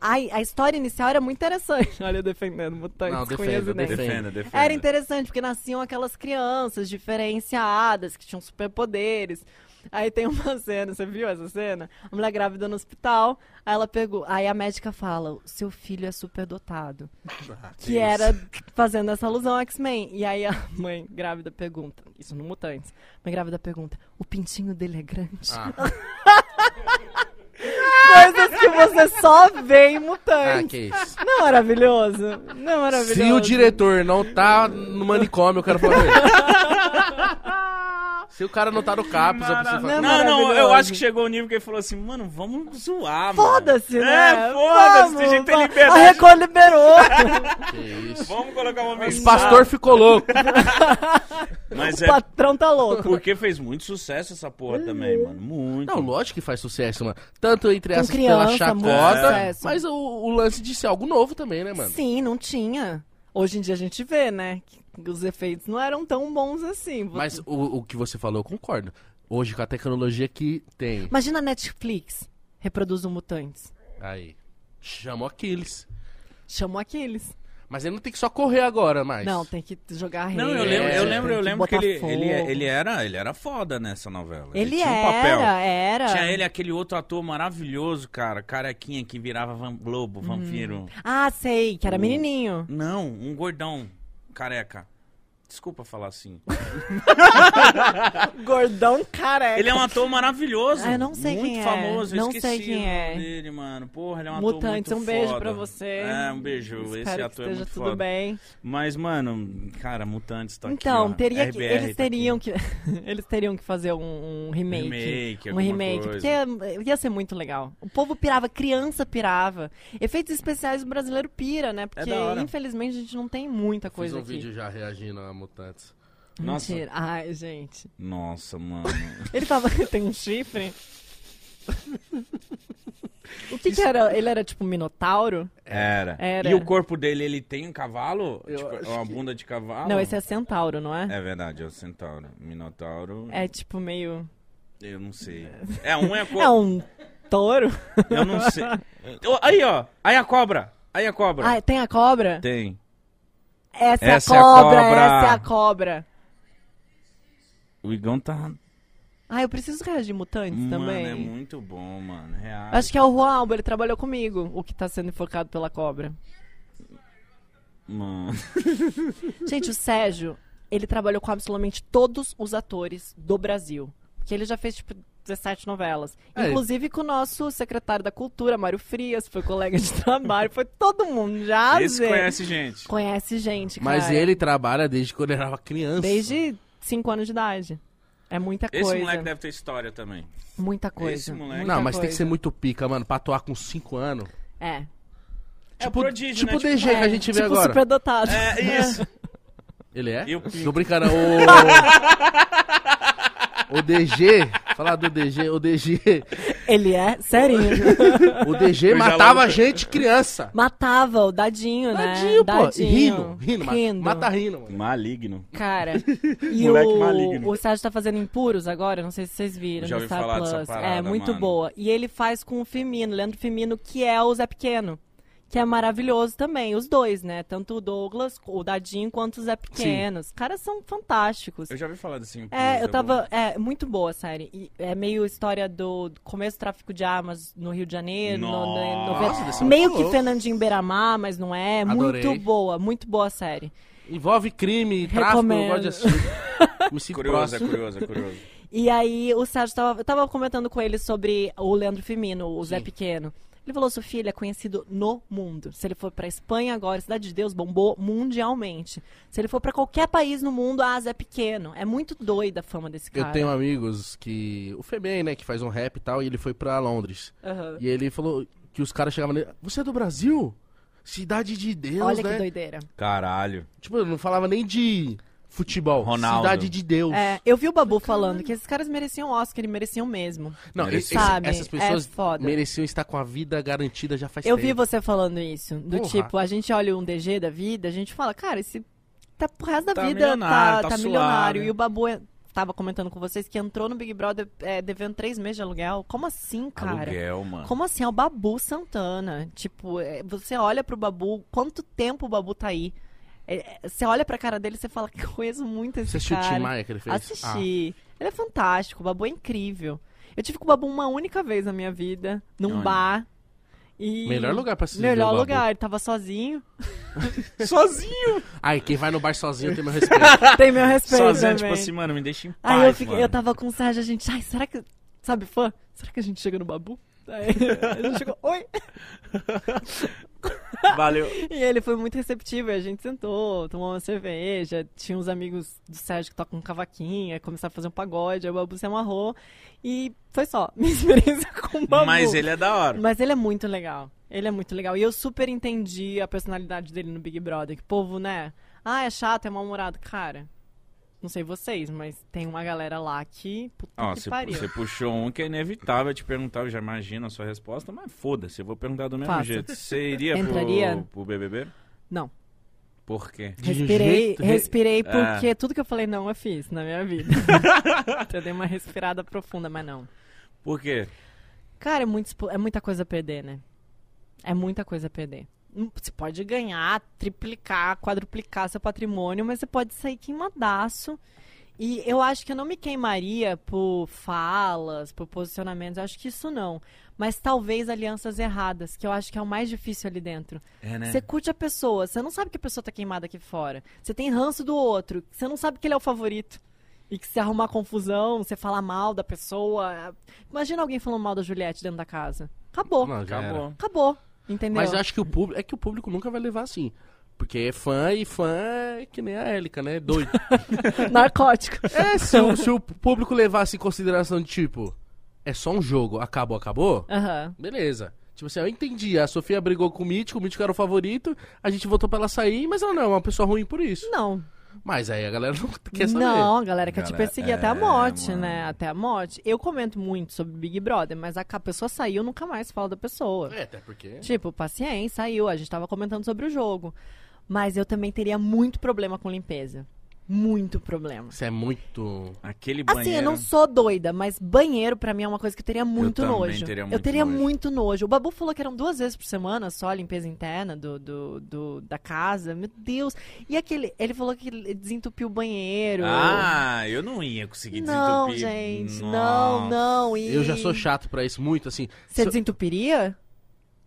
Ai, A, história inicial era muito interessante. Olha, eu defendendo mutantes
Não,
com
defenda,
Iazinei.
defenda.
Defenda, defenda.
Era interessante, porque nasciam aquelas crianças diferenciadas, que tinham superpoderes. Aí tem uma cena, você viu essa cena? A mulher grávida no hospital, aí ela pegou. Aí a médica fala: "O seu filho é superdotado.
Ah,
que era fazendo essa alusão ao X-Men. E aí a mãe grávida pergunta: Isso no Mutantes. A mãe grávida pergunta: O pintinho dele é grande?
Ah,
Coisas que você só vê em
ah,
Mutantes.
que isso.
Não é maravilhoso? Não é maravilhoso?
Se o diretor não tá no manicômio, eu quero falar com ele. Se o cara não tá no CAPS, eu preciso falar.
Não,
Não, não, eu
maravilhoso.
acho que chegou o nível que ele falou assim, mano, vamos zoar, mano.
Foda-se,
é,
né?
É, foda-se,
Vamos,
a gente tem
vamos.
liberdade.
A Record liberou.
Que isso.
Vamos colocar uma
O
mensagem.
pastor ficou louco.
Mas
o
é
patrão tá louco.
porque fez muito sucesso essa
Uhum.
porra também, mano. Muito.
Não, lógico que faz sucesso, mano. Tanto entre
Com
as pela
criança, muito
chacota,
sucesso.
mas o, o lance de ser algo novo também, né, mano?
Sim, não tinha. Hoje em dia a gente vê, né? que Os efeitos não eram tão bons assim.
Mas o, o que você falou, eu concordo. Hoje, com a tecnologia que tem.
Imagina a Netflix reproduz o Mutantes.
Aí. Chamou Aquiles.
Chamou aqueles.
Mas ele não tem que só correr agora mais.
Não, tem que jogar rede.
Não, eu lembro, eu lembro, eu
É. tem
lembro que
botar
ele, é-
fogo.
ele, ele era, ele era foda nessa novela.
Ele
tinha um papel.
era, era.
Tinha ele aquele outro ator maravilhoso, cara, carequinha que virava van
Uhum.
Globo, vampiro.
Ah, sei, que era menininho.
Não, um gordão, careca. Desculpa falar assim.
Gordão careca.
Ele é um ator maravilhoso.
Ah, eu não sei
muito
quem é.
famoso, eu
Não
esqueci
sei quem
o nome
é.
dele, mano. Porra, ele é um ator muito
Mutantes, um beijo
foda.
pra você.
É, um beijo.
Espero
Esse ator
que
é
esteja
muito
tudo
foda.
bem.
Mas, mano, cara, Mutantes tá aqui,
Então,
ó.
teria que,
RBR
eles
tá
teriam que eles teriam que fazer um, um remake,
Remake,
um
alguma
remake,
coisa.
porque ia- ia ser muito legal. O povo pirava, criança pirava. Efeitos especiais o brasileiro pira, né? Porque
É da hora.
infelizmente a gente não tem muita
Fiz
coisa
um
aqui.
vídeo já reagindo a mutantes.
Nossa.
Mentira. Ai, gente.
Nossa, mano.
Ele tava tem um chifre. O que, que era? Ele era tipo um minotauro?
Era.
Era.
E o corpo dele, ele tem um cavalo?
Eu
Tipo,
acho
uma
que-
bunda de cavalo?
Não, esse é centauro, não é?
É verdade, é o centauro. Minotauro.
É, tipo meio.
Eu não sei. É, um é
É
corpo.
um touro?
Eu não sei. Ô, Aí, ó. Aí a cobra. Aí a cobra.
Ah, tem a cobra?
Tem.
Essa,
Essa é a
é a cobra,
cobra.
essa é a cobra.
O Igão tá.
Ah, eu preciso reagir mutantes
Mano,
também.
é muito bom, mano. Real.
Acho que é o Juan Alba, ele trabalhou comigo, o que tá sendo enfocado pela cobra.
Mano.
Gente, o Sérgio, ele trabalhou com absolutamente todos os atores do Brasil. Porque ele já fez, tipo, 17 novelas.
É.
Inclusive com o nosso secretário da Cultura, Mário Frias, foi colega de trabalho, foi todo mundo já.
Esse
Zé.
conhece gente.
Conhece gente, cara.
Mas ele trabalha desde quando ele era uma criança.
é. Desde 5 anos de idade. É muita
Esse
coisa.
moleque deve ter história também.
Muita coisa.
esse moleque-
muita
Não, mas tem que
coisa.
ser muito pica, mano, pra atuar com 5 anos.
É.
É o prodígio,
tipo
né?
o DG que a gente vê
tipo
agora.
superdotado.
É isso.
Ele é?
E o pica.
Tô brincando. O... o DG, falar do DG, o DG,
Ele é serinho.
o DG
Eu já
matava
logo-
gente criança.
Matava o dadinho, né?
Tadinho, pô. Rindo, rindo, ma- mata rindo, mano.
Maligno.
Cara, e
Moleque
o,
maligno.
o Sérgio tá fazendo Impuros agora, não sei se vocês viram.
Já
no
ouvi
Star
falar
Plus.
dessa parada,
É, muito
mano.
boa. E ele faz com o Firmino, Leandro Firmino, que é o Zé Pequeno. que é maravilhoso também. Os dois, né? Tanto o Douglas, o Dadinho, quanto o Zé Pequeno. Os caras são fantásticos.
Eu já ouvi falar desse Impulse.
É, eu
vou-
tava. É, muito boa a série. E é meio história do do começo do tráfico de armas no Rio de Janeiro. no- no- no-
Nossa,
deve ser
meio
muito
que
louco.
Fernandinho Beiramar, mas não é.
Adorei.
Muito boa, muito boa a série.
Envolve crime, tráfico, eu
Recomendo.
gosto de assistir. Me
tipo
sinto
Curioso, é
próximo.
curioso, é curioso.
E aí o Sérgio tava, eu tava comentando com ele sobre o Leandro Firmino, o Zé Pequeno. Ele falou, Sofia, ele é conhecido no mundo. Se ele for pra Espanha agora, Cidade de Deus bombou mundialmente. Se ele for pra qualquer país no mundo, ah, Zé Pequeno. É muito doida a fama desse
é
cara.
Eu tenho amigos que... O Febem, né, que faz um rap e tal, e ele foi pra Londres.
Aham.
E ele falou que os caras chegavam nele... Você é do Brasil? Cidade de Deus,
Olha
né?
que doideira.
Caralho.
Tipo, ele não falava nem de futebol.
Ronaldo.
Cidade de Deus.
É, eu vi o Babu falando que esses caras mereciam Oscar, eles mereciam mesmo.
Não,
Mereciam.
esse-
Sabe,
essas pessoas
é foda.
mereciam estar com a vida garantida já faz
Eu
tempo.
vi você falando isso. Do
Porra.
tipo, a gente olha um DG da vida, a gente fala, cara, esse tá pro resto da
Tá
vida,
milionário,
tá,
tá
tá
suave.
milionário. E o Babu é- tava comentando com vocês que entrou no Big Brother é, devendo três meses de aluguel. Como assim, cara?
Aluguel, mano.
Como assim? É o Babu Santana. Tipo, é, você olha pro Babu, quanto tempo o Babu tá aí? É, é, Você olha pra cara dele e você fala, que conheço muito esse
Você assistiu o Tim
cara.
Maia que ele fez? Ah,
Assisti.
Ah.
Ele é fantástico, o Babu é incrível. Eu tive com o Babu uma única vez na minha vida, num
Olha.
bar.
Ah,
E...
melhor lugar pra assistir.
Melhor lugar, ele tava sozinho.
Sozinho.
Ai, quem vai no bar sozinho tem meu respeito.
Tem meu respeito
Sozinho,
também.
tipo assim, mano, me deixa em paz,
Aí eu, fiquei,
mano.
eu tava com o Sérgio, a gente, ai, será que, sabe, fã? Será que a gente chega no Babu? Aí a gente chegou, oi!
Valeu.
E ele foi muito receptivo, e a gente sentou, tomou uma cerveja, tinha uns amigos do Sérgio que tocam cavaquinha, começaram a fazer um pagode, aí o Babu se amarrou, e foi só, minha experiência com o Babu.
Mas ele é da hora.
Mas ele é muito legal. Ele é muito legal. E eu super entendi a personalidade dele no Big Brother. Que o povo, né? Ah, é chato, é mal-humorado. Cara, não sei vocês, mas tem uma galera lá que. Puta
Ó,
que
você,
pariu.
você puxou um que é inevitável eu te perguntar, eu já imagino a sua resposta, mas foda-se, eu vou perguntar do mesmo
Faça.
jeito. Você iria pro,
Entraria?
pro BBB?
Não.
Por quê?
De É.
Respirei,
jeito-
respirei
Ah.
porque tudo que eu falei não eu fiz na minha vida. então eu dei uma respirada profunda, mas não.
Por quê?
Cara, é, muito, expo- é muita coisa a perder, né? É muita coisa a perder. Hum, Você pode ganhar, triplicar, quadruplicar seu patrimônio, mas você pode sair queimadaço. E eu acho que eu não me queimaria por falas, por posicionamentos, eu acho que isso não. Mas talvez alianças erradas, que eu acho que é o mais difícil ali dentro.
É, né?
Você curte a pessoa, você não sabe que a pessoa tá queimada aqui fora. Você tem ranço do outro, você não sabe que ele é o favorito. E que se arrumar confusão, você falar mal da pessoa. Imagina alguém falando mal da Juliette dentro da casa. Acabou.
Não, já era.
Acabou.
Acabou. Entendeu?
Mas eu acho que o público. É que o público nunca vai levar assim. Porque é fã e fã é que nem a Élica, né? Doido.
Narcótico.
É, se o, se o público levasse em consideração de tipo, é só um jogo, acabou, acabou,
Aham.
beleza. Tipo assim, eu entendi. A Sofia brigou com o Mítico, o Mítico era o favorito, a gente votou pra ela sair, mas ela não é uma pessoa ruim por isso.
Não.
Mas aí a galera não quer saber.
Não, a galera quer te
Galera,
perseguir até a morte,
é,
né?
mano.
Até a morte. Eu comento muito sobre Big Brother, mas a a pessoa saiu, nunca mais falo da pessoa.
É, até porque.
Tipo, paciência, saiu. A gente tava comentando sobre o jogo. Mas eu também teria muito problema com limpeza. Muito problema.
Isso é muito.
Aquele
Assim, eu
banheiro.
não sou doida, mas banheiro pra mim é uma coisa que eu teria muito
também
nojo.
teria
eu
muito
teria
nojo.
muito nojo. O Babu falou que eram duas vezes por semana só a limpeza interna do, do, do- da casa. Meu Deus. E aquele. Ele falou que ele desentupiu o banheiro.
Ah, eu não ia conseguir
não,
desentupir.
gente.
Nossa.
Não, não. E...
Eu já sou chato pra isso, muito assim.
Você
So-
desentupiria?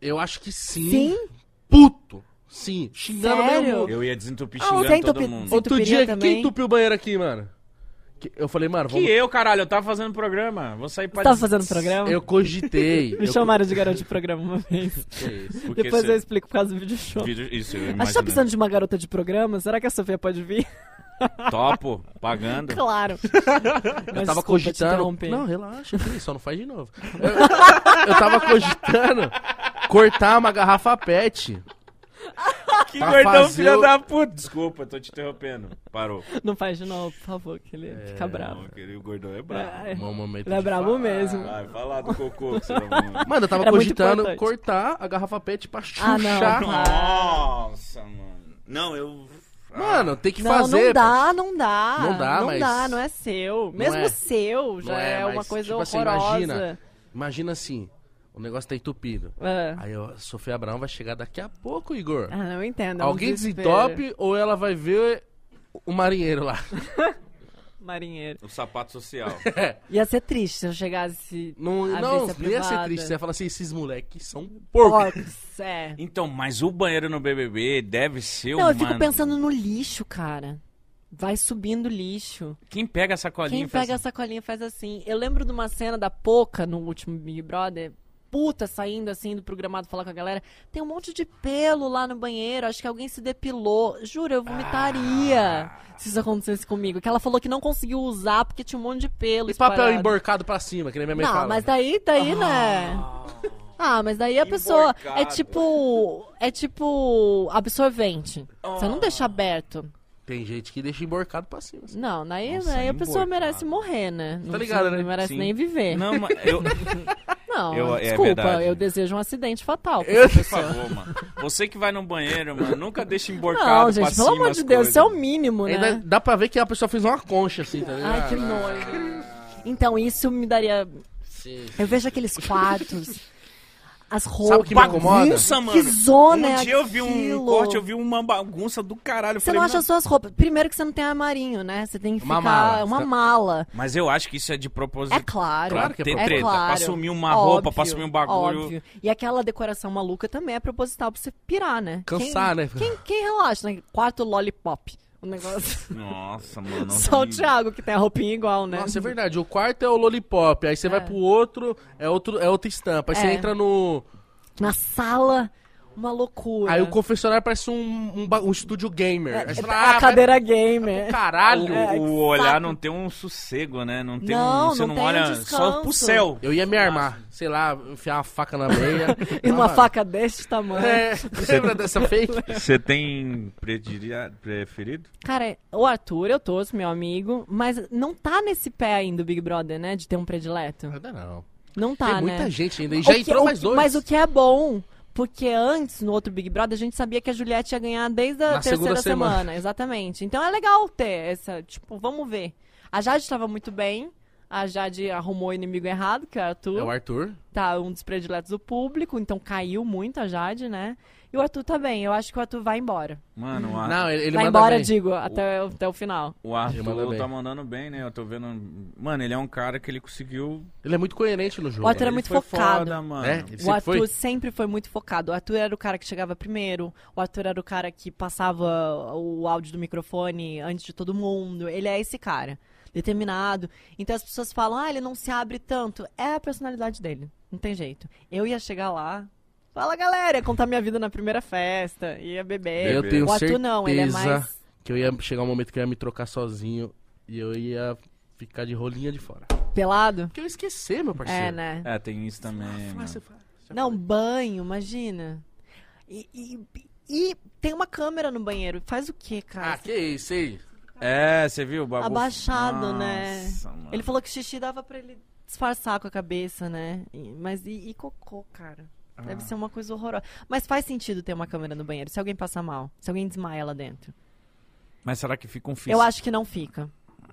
Eu acho que sim.
Sim?
Puto! Sim. Xingando
Sério?
mesmo.
Eu ia desentupir
Ah,
xingando
você
todo
entupi-
mundo.
você-
Outro
Entupiria
dia,
também?
quem entupiu o banheiro aqui, mano? Que- Eu falei, mano,
Que
vamos.
eu, caralho, eu tava fazendo programa. Vou sair pra
Você tava
des-
fazendo programa?
Eu cogitei.
Me
eu
chamaram de garoto de programa uma vez.
cogitei isso.
Porque
Depois
cê-
eu explico por causa do vídeo show.
vídeo- Isso, eu
A gente tá
imaginei.
precisando de uma garota de programa? Será que a Sofia pode vir?
Topo, pagando.
claro.
Eu tava cogitando. Não, relaxa, filho, só não faz de novo. Eu, eu tava cogitando cortar uma garrafa PET.
Que
Pra
gordão,
fazer
filha
o-
da puta. Tá Desculpa, tô te interrompendo. Parou.
Não faz de novo, por favor, que ele
É,
fica bravo.
Não, aquele gordão é bravo.
É,
Um momento
ele é
de
bravo
falar.
mesmo.
Ah,
Vai, falar do cocô que você tá falando.
Mano, eu tava
É muito
cogitando
importante.
cortar a garrafa PET pra
Ah, não.
chuchar.
Nossa, mano. Não, eu... ah,
Mano, tem que
Não,
fazer.
não dá, não dá.
Não dá,
Não
mas-
dá, não é seu. Mesmo
é.
seu, já
Não é,
é, uma
mas,
coisa
tipo assim,
horrorosa.
imagina. Imagina assim, O negócio tá entupido.
Ah,
Aí eu, a Sofia Abraão vai chegar daqui a pouco, Igor.
Ah, não entendo. é um
Alguém
desespero.
desentope ou ela vai ver o marinheiro lá.
Marinheiro.
O sapato social.
Ia ser triste se eu chegasse.
É. Não,
A
não,
vista
não ia ser
privada.
triste. Você ia falar assim, esses moleques são porcos.
Porcos, é.
então, mas o banheiro no BBB deve ser um
Não,
uma...
eu fico pensando no lixo, cara. Vai subindo lixo.
Quem pega a sacolinha
Quem
e faz
pega a sacolinha faz assim. Eu lembro de uma cena da Poca no último Big Brother. Puta saindo assim do programado falar com a galera. Tem um monte de pelo lá no banheiro. Acho que alguém se depilou. Juro, eu vomitaria se isso acontecesse comigo. Que ela falou que não conseguiu usar porque tinha um monte de pelo.
E papel
espalhado.
emborcado pra cima, que nem minha mãe
Não,
fala.
mas daí, daí, né? Ah, mas daí a pessoa é
Emborcado.
tipo, é tipo absorvente. Você não deixa aberto.
Tem gente que deixa emborcado pra cima. assim.
Não, daí,
Nossa,
daí a pessoa
emborcado.
merece morrer, né? Não,
ligado,
não
né?
merece
Sim.
nem viver. Não,
Não, mas eu... Eu- é
desculpa,
verdade.
eu desejo um acidente fatal. pra
Eu-
essa
Por
pessoa.
favor, mano. Você que vai no banheiro, mano, nunca deixa emborcado
Não,
pra
gente,
cima
pelo amor
as
de Deus,
coisas.
isso é o mínimo, né?
Ainda dá pra ver que a pessoa fez uma concha, assim, tá ligado?
Ai, que nojo. Então, isso me daria.
Sim.
Eu vejo aqueles quartos, as roupas.
Sabe o que me incomoda?
Bagunça, mano.
Que zona
um
é
dia eu vi um
aquilo?
corte, eu vi uma bagunça do caralho. Eu
Você
falei,
não acha
"Mano,
as suas roupas. Primeiro que você não tem armarinho, né? Você tem que
Uma
ficar.
mala.
Uma
Você-
mala.
Mas eu acho que isso é de propósito.
É claro.
Claro que é
ter
propósito.
É
treta.
claro.
Pra sumir uma
Óbvio,
roupa, pra sumir um bagulho.
Óbvio. E aquela decoração maluca também é proposital pra você pirar, né?
Cansar, né?
Quem, quem relaxa, né? Quarto lollipop. O negócio. assim.
Nossa, mano.
Só o
que-
Thiago que tem a roupinha igual, né?
Nossa, é verdade. O quarto é o lollipop. Aí você vai pro outro, é, outro, é outra estampa. Aí você
É.
entra no.
Na sala, uma loucura.
Aí o confessionário parece um, um, ba- um estúdio gamer. Aí você fala,
É, A
ah,
cadeira é." gamer.
caralho.
O, o olhar
saco.
não tem um sossego, né? Não tem
Não,
um, você
não
não,
tem um
olha só
descanso.
pro céu.
Eu ia me armar, sei lá, enfiar uma faca na meia.
E uma
Ah,
faca deste tamanho.
É, lembra dessa fake?
Você tem prediria- preferido?
Cara, o Arthur, eu torço, meu amigo, mas não tá nesse pé ainda o Big Brother, né? De ter um predileto.
Ainda não.
Não tá,
Tem
né?
muita gente ainda. E já
O que-
entrou
o
mais
que-
dois.
Mas o que é bom, porque antes, no outro Big Brother, a gente sabia que a Juliette ia ganhar desde a
Na
terceira
segunda semana.
semana. Exatamente. Então é legal ter essa, tipo, vamos ver. A Jade estava muito bem. A Jade arrumou o inimigo errado, que era o Arthur.
É o Arthur.
Tá um dos prediletos do público, então caiu muito a Jade, né? E o Arthur tá bem. Eu acho que o Arthur vai embora.
Mano, o Ar-
Não, ele, ele
vai
manda
embora,
bem.
digo, até, o- até o final.
o
Ele manda
Arthur
bem.
tá mandando bem, né? Eu tô vendo. Mano, ele é um cara que ele conseguiu.
Ele é muito coerente no jogo.
O Arthur é
Ele
muito
foi
focado.
foda, mano.
né? Ele
o
sempre
Arthur
foi.
sempre foi muito focado. O Arthur era o cara que chegava primeiro, o Arthur era o cara que passava o áudio do microfone antes de todo mundo. Ele é esse cara, determinado. Então as pessoas falam, ah, ele não se abre tanto. É a personalidade dele, não tem jeito. Eu ia chegar lá, fala galera, ia contar minha vida na primeira festa, ia beber.
Eu tenho
o Arthur
certeza
não, ele é mais.
que eu ia chegar um momento que eu ia me trocar sozinho e eu ia ficar de rolinha de fora.
Pelado?
Porque eu ia esquecer, meu parceiro.
É, né?
É, tem isso também. mano.
Você fala- você
Não,
fala-
banho, imagina. E, e- e tem uma câmera no banheiro. Faz o quê, cara?
Ah, que isso aí.
É, você viu o babu?
Abaixado, né?
Nossa, mano.
Ele falou que xixi dava pra ele disfarçar com a cabeça, né? E- mas e, e cocô, cara?
Ah.
Deve ser uma coisa horrorosa. Mas faz sentido ter uma câmera no banheiro. Se alguém passa mal, se alguém desmaia lá dentro.
Mas será que fica um fio?
Eu acho que não fica.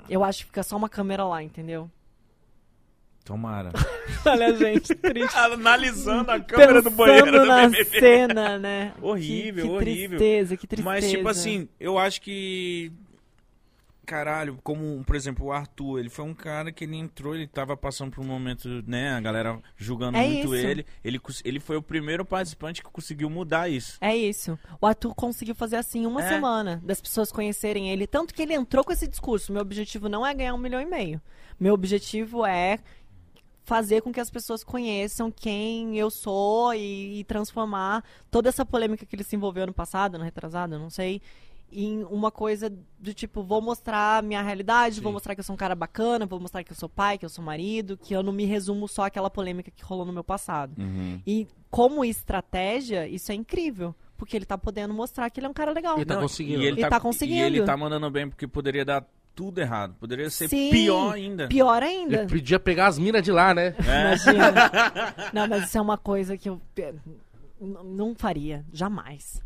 Eu acho que fica só uma câmera lá, entendeu?
Tomara.
Olha a gente triste.
Analisando a câmera
Pensando
do banheiro do
na
BBB.
cena, né?
Horrível,
que, que
horrível.
Tristeza, que tristeza.
Mas, tipo assim, eu acho que. Caralho, como, por exemplo, o Arthur, ele foi um cara que ele entrou, ele tava passando por um momento, né? A galera julgando
É
muito
isso.
ele. ele. cons- Ele foi o primeiro participante que conseguiu mudar isso.
É isso. O Arthur conseguiu fazer assim uma
É.
semana das pessoas conhecerem ele. Tanto que ele entrou com esse discurso. Meu objetivo não é ganhar um milhão e meio. Meu objetivo é fazer com que as pessoas conheçam quem eu sou e, e transformar toda essa polêmica que ele se envolveu no passado, no retrasado, não sei, em uma coisa do tipo, vou mostrar minha realidade, vou mostrar que eu sou um cara bacana, vou mostrar que eu sou pai, que eu sou marido, que eu não me resumo só àquela polêmica que rolou no meu passado.
Uhum.
E como estratégia, isso é incrível. Porque ele tá podendo mostrar que ele é um cara legal.
Ele tá
Não,
conseguindo.
E ele,
E
tá,
tá conseguindo.
E ele tá mandando bem, porque poderia dar tudo errado. Poderia ser
Sim,
pior ainda.
Pior
Ele
ainda.
podia pegar as minas de lá, né?
Imagina. é não, mas isso é uma coisa que eu eh, n- não faria. Jamais.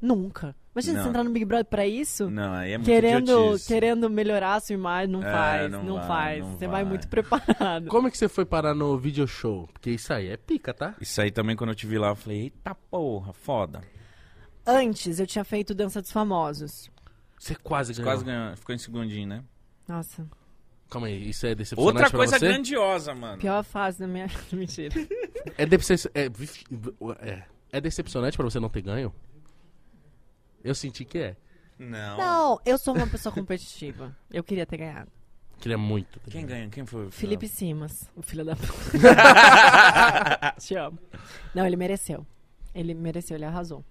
Nunca. Imagina
Não.
você entrar no Big Brother pra isso?
Não, aí é muito
Querendo,
idiotice.
querendo melhorar a sua imagem, não
É,
faz,
não
não,
vai,
faz.
não
você
vai.
vai muito preparado.
Como é que você foi parar no video show? Porque isso aí é pica, tá?
Isso aí também, quando eu te vi lá, eu falei, eita porra, foda.
Antes eu tinha feito Dança dos Famosos.
Você quase
é.
ganhou.
Quase ganhou, ficou em segundinho, né?
Nossa,
Calma aí, isso é decepcionante
Outra
pra
coisa
você?
grandiosa, mano.
pior fase da minha Mentira.
É, decepcion- é, vif- é- é decepcionante pra você não ter ganho? Eu senti que é.
Não.
Não, eu sou uma pessoa competitiva. Eu queria ter ganhado.
Queria é muito.
Quem ganhou? Quem foi? o final?
Felipe Simas, o filho da puta. Te amo. Não, ele mereceu. Ele mereceu, ele arrasou.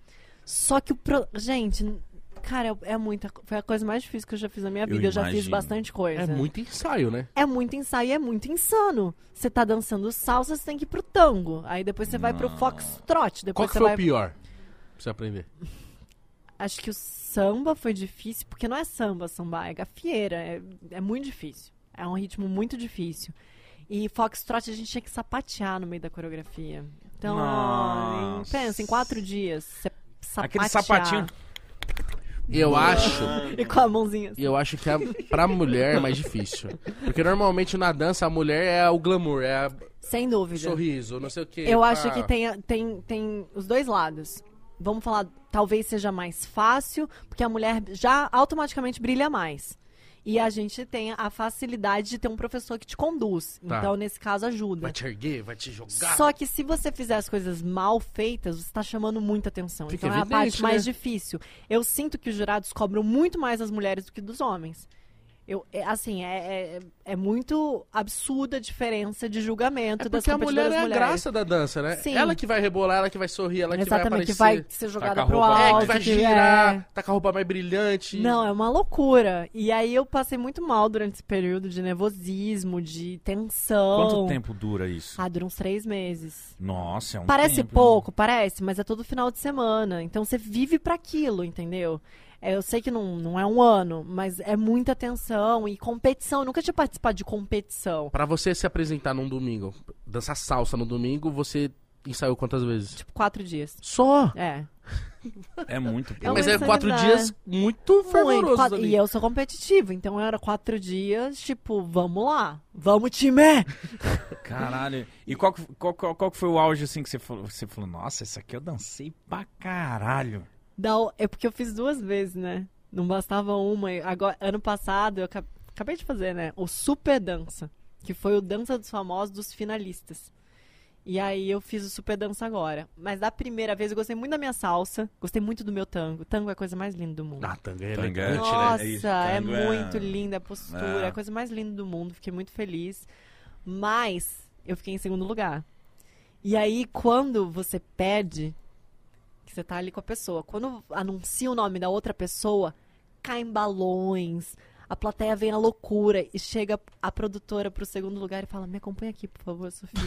Só que o. Pro... Gente, n- cara, é, é muita. co- Foi a coisa mais difícil que eu já fiz na minha
Eu
vida. Eu, já fiz
imagino.
bastante coisa.
É muito ensaio, né?
É muito ensaio, e é muito insano. Você tá dançando salsa, você tem que ir pro tango. Aí depois você vai pro
Não.
foxtrot.
Qual
Depois
que
você
foi
vai.
o pior? Pra você aprender.
Acho que o samba foi difícil, porque não é samba, samba, é gafieira. É, é muito difícil. É um ritmo muito difícil. E foxtrot a gente tinha que sapatear no meio da coreografia. Então, ó, em-
Nossa.
pensa, em quatro dias, você sapatear.
Aquele sapatinho.
Eu acho,
E com a mãozinha. assim.
eu acho que a, pra mulher é mais difícil. Porque normalmente na dança a mulher é o glamour, é a
Sem dúvida.
sorriso, não sei o quê.
Eu
pá.
acho que tem, tem, tem os dois lados. Vamos falar, talvez seja mais fácil, porque a mulher já automaticamente brilha mais. E a gente tem a facilidade de ter um professor que te conduz.
Tá.
Então, nesse caso,
Vai
ajuda.
te erguer, vai te jogar.
Só que se você fizer as coisas mal feitas, você tá chamando muita atenção.
Fica
então é a
evidente,
parte mais
né?
difícil. Eu sinto que os jurados cobram muito mais as mulheres do que dos homens. Eu, é, assim, é, é, é muito absurda a diferença de julgamento
É
das
porque a mulher
competidoras
é a
mulheres.
graça da dança, né?
Sim.
Ela que vai rebolar, ela que vai sorrir, ela que
Exatamente,
vai
que
aparecer.
vai ser
Tacar
jogada pro
roupa.
É,
alto.
que vai
que
girar,
é.
tá com a roupa mais brilhante.
Não, é uma loucura. E aí eu passei muito mal durante esse período de nervosismo, de tensão.
Ah, Quanto tempo dura isso?
Ah, dura uns três meses.
Nossa, é um
Parece
tempo, hein?
pouco, parece, mas é todo final de semana. Então você vive pra aquilo, entendeu? É, eu sei que não, não é um ano, mas é muita tensão e competição. Eu nunca tinha participado de competição.
Pra você se apresentar num domingo, dançar salsa no domingo, você ensaiou quantas vezes?
Tipo, quatro dias.
Só.
É.
É muito pouco.
É um
Mas é
insanidade.
quatro dias muito
Muito,
fervorosos
quatro-
ali.
e eu sou competitivo, então era quatro dias, tipo, vamos lá, vamos time!
Caralho. E qual, que- qual, qual, qual que foi o auge, assim, que você falou? Você falou, nossa, isso aqui eu dancei pra caralho.
Não, é porque eu fiz duas vezes, né? Não bastava uma. E Agora, ano passado, eu acab- acabei de fazer, né? O Super Dança, que foi o Dança dos Famosos dos finalistas. E aí eu fiz o Super Dança agora. Mas da primeira vez eu gostei muito da minha salsa, gostei muito do meu tango. Tango é a coisa mais linda do mundo.
Ah, tanga é
Tanga.
elegante, né?
Nossa,
É isso,
é
tango é-
muito linda a postura,
É.
é a coisa mais linda do mundo, fiquei muito feliz. Mas eu fiquei em segundo lugar. E aí, quando você pede, que você tá ali com a pessoa, quando anuncia o nome da outra pessoa, caem balões, a plateia vem à loucura e chega a produtora pro segundo lugar e fala: Me acompanha aqui, por favor, Sofia.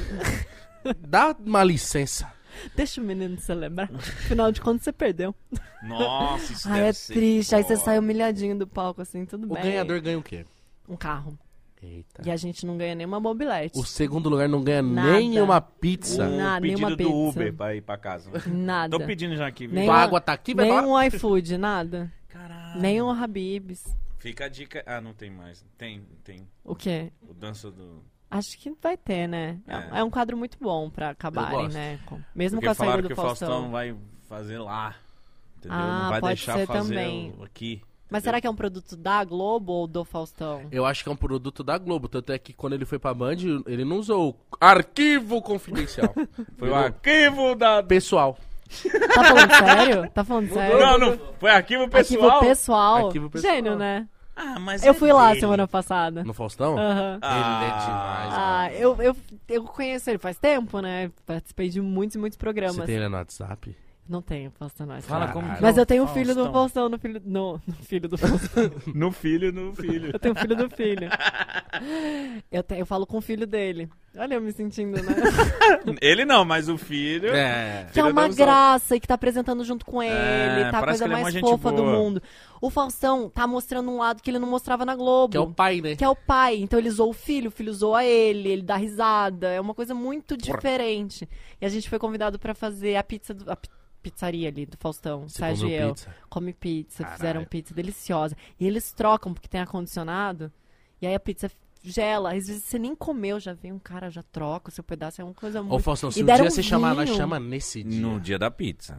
Dá uma licença.
Deixa o menino se lembrar. Afinal de contas, você perdeu.
Nossa, isso
Ai,
deve
é
ser
triste. Aí você
foda.
sai humilhadinho do palco, assim, tudo
O
bem.
ganhador ganha o quê?
Um carro.
Eita.
E a gente não ganha nenhuma mobilete.
O segundo lugar não ganha
Nada.
nem uma pizza.
O
Nada,
pedido
Ah, nenhuma
do
pizza.
Uber pra ir pra casa.
Nada.
Tô pedindo já aqui, viu?
Nem
Tua
uma-
água tá aqui, vai
Nem
lá.
um iFood, nada.
Caralho.
Nem um Habibs.
Fica a dica. Ah, não tem mais. Tem, tem.
O quê?
O dança do.
Acho que vai ter, né?
É.
É, é um quadro muito bom pra acabarem,
gosto.
né? Com- Mesmo
Porque
com a
falaram
saída
que
do
o Faustão.
Faustão.
vai fazer lá. Entendeu?
Ah,
não vai
pode
deixar
ser
fazer
também.
o- aqui.
Mas será que é um produto da Globo ou do Faustão?
Eu acho que é um produto da Globo. Tanto é que quando ele foi pra Band, ele não usou o arquivo confidencial.
Foi
Ele
o
usou
arquivo da.
Pessoal.
Tá falando sério? Tá falando sério?
Não, não. Foi arquivo pessoal.
Arquivo pessoal.
Arquivo pessoal.
Gênio, né?
Ah, mas. Ah,
Eu
é
fui lá
dele.
semana passada.
No Faustão?
Aham.
Ele é demais.
Ah,
mano.
eu, eu, eu conheço ele faz tempo, né? Participei de muitos e muitos programas.
Você tem ele no WhatsApp?
Não tenho, Faustão não. é
Fala
sério.
como
Ah,
que
assim. Mas
é
eu tenho o filho do
Faustão.
Faustão no filho. No, no filho do Faustão. um
No filho, no filho.
Eu tenho o filho do filho. Eu, te- eu falo com o filho dele. Olha eu me sentindo, né?
Ele não, mas o filho.
É.
que é
Filho da
uma
Luzão.
graça e que tá apresentando junto com ele, tá a
parece
coisa
que ele é uma
mais
gente
fofa do
boa.
mundo. O Faustão tá mostrando um lado que ele não mostrava na Globo.
Que é o pai, né?
que é o pai. Então ele zoou o filho, o filho zoa ele, ele dá risada. É uma coisa muito diferente. E a gente foi convidado pra fazer a pizza do- a pi- pizzaria ali do Faustão,
Você
Sérgio e
comeu
eu.
pizza?
Come pizza,
Caralho.
fizeram pizza deliciosa. E eles trocam porque tem ar condicionado. E aí a pizza gela. Às vezes você nem comeu, já vem um cara já troca o seu pedaço, é uma coisa
Ô,
muito.
Faustão, se
E
um
deram
dia você chamar ela,
vinho.
chama nesse dia.
No dia da pizza.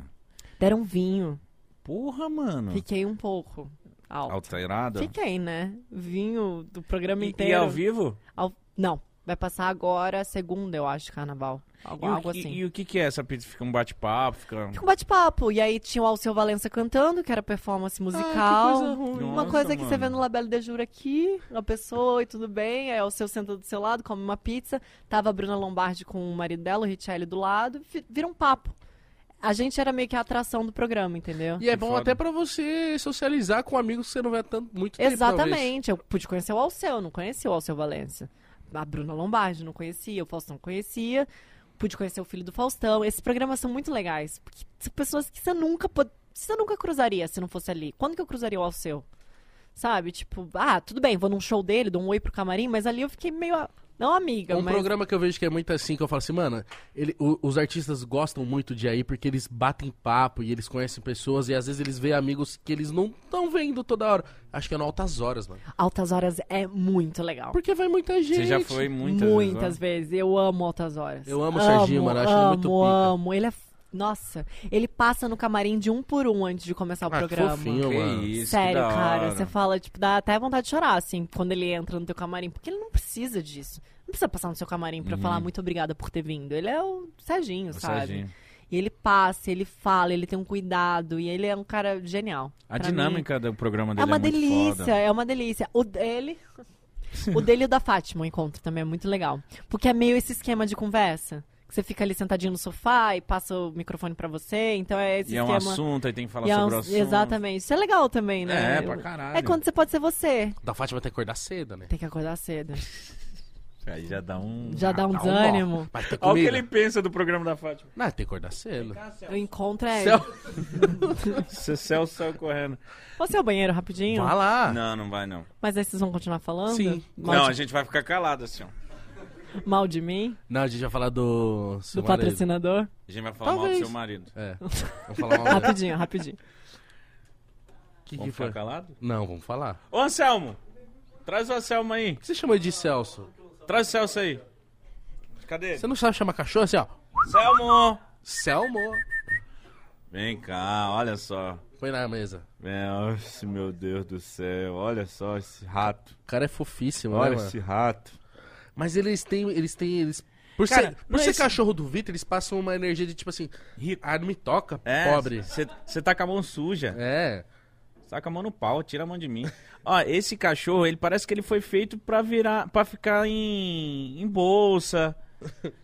Deram vinho.
Porra, mano.
Fiquei um pouco. Alto.
Alterado.
Fiquei, né? Vinho do programa
E,
inteiro.
e ao vivo?
Ao- Não, vai passar agora, segunda, eu acho, carnaval. Algo,
E o,
algo
e-
assim.
e o que, que é essa pizza? Fica um bate-papo? Fica.
Fica um bate-papo. E aí tinha o Alceu Valença cantando, que era performance musical. Uma
Nossa,
coisa que você vê
mano.
no Labelle de Jura aqui, uma pessoa, oi, tudo bem? Aí o seu senta do seu lado, come uma pizza. Tava a Bruna Lombardi com o marido dela, o Richelli, do lado. fi- Vira um papo. A gente era meio que a atração do programa, entendeu?
E é
Que
bom
foda.
até pra você socializar com amigos que você não vê há tanto, muito tempo, talvez.
Exatamente. Eu pude conhecer o Alceu, eu não conhecia o Alceu Valença. A Bruna Lombardi não conhecia, o Faustão conhecia. Pude conhecer o filho do Faustão. Esses programas são muito legais. Porque são pessoas que você nunca pod... você nunca cruzaria se não fosse ali. Quando que eu cruzaria o Alceu? Sabe? Tipo, ah, tudo bem, vou num show dele, dou um oi pro camarim, mas ali eu fiquei meio. a- Não amiga,
Um
mas.
programa que eu vejo que é muito assim, que eu falo assim, mano, ele- o- os artistas gostam muito de aí porque eles batem papo e eles conhecem pessoas e às vezes eles veem amigos que eles não estão vendo toda hora. Acho que é no Altas Horas, mano.
Altas Horas é muito legal.
Porque vai muita gente.
Você já foi muitas, vezes.
Muitas,
ó.
vezes. Eu amo Altas Horas.
Eu amo o Serginho, mano, eu acho ele muito
amo,
pica.
amo. Ele é. f- Nossa, ele passa no camarim de um por um antes de começar o
Ah, que
programa.
fofinho,
Que
mano.
isso, que
Sério,
da
cara,
hora.
você fala, tipo, dá até vontade de chorar, assim, quando ele entra no teu camarim, porque ele não precisa disso. Não precisa passar no seu camarim pra falar muito obrigada por ter vindo. Ele é o Serginho,
Uhum. O
sabe?
Serginho.
E ele passa, ele fala, ele tem um cuidado, e ele é um cara genial.
A
Pra mim,
dinâmica do programa dele
é
é,
uma
muito
delícia,
foda.
é uma delícia. O dele. o dele e o da Fátima, o encontro também é muito legal. Porque é meio esse esquema de conversa. Que você fica ali sentadinho no sofá e passa o microfone pra você. Então é esse
E é um
esquema.
assunto, aí tem que falar
e é um-
sobre o assunto.
Exatamente. Isso é legal também, né?
É, pra caralho.
É quando você pode ser você.
Da Fátima tem que acordar cedo, né?
Tem que acordar cedo.
Aí já dá um.
Já dá
Dá
um
um nó.
desânimo.
Mas tem
Olha o que
comida.
ele pensa do programa da Fátima.
Não, tem que acordar cedo.
O encontro é.
Céu.
Céu, céu, céu correndo.
Posso ir ao é banheiro rapidinho?
Vai lá.
Não, não vai não.
Mas aí vocês vão continuar falando?
Sim.
Mal,
Não, a
de,
gente vai ficar calado assim, ó.
mal de mim?
Não, a gente vai falar do... seu
do
marido.
patrocinador?
A gente vai falar mal
Talvez.
do seu marido.
É. Vamos falar uma... O
Rapidinho, rapidinho.
que, que
Vamos
foi?
ficar calado?
Não, vamos falar.
Ô, Anselmo! Traz o Anselmo aí.
O que você chamou de Celso?
Traz o Celso aí. Cadê
Você
ele?
não sabe chamar cachorro assim, ó?
Selmo!
Selmo.
Vem cá, olha só.
Põe na mesa.
É, oxe, meu Deus do céu. Olha só esse rato.
O cara é fofíssimo,
Olha
né, mano?
esse rato.
Mas eles têm, eles têm, eles... Por
Cara,
ser, por
não é
ser
esse-
cachorro do Vitor, eles passam uma energia de tipo assim...
Rico.
Ah, não me toca,
É,
pobre.
Você tá com a mão suja.
É.
Saca a mão no pau, tira a mão de mim. Ó, esse cachorro, ele parece que ele foi feito pra virar, para ficar em, em bolsa.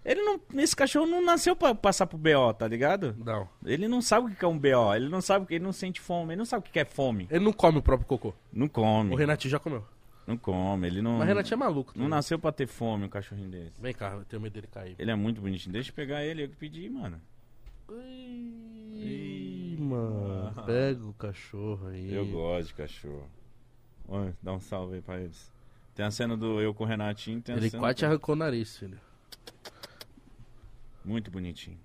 Ele não, esse cachorro não nasceu pra passar pro BO, tá ligado?
Não.
Ele não sabe o que é um BO, ele não sabe, o que- ele não sente fome, ele não sabe o que é fome.
Ele não come o próprio cocô.
Não
O
come,
Renatinho já comeu.
não come, ele não
Mas o Renatinho é maluco.
não
também.
nasceu pra ter fome, um cachorrinho desse.
Vem cá, eu tenho medo dele cair.
Ele é muito bonitinho. Deixa eu pegar ele, eu que pedi, mano.
Ih, mano. Pega o cachorro aí.
Eu gosto de cachorro. Olha, dá um salve aí pra eles. Tem a cena do eu com o Renatinho, tem a
Ele
cena
quase te arrancou o nariz, filho.
muito bonitinho.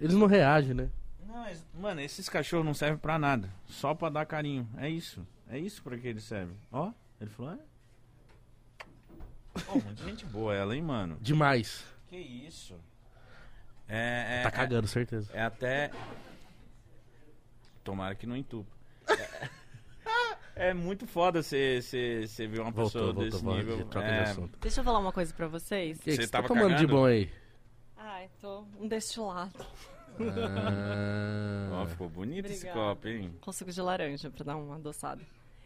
Eles não reagem, né?
Não, es- mano, esses cachorros não servem pra nada. Só pra dar carinho. É isso. É isso pra que eles servem. Ó, ele falou, é? Pô, muito gente boa ela, hein, mano?
Demais.
Que isso? É, é,
Tá cagando, certeza.
é até... Tomara que não entupa. É, é muito foda você ver uma
Voltou,
pessoa
voltou,
desse
voltou.
nível.
Troca
é,
de assunto.
Deixa eu falar uma coisa pra vocês.
O que
Você
você tá
tava
tomando de
cagando?
bom aí?
Ai, tô um destilado.
Ó,
Ah,
ficou bonito esse
Obrigada.
copo, hein?
Com suco de laranja pra dar uma adoçada.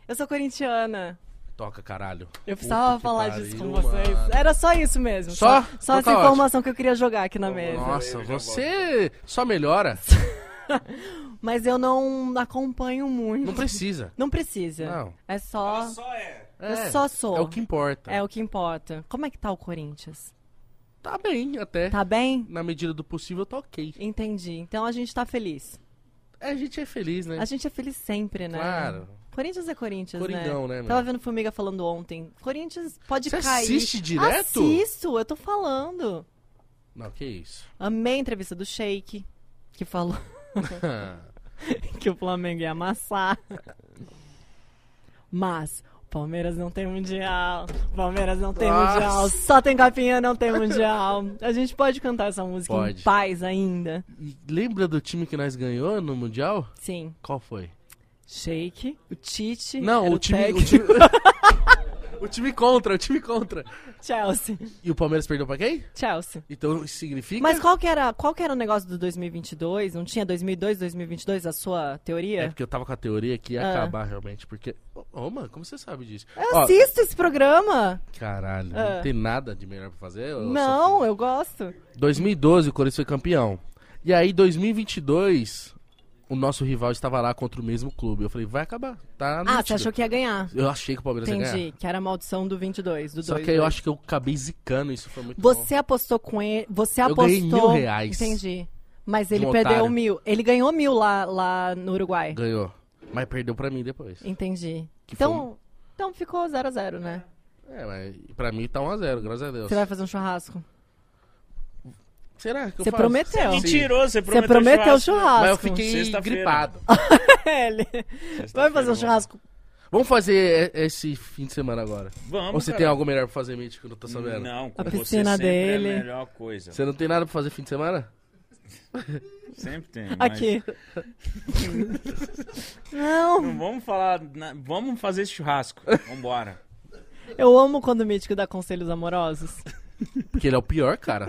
Eu sou corintiana.
toca, caralho.
Eu precisava
Puta que
falar
pariu,
disso com
mano.
vocês. Era só isso mesmo.
Só?
Só
Então
essa
tá Então
informação que eu queria jogar aqui na mesa.
Nossa,
Eu já
você só melhora.
Mas eu não acompanho muito.
Não precisa.
Não precisa.
Não.
É só.
Só é.
É,
só sou.
É o que importa.
É o que importa. Como é que tá o Corinthians?
Tá bem, até.
Tá bem?
Na medida do possível, tá ok.
Entendi. Então a gente tá feliz.
A gente é feliz, né?
A gente é feliz sempre, né?
Claro.
Corinthians é Corinthians, né?
Coringão, né, meu?
Tava vendo Formiga falando ontem. Corinthians pode
Você
cair.
assiste direto?
Assisto, eu tô falando.
Não, que isso.
Amei a entrevista do Sheik, que falou que o Flamengo ia amassar. Mas o Palmeiras não tem mundial. O Palmeiras não tem
Nossa.
mundial. Só tem capinha, não tem mundial. A gente pode cantar essa música
Pode.
em paz ainda.
E lembra do time que nós ganhou no Mundial?
Sim.
Qual foi?
Shake, o Tite.
Não,
era
o time, o
técnico.
time. o time contra, o time contra.
Chelsea.
E o Palmeiras perdeu pra quem?
Chelsea.
Então isso significa.
Mas qual que, era, qual que era o negócio do 2022? Não tinha 2002, 2022, a sua
É
teoria?
porque eu tava com a teoria que ia
Ah.
acabar realmente, porque. Ô, ô, mano, como você sabe disso?
Eu
Ó,
assisto esse programa.
Caralho,
Ah.
não tem nada de melhor pra fazer? ô,
não, eu gosto.
2012, o Corinthians foi campeão. E aí, 2022, o nosso rival estava lá contra o mesmo clube. Eu falei, vai acabar. Tá
Ah,
nítido.
você achou que ia ganhar.
Eu achei que o Palmeiras ia ganhar.
Entendi, que era a maldição do 22, do
Só
2.
que aí eu acho que eu acabei zicando, isso foi muito bom.
Você apostou com ele, você
Eu
apostou...
ganhei mil reais.
Entendi. Mas ele
um
perdeu
otário.
mil. Ele ganhou mil lá, lá no Uruguai.
Ganhou. Mas perdeu pra mim depois.
Entendi.
Que um-
então, então ficou 0x0, zero a zero, né?
É, mas pra mim tá 1x0, graças a Deus.
Você vai fazer um churrasco.
Será que eu
Você
faço?
prometeu.
Sim.
Mentiroso, você
Você
prometeu,
prometeu
churrasco. né?
churrasco. É,
Mas eu fiquei tá
Sexta-feira.
gripado.
Ele. Vai
Sexta-feira,
fazer um
vamos.
churrasco.
Vamos fazer e- esse fim de semana agora.
Vamos,
Ou você
cara.
tem algo melhor pra fazer, Mítico, que eu não tô sabendo?
Não, com
A
você
piscina
sempre
dele.
é a melhor coisa.
Você não tem nada pra fazer fim de semana?
Sempre tem. mas-
Aqui. Não,
Não vamos falar. na- Vamos fazer esse churrasco. Vambora.
eu amo quando o Mítico dá conselhos amorosos.
Porque ele é o pior, cara.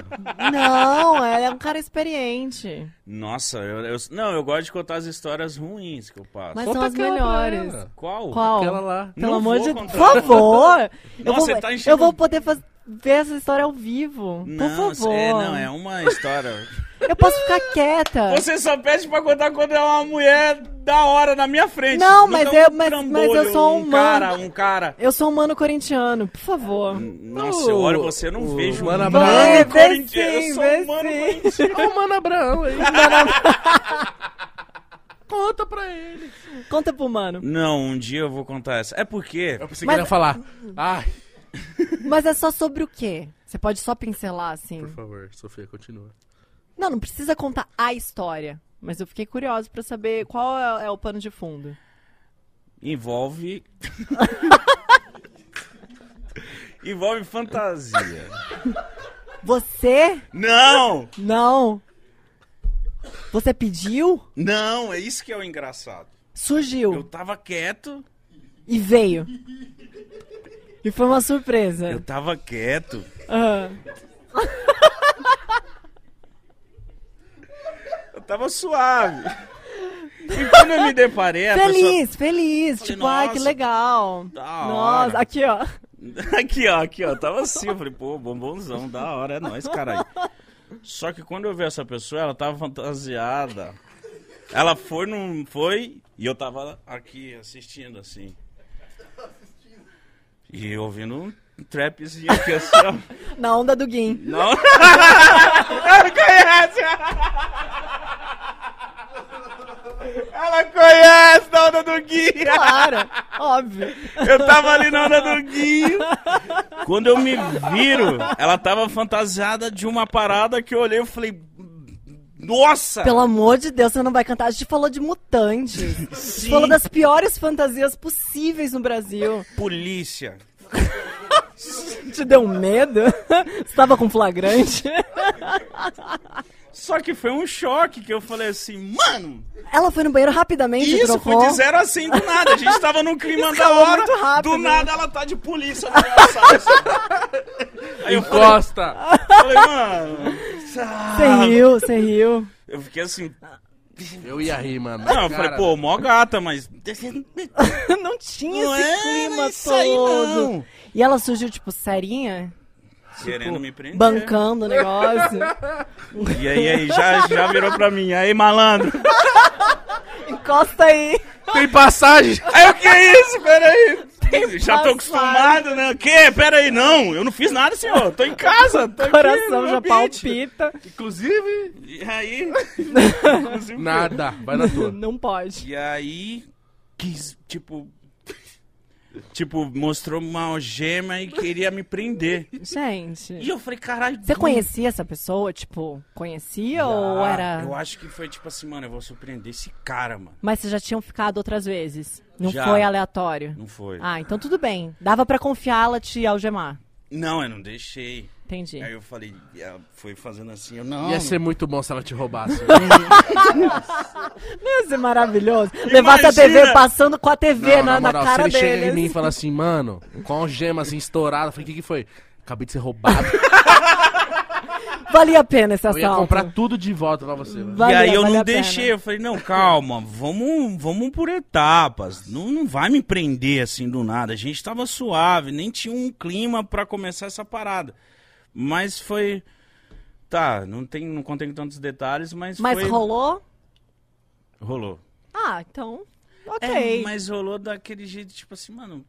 Não, ele é um cara experiente.
Nossa, eu, eu- Não, eu gosto de contar as histórias ruins que eu passo.
Mas
Conta
são as
aquela
melhores.
pra ela.
Qual?
Qual?
Aquela lá.
Pelo
Não
amor
vou
de Deus.
contar.
Por favor! eu,
Nossa,
vou,
você tá enchendo-
eu vou poder faz- ver essa história ao vivo. Por
Não,
favor.
É, não, é uma história.
Eu posso ficar quieta.
Você só pede pra contar quando é uma mulher da hora na minha frente.
Não,
Nunca
mas eu-
um
mas- mas eu
trambolho,
sou
um
humano.
cara, um cara.
Eu sou um mano corintiano, por favor.
Nossa, eu olho você, eu não
o
vejo
Mano
um
Abraão.
Vê, vê
corintiano. Eu
sim,
sou
é vê
um mano
sim.
corintiano.
Olha o Mano Abraão aí. Conta pra ele.
Conta pro mano.
Não, um dia eu vou contar essa. É porque.
Eu pensei
Mas-
que ele ia falar. Ai,
Mas é só sobre o quê? Você pode só pincelar, assim.
por favor, Sofia, continua.
Não, não precisa contar a história. Mas eu fiquei curiosa pra saber qual é, é o pano de fundo.
Envolve. Envolve fantasia.
Você?
Não!
Não. Você pediu?
Não, é isso que é o engraçado.
Surgiu.
Eu tava quieto,
E veio. E foi uma surpresa.
eu tava quieto.
Ah.
Eu tava suave. E quando eu me deparei, É, a pessoa.
Feliz, feliz.
Falei,
tipo, ai, que
nossa,
legal.
da
Nossa,
hora.
aqui, ó.
Aqui, ó, aqui, ó. Tava assim, eu falei, pô, bombonzão, da hora, é nóis, caralho. Só que quando eu vi essa pessoa, ela tava fantasiada. Ela foi, não foi, e eu tava aqui assistindo, assim. E eu ouvindo um trapzinho aqui, assim, ó.
Na onda do Guim.
Não. Ela conhece! Ela conhece da onda do Gui!
Claro, óbvio.
Eu tava ali na hora do Guinho. Quando eu me viro, ela tava fantasiada de uma parada que eu olhei e falei. Nossa!
Pelo amor de Deus, você não vai cantar. A gente falou de mutantes. A gente
Sim,
falou das piores fantasias possíveis no Brasil.
polícia.
Te deu medo? Você tava com flagrante?
Só que foi um choque que eu falei assim, mano,
Ela foi no banheiro rapidamente,
isso
trocou.
foi de zero a cem do nada. A gente tava num clima da
Escalou
hora.
muito rápido. né?
do nada ela tá de polícia na minha sala, assim. Aí eu falei,
Encosta!
falei, mano.
Você riu, você riu.
Eu fiquei assim.
Eu ia rir, mano.
Não, eu
Cara,
falei, pô, mó gata, mas.
Não tinha
Não
esse
era
clima
isso aí,
todo.
não.
E ela surgiu, tipo, serinha?
Querendo me prender.
Bancando o negócio.
E aí, aí já, já virou pra mim, aí malandro.
Encosta aí.
Tem passagem!
Aí o que é isso? Peraí.
tem
Já tô
passado.
acostumado, né? O quê? Pera aí, não. Eu não fiz nada, senhor. Tô em casa. Tô aqui,
Coração
no
já
ambiente.
palpita.
Tá Inclusive,
E aí... inclusive,
nada. Vai na tua.
Não pode.
E aí, quis, tipo... Tipo, mostrou uma algema e queria me prender. E
Gente.
eu falei, caralho...
Você
do-
conhecia essa pessoa? Tipo, conhecia ou
Ah,
era.
Eu acho que foi tipo assim, mano, eu vou surpreender esse cara, mano.
Mas vocês já tinham ficado outras vezes? Não
Já.
foi aleatório?
Não foi.
Ah, então tudo bem. Dava pra confiar ela te algemar.
Não, eu não deixei.
Entendi.
É.
Aí eu falei, e ela foi fazendo assim, eu não.
Ia ser muito bom se ela te roubasse.
Ia ser maravilhoso. Levasse a
Imagina!
TV passando com a TV
Não,
na, na
moral,
cara
se ele chega
deles.
em mim e fala assim, mano, com a gema assim estourada, eu falei, o que, que foi? Acabei de ser roubado.
Valia a pena esse
Eu ia
assalto.
comprar tudo de volta pra você. velho.
e
Valeu,
aí eu
valeu
não
né? a pena.
deixei, eu falei, não, calma, vamos, vamos por etapas. Não, não vai me prender assim do nada. A gente tava suave, nem tinha um clima pra começar essa parada. Mas foi. Tá, não, tem, não contei tantos detalhes, mas,
Mas
foi.
rolou?
Rolou.
Ah, então. Ok.
É,
mas
mas rolou daquele jeito, tipo assim, mano.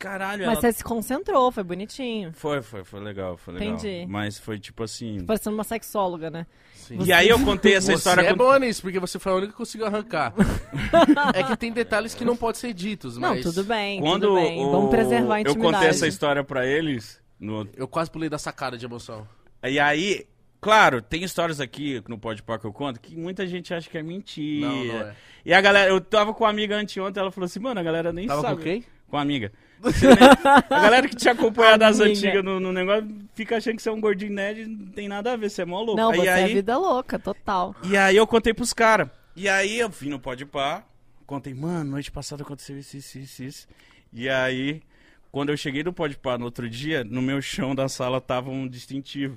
Caralho, ela...
você se concentrou, foi bonitinho.
Foi, foi, foi legal, foi legal.
Entendi.
Mas foi tipo assim.
Parecendo uma sexóloga, né?
Sim.
E aí eu contei essa
Você
história
é
com.
boa nisso, porque você foi a única que conseguiu arrancar. é que tem detalhes que não podem ser ditos,
Não,
mas...
tudo bem,
Quando
tudo bem.
o-
Vamos preservar a
eu
intimidade.
contei essa história pra eles. no-
Eu quase pulei da sacada de emoção.
E aí, claro, tem histórias aqui no Pode Pá que eu conto que muita gente acha que é mentira.
Não, não é.
E a galera, eu tava com uma amiga anteontem, ela falou assim, mano, a galera nem
Tava
sabe.
com quem?
Com a amiga. Você nem- a galera que te acompanha das
Amiga.
antigas no, no negócio fica achando que você é um gordinho nerd e não tem nada a ver, você é mó louco.
Não,
E
você
aí,
é vida louca, total.
E aí eu contei pros caras. E aí eu vim no Pode Pá, contei, mano, noite passada aconteceu isso, isso, isso, isso. E aí, quando eu cheguei do Pode Pá no outro dia, no meu chão da sala tava um distintivo.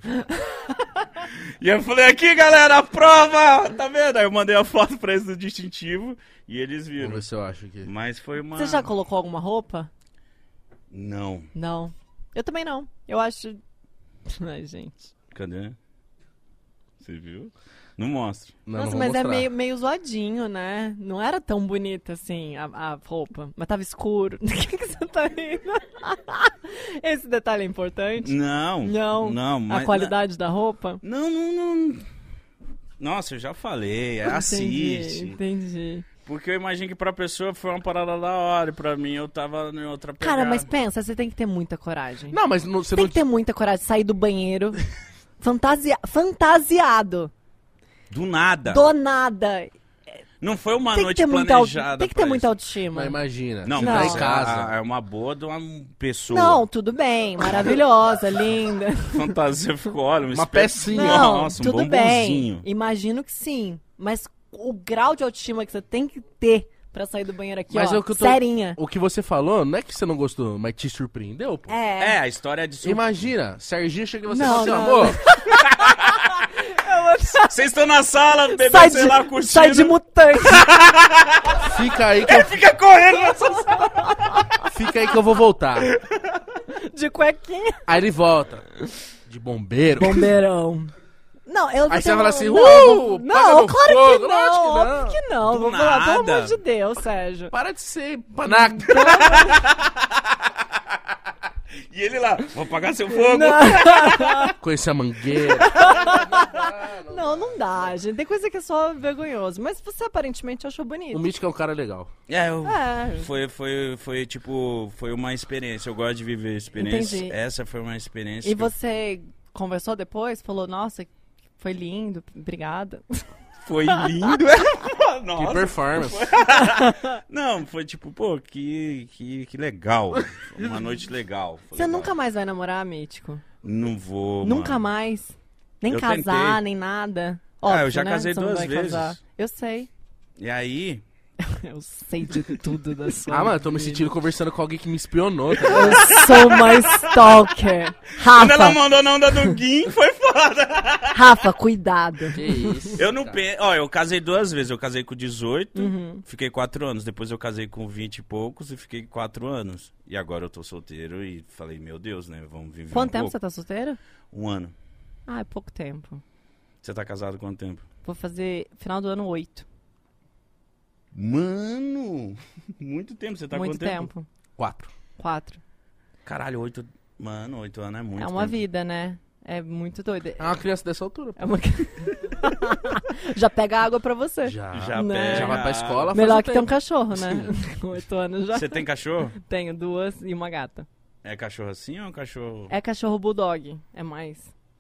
e eu falei, aqui galera, a prova! Tá vendo? Aí eu mandei a foto pra eles do distintivo e eles
Vamos
viram.
ver se eu acho aqui.
Mas foi uma.
Você já colocou alguma roupa?
Não.
Não. Eu também não. Eu acho. Ai, gente.
Cadê? Você viu? Não mostra.
Não, não
Nossa,
vou
mas é
mostrar.
meio, meio zoadinho, né? Não era tão bonita assim a, a roupa. Mas tava escuro. O que, que você tá rindo? Esse detalhe é importante?
Não.
Não.
Não, mas.
a qualidade da roupa?
Não, não, não. Nossa, eu já falei. é, Assiste.
Entendi, entendi.
Porque eu imagino que pra pessoa foi uma parada da hora. E pra mim eu tava em outra pegada.
Cara, mas pensa, você tem que ter muita coragem.
Não, mas não- você
tem
não...
que ter muita coragem de sair do banheiro fantasia- fantasiado,
Do nada.
do nada.
Não foi Ah. uma
Tem que
noite
ter muita, au-
planejada.
tem que
pra
ter muita
isso.
autoestima.
Mas imagina,
Não,
você
Não.
tá
mas
em casa.
a- é uma boa de uma pessoa.
Não, tudo bem, maravilhosa, linda.
Fantasia ficou, olha, um
Uma
espe-
pecinha.
Não,
Nossa, um
tudo
bombonzinho.
bem. Imagino que sim, mas o grau de autoestima que você tem que ter pra sair do banheiro aqui,
Mas
ó,
é o que eu tô-
serinha.
O que você falou, não é que você não gostou, mas te surpreendeu, pô.
É.
É, a história é de surpresa.
Imagina, Serginho chega em você e
Não,
fala assim,
não,
amor,
Vocês estão na sala, bebendo,
Sai,
sei lá,
de,
curtindo.
sai de mutante.
fica aí que eu,
Fica correndo na sua sala.
fica aí que eu vou voltar.
De cuequinha.
Aí ele volta. De bombeiro.
Bombeirão. Não, eu
Aí
eu
você fala
não-
assim,
não,
"Uh,
não,
paga no fogo."
não, claro
Lógico
que não,
que não.
óbvio que não.
Do
Vou falar, pelo
nada.
amor de Deus, Sérgio.
Para de ser panaca.
E ele lá, vou apagar seu fogo.
Conhecer a mangueira.
Não, não dá, gente. Tem coisa que é só vergonhoso. Mas você aparentemente achou bonito.
O Mítico é um cara legal.
É, eu...
É.
Foi, foi, foi tipo, foi uma experiência. Eu gosto de viver experiência.
Entendi.
Essa foi uma experiência.
E
que eu-
você conversou depois? Falou, nossa, foi lindo, obrigada.
Foi lindo.
Que
Nossa.
performance.
Não, foi tipo, pô, que, que, que legal. Foi Uma noite legal. Foi
Você
legal.
nunca mais vai namorar, Mítico?
Não vou.
nunca
mano.
mais? Nem
Eu
casar,
tentei.
nem nada?
Ah, eu
Óbvio,
já
né?
casei
Você não
duas
vai
vezes.
casar. Eu sei.
E aí.
Eu sei de tudo da sua
Ah, mano, eu tô me sentindo conversando com alguém que me espionou. tá ligado?
Eu sou uma stalker.
Quando ela
Rafa,
mandou na onda do Guim, foi foda.
Rafa, cuidado.
que isso.
Eu não penso. Ó, eu casei duas vezes. Eu casei com 18,
Uhum.
fiquei 4 anos. Depois eu casei com 20 e poucos e fiquei 4 anos. E agora eu tô solteiro e falei, meu Deus, né? Vamos viver.
Quanto
um
tempo você
pouco.
tá solteiro?
Um ano.
Ah, é pouco tempo.
Você tá casado quanto tempo?
Vou fazer final do ano oito.
Mano! Muito tempo, você tá
Muito
quanto tempo?
tempo.
Quatro.
Quatro.
Caralho, oito. Mano, oito anos é muito.
é uma
tempo.
vida, né? É muito doido.
É uma criança dessa altura. pô.
É uma...
Já pega água pra você.
Já.
Já
Né?
pega.
Já vai pra escola. faz
Melhor
um
que ter um
tempo.
cachorro, né? Com Oito anos já
Você tem cachorro?
tenho duas e uma gata.
É cachorro assim ou é um cachorro.
É cachorro bulldog, é mais.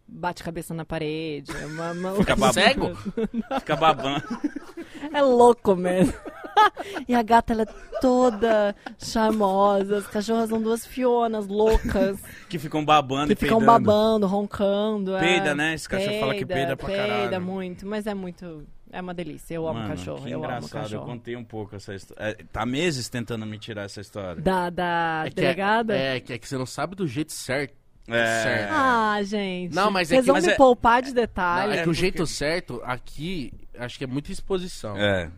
Bate cabeça na parede, é uma... uma-
Fica babando.
Cego?
Fica babando.
É louco mesmo.
E a gata, ela é toda charmosa. As cachorras são duas fionas loucas.
Que ficam babando
que
e
ficam
peidando.
babando, roncando. é.
Peida, né? Esse cachorro fala que peida pra caralho.
Peida muito, mas é muito... É uma delícia, eu amo
Mano,
cachorro,
que
eu amo
engraçado. Eu
cachorro.
contei um pouco essa história. tá meses tentando me tirar essa história.
Da, da
É que
delegada?
É, é que, é que você não sabe do jeito certo.
É.
Certo.
Ah, gente.
Não, mas é
Vocês
que-
vão
mas
me
é-
poupar de
Não,
detalhes.
é que
é
o
porque-
jeito certo aqui, acho que é muita exposição.
É.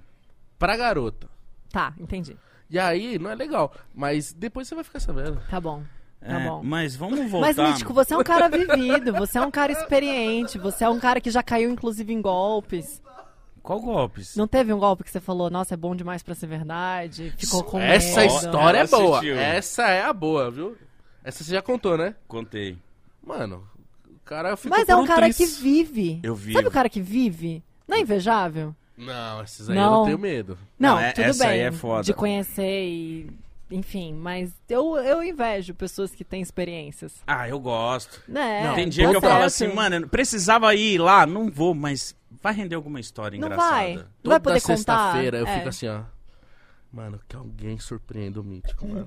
Pra garota.
Tá, entendi.
E aí, não é legal. Mas depois você vai ficar sabendo.
Tá bom. Tá
É,
bom.
Mas vamos voltar.
Mas, Mítico, você é um cara vivido, você é um cara experiente, você é um cara que já caiu, inclusive, em golpes.
Qual golpes?
Não teve um golpe que você falou, nossa, é bom demais pra ser verdade? Ficou com
Essa
medo.
história é
Ela
boa.
assistiu.
Essa é a boa, viu? Essa você já contou, né?
Contei.
Mano, o cara ficou
Mas é
por
um cara
tris.
que vive.
Eu vi.
Sabe o cara que vive? Não é invejável?
Não, esses aí eu
Não.
não tenho medo.
Não,
Não, é-
tudo
essa
bem.
aí é foda.
De conhecer e. Enfim, mas eu, eu invejo pessoas que têm experiências.
Ah, eu gosto.
Né?
Tem dia que eu falo assim, mano, eu precisava ir lá, não vou, mas vai render alguma história
Não
engraçada.
vai. Não vai
Toda
poder contar.
sexta-feira eu
É.
fico assim, ó. Mano, que alguém surpreenda o mítico, mano.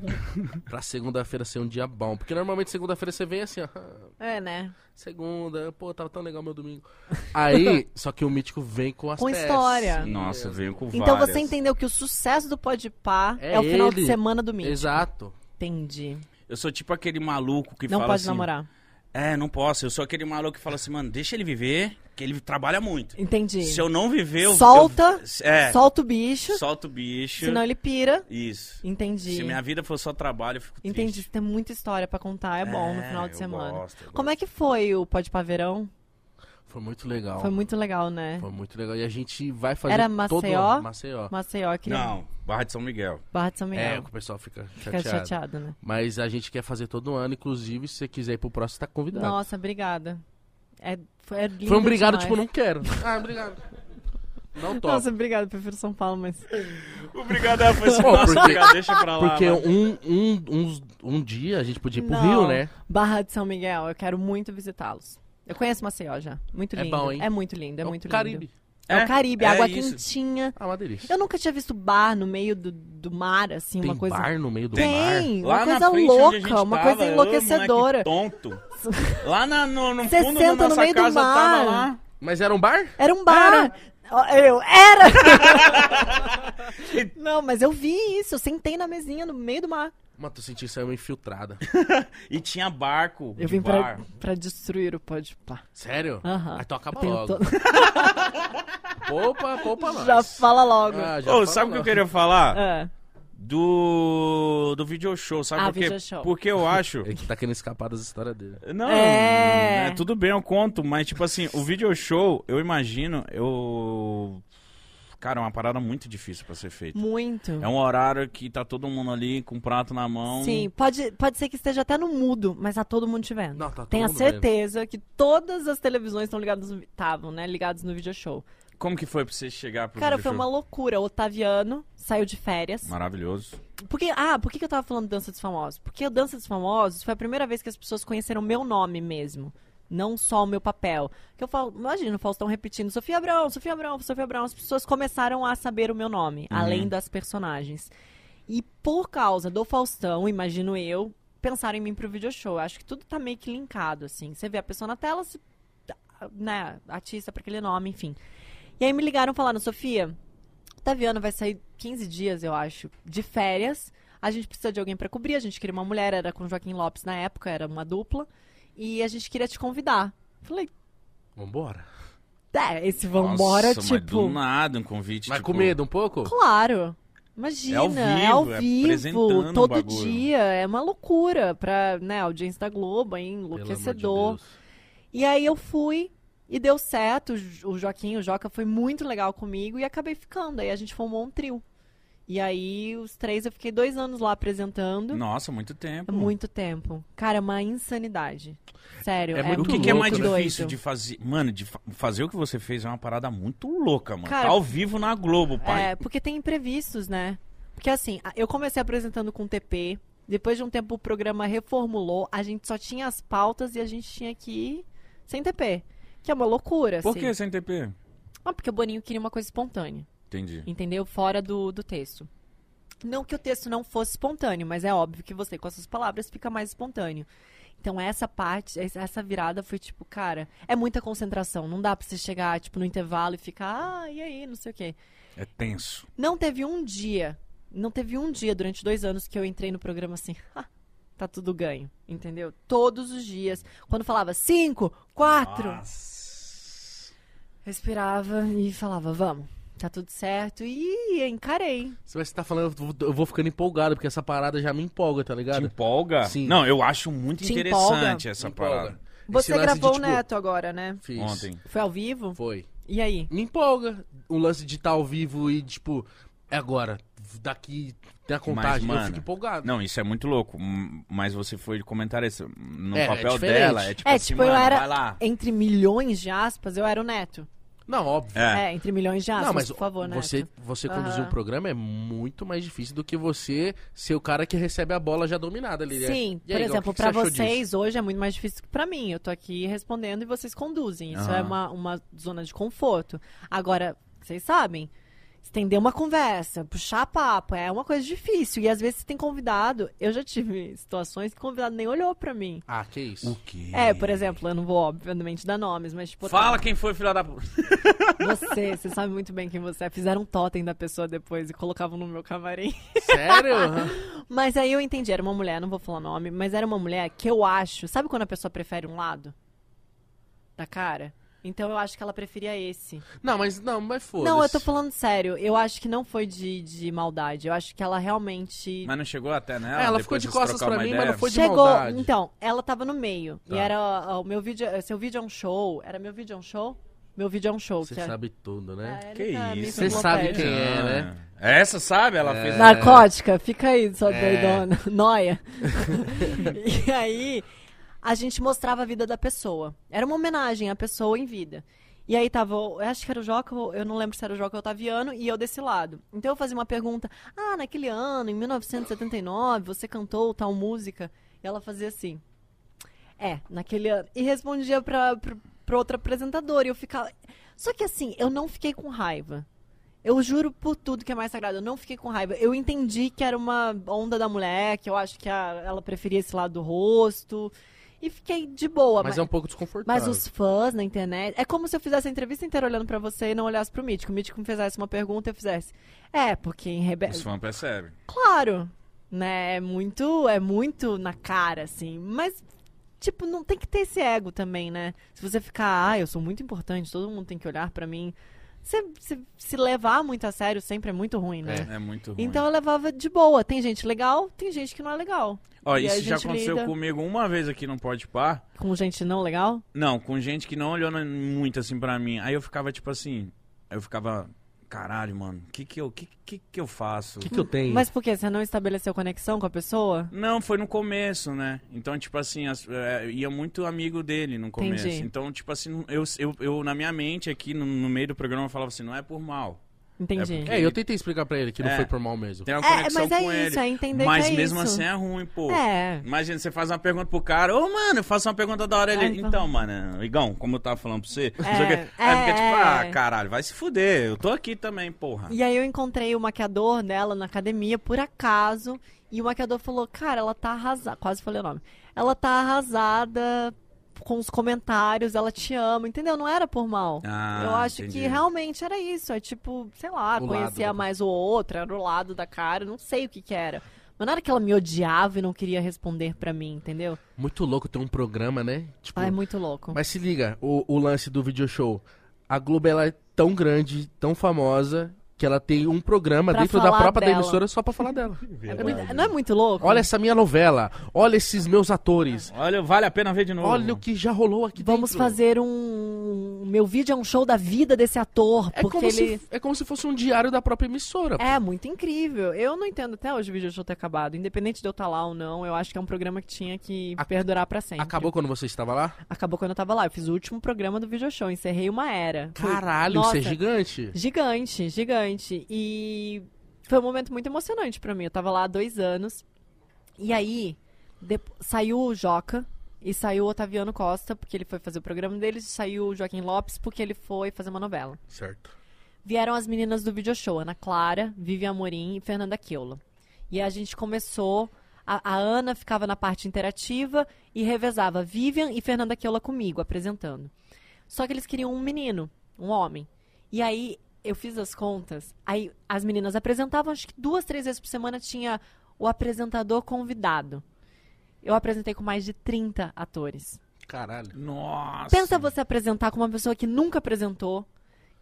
pra segunda-feira ser um dia bom. Porque normalmente segunda-feira você vem assim, ó.
É, né?
Segunda, pô, tava tão legal meu domingo. Aí, só que o mítico vem com as
Com
peças.
história.
Nossa, veio com
Então
várias.
você entendeu que o sucesso do Podpah é,
É
é o final de
ele.
semana do mítico.
Exato.
Entendi.
Eu sou tipo aquele maluco que
Não
fala
pode
assim...
namorar.
É, não posso. Eu sou aquele maluco que fala assim, mano, deixa ele viver, que ele trabalha muito.
Entendi.
Se eu não viver, eu...
Solta,
eu- é,
Solta o bicho,
solta o bicho.
senão ele pira.
Isso.
Entendi.
Se minha vida for só trabalho, eu fico
Entendi.
triste.
Você tem muita história pra contar. É bom no final de
eu
semana.
gosto, eu
Como
gosto.
é que foi o Podpah Verão?
Foi muito legal.
Foi muito legal, né?
Foi muito legal. E a gente vai fazer
Era
todo
Maceió?
Maceió.
Maceió, que é?
Não, Barra de São Miguel.
Barra de São
É,
Miguel.
que o pessoal fica
Fica
chateado.
chateado, né?
Mas a gente quer fazer todo ano, inclusive, se você quiser ir pro próximo, tá convidado.
Nossa, obrigada. É, foi, é lindo
Foi um obrigado,
demais.
tipo, não quero. Ah, obrigado. Não topo.
Nossa, obrigada, prefiro São Paulo, mas.
Obrigado, ela foi assim,
Pô,
nossa,
porque-
obrigado, deixa pra lá.
Porque
mano.
um, um, uns- um dia a gente podia ir pro
Não.
Rio, né?
Barra de São Miguel, eu quero muito visitá-los. Eu conheço Maceió já. Muito
É
lindo.
bom, hein?
É muito lindo, é, muito
o
lindo.
Um Caribe.
É, o Caribe,
é
água
isso.
quentinha.
Ah, uma delícia.
Eu nunca tinha visto bar no meio do, do mar, assim,
Tem
uma coisa.
bar no meio do mar?
Tem,
Lá
uma
na
coisa
frente onde a gente
louca, uma
tava,
coisa
eu,
enlouquecedora.
moleque tonto. Lá na- no, no
Você
fundo da
senta no
nossa
meio do
casa eu tava
mar.
lá.
Mas era um bar?
Era um bar. Eu era. Não, mas eu vi isso. Eu sentei na mesinha no meio do mar.
Mano, tô sentindo isso aí uma infiltrada.
E tinha barco de
Eu vim
bar.
pra, pra destruir o pod. Pá.
Sério?
Aham.
Aí então acaba
Tenho
logo.
todo-
Poupa, poupa nós.
Já fala logo.
Ah, já
Ô,
fala
sabe o que eu
logo.
queria falar?
É.
Do. Do video show, sabe
Ah,
por quê?
video show.
Porque eu acho.
Ele que tá querendo escapar das histórias dele.
Não,
É.
né, tudo bem, eu conto, mas tipo assim, o video show, eu imagino, eu. Cara, é uma parada muito difícil pra ser feita.
Muito.
É um horário que tá todo mundo ali com um prato na mão.
Sim, pode, pode ser que esteja até no mudo, mas tá todo mundo te vendo.
Não, tá todo
Tenha
mundo
certeza que todas as televisões estão ligadas no, estavam, né, ligados no video show.
Como que foi pra você chegar pro
Cara,
video
foi
show?
uma loucura. O Otaviano saiu de férias.
Maravilhoso.
Porque, ah, por que, que eu tava falando Dança dos Famosos? Porque o Dança dos Famosos foi a primeira vez que as pessoas conheceram meu nome mesmo. Não só o meu papel. Que eu falo, imagina o Faustão repetindo Sofia Abrão, Sofia Abrão, Sofia Abrão. As pessoas começaram a saber o meu nome, além das personagens. E por causa do Faustão, imagino eu, pensaram em mim pro video show. Eu Acho que tudo tá meio que linkado, assim. Você vê a pessoa na tela, se, né, artista pra aquele nome, enfim. E aí me ligaram falaram, Sofia, Taviano vai sair 15 dias, eu acho, de férias. A gente precisa de alguém pra cobrir. A gente queria uma mulher, era com Joaquim Lopes na época, era uma dupla. E a gente queria te convidar. Falei,
Vambora.
é, esse vambora,
Nossa, mas do
tipo.
nada, um convite.
Mas
tipo,
com medo um pouco?
Claro. Imagina,
É ao vivo,
é ao
é
vivo,
apresentando o
todo
bagulho.
dia, é uma loucura pra, né, a audiência da Globo, hein,
Pelo amor de
enlouquecedor.
Deus.
E aí eu fui e deu certo. O Jo- o Joaquim, o Joca foi muito legal comigo e acabei ficando. Aí a gente formou um trio. E aí, os três, eu fiquei dois anos lá apresentando.
Nossa, muito tempo.
É muito tempo. Cara, é uma insanidade. Sério.
É
É,
muito
muito
O que, que é
louco,
mais
muito
difícil
doido.
de fazer? Mano, de fa- fazer o que você fez é uma parada muito louca, mano.
Cara,
Tá ao vivo na Globo, pai.
É, porque tem imprevistos, né? Porque assim, a- eu comecei apresentando com TP, depois de um tempo o programa reformulou, a gente só tinha as pautas e a gente tinha que ir sem TP. Que é uma loucura,
Por
assim.
que sem TP?
Ah, porque o Boninho queria uma coisa espontânea,
Entendi.
entendeu? Fora do, do texto. Não que o texto não fosse espontâneo, mas é óbvio que você, com as suas palavras, fica mais espontâneo. Então essa parte, essa- essa virada foi tipo, cara, é muita concentração. Não dá pra você chegar, tipo, no intervalo e ficar, ah, e aí, não sei o quê.
É tenso.
Não teve um dia, não teve um dia durante dois anos que eu entrei no programa assim, "Ha, tá tudo ganho, entendeu? Todos os dias. Quando falava cinco, quatro,
Nossa.
respirava e falava, vamos, tá tudo certo. E encarei.
Se você tá falando, eu vou- eu vou ficando empolgado, porque essa parada já me empolga, tá
Te
ligado?
empolga?
Sim.
Não, eu acho muito
Te
interessante
empolga?
essa
Me empolga.
parada.
Esse
Você
lance de,
gravou
tipo,
o Neto agora, né?
Fiz.
Ontem.
Foi ao vivo?
Foi.
E aí?
Me empolga o lance de estar ao vivo e, tipo, é agora, daqui tem a contagem. eu
mano,
fico empolgado.
Não, isso é muito louco. hum, Mas você foi comentarista. No
É, é
papel
diferente.
dela, é tipo
é,
assim,
tipo, eu
mano,
era,
vai lá.
entre milhões de aspas, eu era o Neto.
Não, óbvio.
É.
É, entre milhões de aspas,
não, mas
por favor, Neto.
você, você conduzir
Aham.
um programa é muito mais difícil do que você ser o cara que recebe a bola já dominada ali. né?
Sim,
E
por
aí, Gal, o
exemplo,
que que
pra
você achou
vocês
disso?
hoje é muito mais difícil que pra mim. Eu tô aqui respondendo e vocês conduzem. Isso
Aham.
é uma, uma zona de conforto. Agora, vocês sabem, estender uma conversa, puxar papo, é uma coisa difícil. E às vezes tem convidado. Eu já tive situações que o convidado nem olhou pra mim.
Ah, que isso.
O quê?
É, por exemplo, eu não vou, obviamente, dar nomes, mas tipo.
Fala quem foi, filha da puta.
Você, você sabe muito bem quem você é. Fizeram um totem da pessoa depois e colocavam no meu camarim.
Sério?
Mas aí eu entendi, era uma mulher, não vou falar nome, mas era uma mulher que eu acho. Sabe quando a pessoa prefere um lado? Da cara? Então eu acho que ela preferia esse.
não, mas não, mas foda-se.
Não, eu tô falando sério. Eu acho que não foi de, de maldade. Eu acho que ela realmente.
Mas não chegou até nela?
É, ela
depois
ficou de
vocês
costas
trocaram
pra
uma
mim,
ideia?
mas não foi de
Chegou,
maldade.
então, ela tava no meio.
Tá.
E era ó, o meu vídeo. Seu vídeo é um show. Era meu vídeo é um show? Meu vídeo é um show.
Você
que é-
sabe tudo, né?
Ah,
Que
Érica,
isso?
Você sabe
enciclopédia.
quem é, né?
Essa sabe? Ela fez.
Narcótica, fica aí, sua
É.
doidona. Noia. e aí, a gente mostrava a vida da pessoa. Era uma homenagem à pessoa em vida. E aí tava, o- eu acho que era o Joca, ou- eu não lembro se era o Joca ou o Otaviano, e eu desse lado. Então eu fazia uma pergunta, ah, naquele ano, em 1979, você cantou tal música? E ela fazia assim, é, naquele ano. E respondia pra, pra, pra outra apresentadora, e eu ficava... Só que assim, eu não fiquei com raiva. Eu juro por tudo que é mais sagrado, eu não fiquei com raiva. Eu entendi que era uma onda da mulher, que eu acho que a- ela preferia esse lado do rosto. E fiquei de boa.
Mas é um pouco desconfortável.
Mas os fãs na internet. É como se eu fizesse a entrevista inteira olhando pra você e não olhasse pro Mítico. O Mítico me fizesse uma pergunta e eu fizesse. É, porque em Rebelde.
Os fãs percebem.
Claro, né? É muito, é muito na cara, assim. Mas, tipo, não tem que ter esse ego também, né? Se você ficar, ah, eu sou muito importante, todo mundo tem que olhar pra mim. Você, se- se levar muito a sério sempre é muito ruim, né?
É muito ruim.
Então eu levava de boa. Tem gente legal, tem gente que não é legal.
Ó,
e a
isso já
gente
aconteceu
lida.
comigo uma vez aqui no Pode Par.
Com gente não legal?
Não, com gente que não olhou na- muito assim pra mim. Aí eu ficava tipo assim. Eu ficava. Caralho, mano, que que eu, que, que, que eu faço?
O que, que eu tenho?
Mas por quê? Você não estabeleceu conexão com a pessoa?
Não, foi no começo, né? Então, tipo assim, as- é, ia muito amigo dele no começo.
Entendi.
Então, tipo assim, não- eu, eu, eu, na minha mente aqui, no, no meio do programa, eu falava assim, não é por mal.
Entendi.
porque-
É, eu tentei explicar pra ele que não
É.
foi por mal mesmo.
Tem uma
É,
conexão
mas é
com
isso,
ele.
é entender
mas
que é
mesmo
isso.
assim é ruim, pô.
É.
Imagina, você faz uma pergunta pro cara, ô mano, eu faço uma pergunta da hora ele.
Ai,
então, mano, Igão, como eu tava falando pra você, não sei o quê.
É,
aí fica
é,
tipo, ah,
é.
caralho, vai se fuder, eu tô aqui também,
Ah.
porra.
E aí eu encontrei o maquiador dela na academia, por acaso, e o maquiador falou, cara, ela tá arrasada, quase falei o nome, ela tá arrasada com os comentários, ela te ama, entendeu? Não era por mal.
Ah,
eu acho
entendi.
que realmente era isso, é tipo, sei lá,
O
conhecia
lado.
mais o outro, era o lado da cara, não sei o que que era. Mas não era que ela me odiava e não queria responder pra mim, entendeu?
Muito louco ter um programa, né? Tipo,
Ah, é muito louco.
Mas se liga, o, o lance do video show. A Globo ela é tão grande, tão famosa, que ela tem um programa
Pra
dentro da
falar
própria da
dela.
emissora só pra falar dela.
É muito- não é muito louco?
Olha essa minha novela, olha esses meus atores,
Olha, vale a pena ver de novo.
olha o que já rolou aqui
Vamos
dentro.
fazer um. Meu vídeo é um show da vida desse ator.
É
porque
como,
ele.
se, é como se fosse um diário da própria emissora.
É muito incrível. Eu não entendo até hoje o vídeo show ter acabado. Independente de eu estar lá ou não, eu acho que é um programa que tinha que
Ac-
perdurar pra sempre.
Acabou quando você estava lá?
Acabou quando eu tava lá. Eu fiz o último programa do vídeo show, encerrei uma era. Foi-
Caralho,
Nossa,
você é gigante.
Gigante, gigante. E foi um momento muito emocionante pra mim. Eu tava lá há dois anos. E aí, dep- saiu o Joca e saiu o Otaviano Costa, porque ele foi fazer o programa deles, e saiu o Joaquim Lopes, porque ele foi fazer uma novela.
Certo.
Vieram as meninas do video show, Ana Clara, Vivian Amorim e Fernanda Keula. E a gente começou. A, a Ana ficava na parte interativa e revezava Vivian e Fernanda Keula comigo, apresentando. Só que eles queriam um menino, um homem. E aí eu fiz as contas. Aí as meninas apresentavam, acho que duas, três vezes por semana tinha o apresentador convidado. Eu apresentei com mais de 30 atores.
Caralho.
Nossa.
Pensa
Assim.
você apresentar com uma pessoa que nunca apresentou,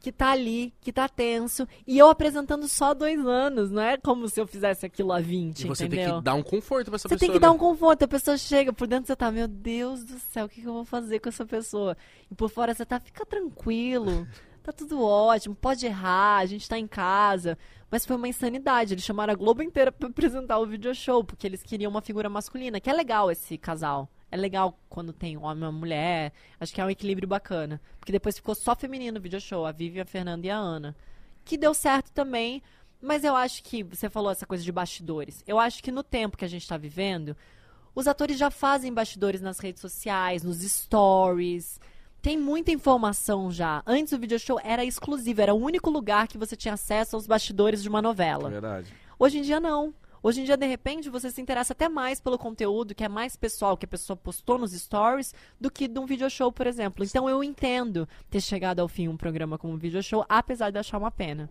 que tá ali, que tá tenso, e eu apresentando só dois anos, não é como se eu fizesse aquilo há 20,
E você tem
entendeu?
que dar um conforto pra essa
Você
pessoa.
tem que dar
né?
um conforto, a pessoa chega, por dentro você tá, meu Deus do céu, o que, que eu vou fazer com essa pessoa? E por fora você tá, fica tranquilo, tá tudo ótimo, pode errar, a gente tá em casa. Mas foi uma insanidade, eles chamaram a Globo inteira pra apresentar o video show, porque eles queriam uma figura masculina, que é legal esse casal. É legal quando tem um homem e uma mulher, acho que é um equilíbrio bacana. Porque depois ficou só feminino o video show, a Vivian, a Fernanda e a Ana. Que deu certo também, mas eu acho que você falou essa coisa de bastidores. Eu acho que no tempo que a gente está vivendo, os atores já fazem bastidores nas redes sociais, nos stories. Tem muita informação já. Antes o video show era exclusivo, era o único lugar que você tinha acesso aos bastidores de uma novela.
Verdade.
Hoje em dia não. Hoje em dia, de repente, você se interessa até mais pelo conteúdo que é mais pessoal, que a pessoa postou nos stories, do que de um video show, por exemplo. Então eu entendo ter chegado ao fim um programa como um video show, apesar de achar uma pena.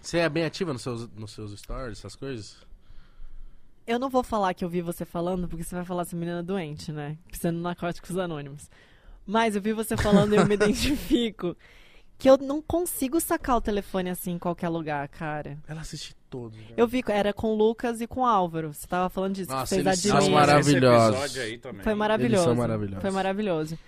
Você é bem ativa nos seus, nos seus stories, essas coisas?
Eu não vou falar que eu vi você falando, porque você vai falar essa menina é doente, né? Precisando de narcóticos anônimos. Mas eu vi você falando e eu me identifico. Que eu não consigo sacar o telefone assim em qualquer lugar, cara.
Ela assiste todos. né?
Eu vi, era com o Lucas e com o Álvaro. Você tava falando disso.
Nossa,
que
eles
fez a
são
de
Mas
mesa.
maravilhosos. maravilhosos.
Esse episódio aí também.
Foi maravilhoso.
Eles são maravilhosos.
Foi maravilhoso.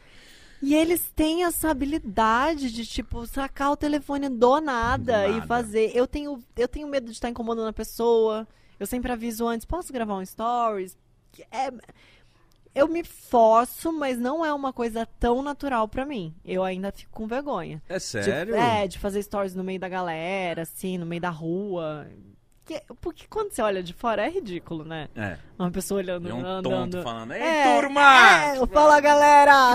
E eles têm essa habilidade de, tipo, sacar o telefone do nada,
Do
e
nada.
fazer. Eu tenho, eu tenho medo de estar incomodando a pessoa. Eu sempre aviso antes, posso gravar um stories? É- eu me forço, mas não é uma coisa tão natural pra mim. Eu ainda fico com vergonha.
É
De-
sério?
é, de fazer stories no meio da galera, assim, no meio da rua. Que- porque quando você olha de fora é ridículo, né?
É.
Uma pessoa olhando,
E um
andando.
tonto falando, ei,
É,
turma!
É, fala galera!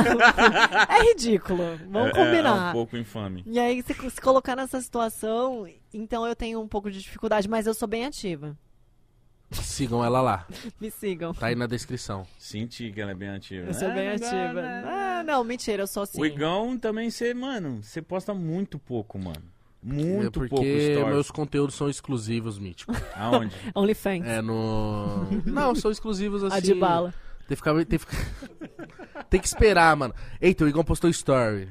é ridículo,
É-
vamos
É, um
combinar.
pouco infame.
E aí, se, se colocar nessa situação, então eu tenho um pouco de dificuldade, mas eu sou bem ativa.
Sigam ela lá.
Me sigam.
Tá aí na descrição.
Senti que ela é bem ativa.
Eu sou
É,
bem
não dá,
ativa.
né?
Ah, não, mentira, eu sou assim.
O Igão também, você, mano, você posta muito pouco, mano. Muito
É porque
pouco stories.
meus conteúdos são exclusivos, Mítico.
Aonde?
OnlyFans.
É no. Não, são exclusivos assim.
a Ah, de bala.
Tem que, ficar, tem, que ficar- tem que esperar, mano. Eita, o Igão postou story.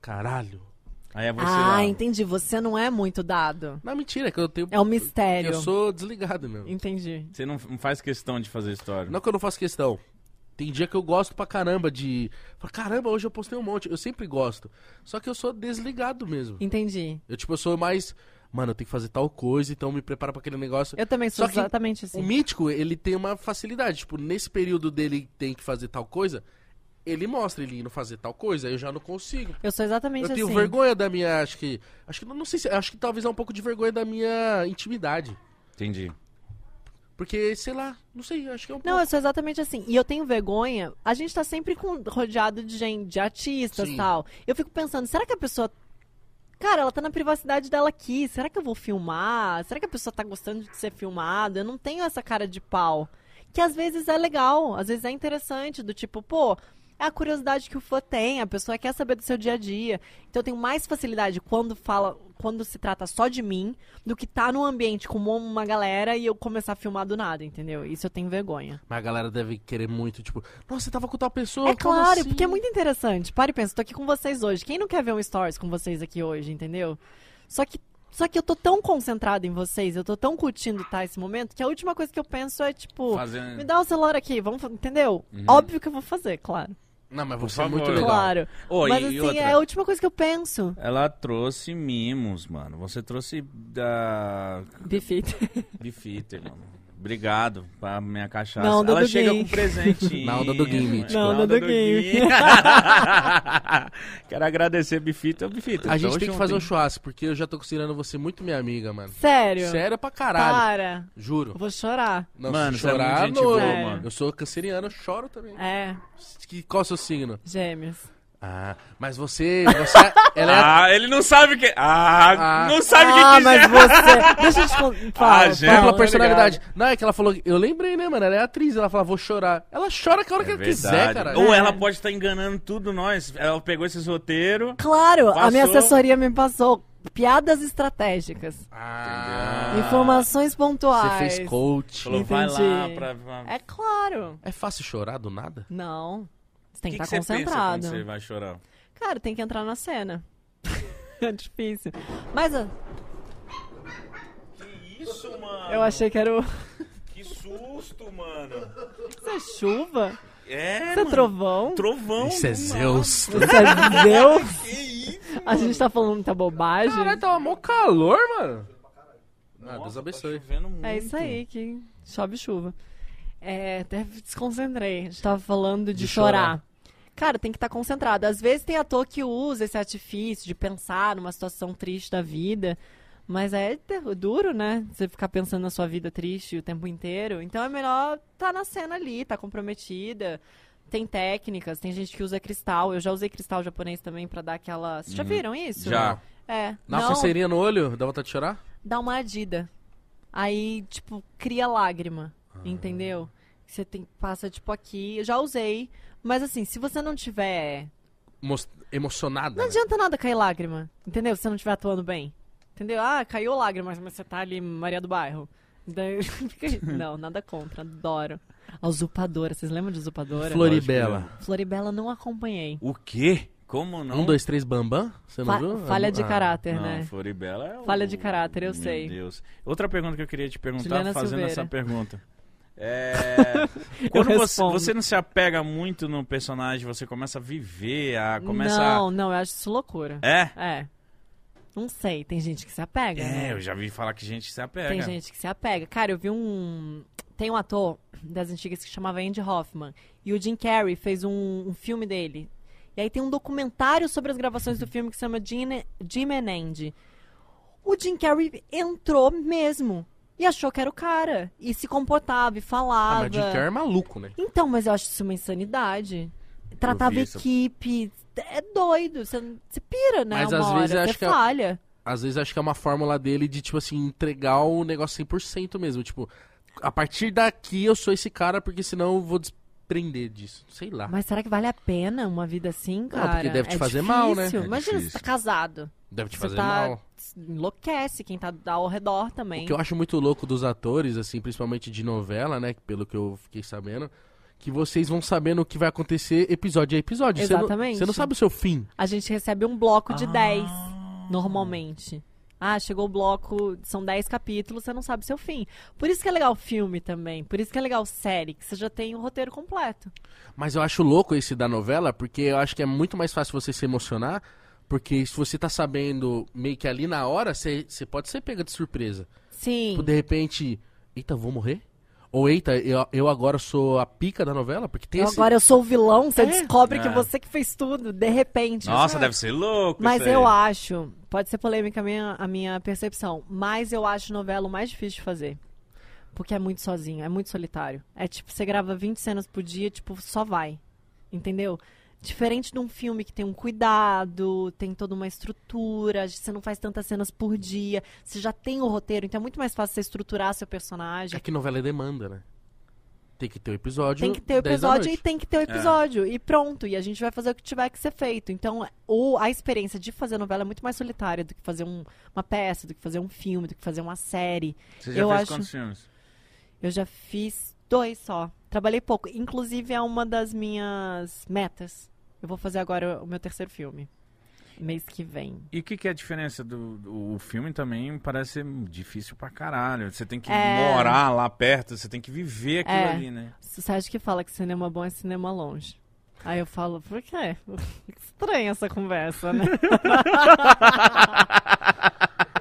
Caralho.
Aí é você
Ah,
lá.
entendi. Você não é muito dado.
Não, mentira, é que eu tenho.
É um mistério.
Eu sou desligado mesmo.
Entendi.
Você não não faz questão de fazer história.
Não que eu não faço questão. Tem dia que eu gosto pra caramba de. Falo, Caramba, hoje eu postei um monte. Eu sempre gosto. Só que eu sou desligado mesmo.
Entendi.
Eu, tipo, eu sou mais. Mano, eu tenho que fazer tal coisa, então me prepara pra aquele negócio.
Eu também sou
Só que
exatamente
O
assim.
mítico, ele tem uma facilidade. Tipo, nesse período dele tem que fazer tal coisa, ele mostra ele indo fazer tal coisa. Eu já não consigo.
Eu sou exatamente
Eu
assim.
tenho vergonha da minha, acho que, acho que não sei se, acho que talvez é um pouco de vergonha da minha intimidade,
Entendi.
porque sei lá, não sei, acho que é um
Não,
pouco.
eu sou exatamente assim. E eu tenho vergonha. A gente tá sempre com, rodeado de gente, de artistas e
Sim.
tal. Eu fico pensando, será que a pessoa. Cara, ela tá na privacidade dela aqui. Será que eu vou filmar? Será que a pessoa tá gostando de ser filmada? Eu não tenho essa cara de pau. Que às vezes é legal, às vezes é interessante, do tipo, pô, é a curiosidade que o fã tem, a pessoa quer saber do seu dia a dia. Então eu tenho mais facilidade quando fala, quando se trata só de mim, do que tá num ambiente com uma- uma galera e eu começar a filmar do nada, entendeu? Isso eu tenho vergonha.
Mas a galera deve querer muito, tipo, nossa, você tava com tal pessoa.
É
como
claro,
assim?"
porque é muito interessante. Para e pensa, tô aqui com vocês hoje. Quem não quer ver um stories com vocês aqui hoje, entendeu? Só que Só que eu tô tão concentrada em vocês, eu tô tão curtindo tá, esse momento, que a última coisa que eu penso é, tipo,
Fazendo... Uhum.
me dá o celular aqui, vamos, fa- entendeu? Óbvio que eu vou fazer, claro.
Não, mas
Por
você é muito
favor.
legal.
Claro.
Ô,
Mas
e-
assim,
e outra?
é a última coisa que eu penso.
Ela trouxe mimos, mano. Você trouxe da
Bifita.
Bifitter, mano. Obrigado pra minha cachaça.
Não,
Ela
Dudu
chega
Gui.
com presente.
Não, Dudu Gui, Mitch.
Não, Dudu Gui.
Quero agradecer, Bifita. Bifita,
A gente
tamo
tem que
junto,
fazer um
hein?
churrasco, porque eu já tô considerando você muito minha amiga, mano.
Sério.
Sério pra caralho.
Para.
Juro.
Eu vou chorar.
Não,
Mano,
se
você é muito
chorar,
gente
não.
boa,
É.
mano.
Eu sou canceriano, eu choro também.
É,
Que, qual é o seu signo?
gêmeos.
Ah, mas você. você ela é.
Ah, ele não sabe que. Ah,
Ah.
não sabe o
ah,
que
mas
quiser.
você... Deixa eu te contar. Fala,
gente.
Fala
Não,
pela
tá
personalidade. Não, é que ela falou. Eu lembrei, né, mano? Ela é atriz. Ela fala, vou chorar. Ela chora
É
que a hora que ela quiser, cara.
Ou
É.
ela pode estar enganando tudo nós. Ela pegou esses roteiros.
Claro, a minha
Passou.
assessoria me passou piadas estratégicas,
Ah,
informações
você
pontuais.
fez coach.
Falou, vai lá
Entendi.
pra. pra-
É claro.
É fácil chorar do nada?
Não. Você tem
O
que
que
estar
que você pensa quando
concentrado.
Você vai chorar.
Cara, tem que entrar na cena. é difícil. Mas ah, ó,
Isso, mano.
eu achei que era o...
Que susto, mano.
Isso é chuva?
É,
Isso é trovão?
Trovão.
Isso é
do
Zeus.
Isso é Deus?
nada. Que isso?
A gente tá falando muita bobagem.
Caralho, tava mó calor, mano. Ah, Deus
Nossa,
abençoe.
Tá chovendo muito.
É isso aí, que chove chuva. É, até desconcentrei. A gente tava falando de,
De
chorar.
chorar.
Cara, tem que estar concentrado. Às vezes tem ator que usa esse artifício de pensar numa situação triste da vida. Mas é ter- duro, né? Você ficar pensando na sua vida triste o tempo inteiro. Então é melhor tá na cena ali, tá comprometida. Tem técnicas, tem gente que usa cristal. Eu já usei cristal japonês também pra dar aquela. Vocês já viram isso?
Já.
É.
Dá uma
Não,
forceirinha no olho? Dá vontade de chorar?
dá uma ardida. Aí, tipo, cria lágrima, entendeu? Você tem passa tipo aqui, eu já usei, mas assim, se você não tiver,
Mos- Emocionada. né?
não adianta nada cair lágrima, entendeu? Se você não estiver atuando bem. Entendeu? Ah, caiu lágrimas, mas você tá ali Maria do Bairro. Daí fica aí. não, nada contra, adoro. A usurpadora, vocês lembram de usurpadora?
Floribela.
Floribela não acompanhei.
O quê? Como não?
Um, dois, três, bambam? Você não
Fa-
viu?
falha de
Ah.
caráter,
Não,
né?
Floribela é o-
Falha de caráter, eu
Meu
sei.
Deus. Outra pergunta que eu queria te perguntar,
Juliana
fazendo
Silveira.
essa pergunta. É... Quando você,
respondo.
você não se apega muito no personagem, você começa a viver, a começa
Não, não, eu acho isso loucura.
a... É?
É. Não sei, tem gente que se apega. né?
É, eu já vi falar que gente se apega.
Tem gente que se apega. Cara, eu vi um. Tem um ator das antigas que chamava Andy Hoffman. E o Jim Carrey fez um, um filme dele. E aí tem um documentário sobre as gravações do filme que se chama Gene- Jim and Andy. O Jim Carrey entrou mesmo. E achou que era o cara. E se comportava e
Ah,
falava.
mas Jim Carrey é maluco, né?
Então, mas eu acho isso uma insanidade. Tratava
vi isso.
equipe. É doido. Você, você pira, né?
Mas
uma
às
hora.
vezes eu
você
acho que é-
falha.
Às vezes acho que é uma fórmula dele de, tipo assim, entregar o negócio 100% mesmo. Tipo, a partir daqui eu sou esse cara, porque senão eu vou desprender disso. Sei lá.
Mas será que vale a pena uma vida assim, cara?
Ah, porque deve te fazer mal, né?
difícil.
É
Imagina, você
difícil.
tá casado.
Deve te
você
fazer
tá-
mal.
Enlouquece quem tá ao redor também.
O que eu acho muito louco dos atores, assim, principalmente de novela, né? Pelo que eu fiquei sabendo, que vocês vão sabendo o que vai acontecer episódio a episódio. Você não-
Exatamente.
Você não, sabe o seu fim.
A gente recebe um bloco de 10,
Ah.
normalmente. Ah, chegou o bloco, são 10 capítulos, você não sabe o seu fim. Por isso que é legal filme também, por isso que é legal série, que você já tem o roteiro completo.
Mas eu acho louco esse da novela, porque eu acho que é muito mais fácil você se emocionar, porque se você tá sabendo meio que ali na hora, você você pode ser pega de surpresa.
Sim.
Tipo, de repente, eita, eu vou morrer? Ou eita, eu, eu agora sou a pica da novela? Porque tem
Eu
esse...
Agora eu sou o vilão, você
É.
descobre que
É.
você que fez tudo, de repente.
Nossa, deve ser louco
Mas
isso aí.
eu acho, pode ser polêmica a minha, a minha percepção, mas eu acho novela o mais difícil de fazer. Porque é muito sozinho, é muito solitário. É tipo, você grava 20 cenas por dia, tipo, só vai. Entendeu? Diferente de um filme que tem um cuidado, tem toda uma estrutura, você não faz tantas cenas por dia, você já tem o roteiro, então é muito mais fácil você estruturar seu personagem.
É que novela é demanda, né? Tem que ter o episódio.
Tem que ter o
10 da
episódio e
noite. É.
tem que ter o episódio. E pronto. E a gente vai fazer o que tiver que ser feito. Então, o, a experiência de fazer novela é muito mais solitária do que fazer um- uma peça, do que fazer um filme, do que fazer uma série.
Você já
eu
fez
acho-
quantos filmes?
Eu já fiz dois só. Trabalhei pouco. Inclusive, é uma das minhas metas. Eu vou fazer agora o meu terceiro filme. mês que vem.
E o que, que é a diferença do, do- o filme também parece ser difícil pra caralho. Você tem que
É.
morar lá perto, você tem que viver aquilo
É.
ali, né?
Você sabe que fala que cinema bom é cinema longe. Aí eu falo, por quê? Estranha essa conversa, né?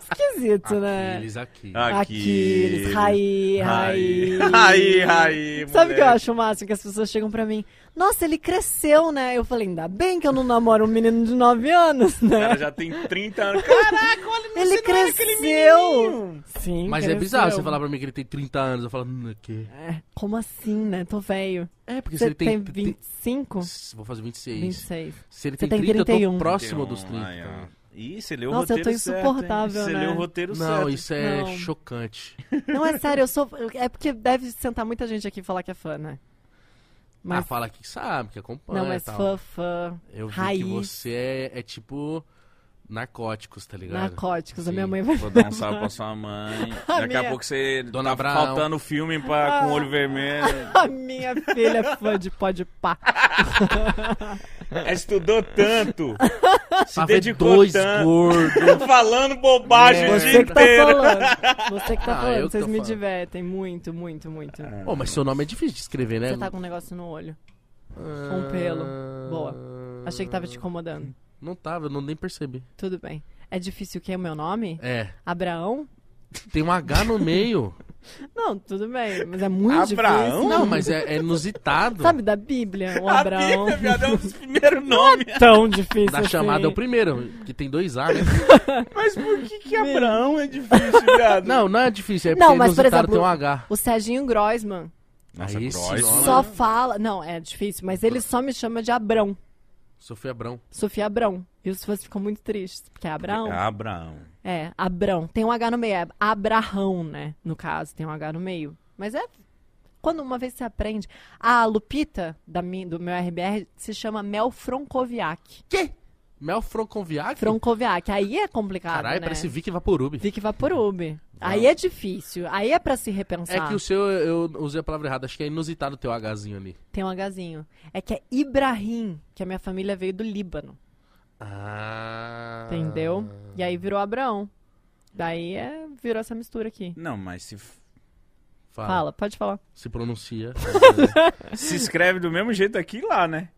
Esquisito, né?
Eles aqui.
Aquiles, Raí, Raí.
Raí, Raí,
Sabe o que eu
moleque.
acho o máximo? Que as pessoas chegam pra mim, nossa, ele cresceu, né? Eu falei, ainda bem que eu não namoro um menino de 9 anos,
O cara
né?
já tem 30 anos. Caraca, olha
Ele
você não era aquele
cresceu!
menino.
Sim,
Mas é
cresceu.
bizarro você falar pra mim que ele tem 30 anos. Eu falo, hum, que...
É, como assim, né? Tô velho.
É, porque se
Você
ele tem...
tem 25?
tem- Vou fazer 26.
26.
Se ele
Você
tem,
tem
30, eu
31.
tô próximo dos
31,
30.
ai, ó. um Ih, você leu o
Nossa, eu
roteiro
tô
certo, hein?
insuportável,
Você
né?
leu o roteiro
Não,
certo.
isso é
Não.
chocante.
Não, é sério, eu sou. É porque deve sentar muita gente aqui e falar que é fã, né?
Mas...
Mas.
fala que sabe, que acompanha
não, mas
e tal.
fã, fã.
Eu vi
raiz.
que você é, é tipo narcóticos, tá ligado?
Narcóticos. A
Sim.
minha mãe vai.
Vou dar um salve pra sua mãe.
A
Daqui a
minha-
pouco você
Dona
tá
Brown.
faltando filme pra, com olho vermelho.
A minha filha é fã de pó de pá.
Ela Estudou tanto. Se
Pra ver
dedicou
dois
tanto.
gordos.
Falando bobagem o dia
Você que tá
inteiro.
falando. Você que tá
É. Ah, eu
falando.
que
Vocês
tô
me
falando.
divertem muito, muito, muito.
Pô, mas seu nome é difícil de escrever, né? Ah,
Você tá com um negócio no olho. um pelo. Boa. Achei que tava te incomodando.
Não tava, eu não nem percebi.
Tudo bem. É difícil o que é o meu nome?
É,
Abraão?
tem um H no meio.
Não, tudo bem. Mas é muito
Abraão?
difícil.
não, mas é, é inusitado.
Sabe da Bíblia? O Abraão.
Bíblia, viado, é um dos primeiros nomes.
Tão difícil.
Na chamada é
assim.
o primeiro, que tem dois A, né?
Mas por que que Abraão é difícil, viado?
Não, não é difícil, é
Não,
porque
mas, por
inusitado
exemplo,
tem um H.
O Serginho Groisman
Nossa,
Aí sim,
Groisman.
nome.
só fala. Não, é difícil, mas ele só me chama de Abrão.
Sofia Abrão.
Sofia Abrão. E os fãs ficam muito tristes, porque é Abraão.
Ah.
Abraão.
É, Abrão. Tem um H no meio. É Abrahão, né? No caso, tem um H no meio. Mas é. Quando uma vez você aprende. A Lupita, da mi- do meu RBR, se chama Mel Fronkoviak.
Que? Mel Fronconviac?
Fronkoviak. Aí é complicado.
Caralho,
né?
parece Vicky Vaporub.
Vic Vaporub. Aí é difícil. Aí é pra se repensar.
É que o seu, eu usei a palavra errada, acho que é inusitado o teu Hzinho ali.
Tem um Hzinho. É que é Ibrahim, que a minha família veio do Líbano,
Ah.
entendeu? E aí virou Abraão. Daí é, virou essa mistura aqui.
Não, mas se, f-
Fala.
Fala, pode falar.
Se pronuncia.
se escreve do mesmo jeito aqui e lá, né?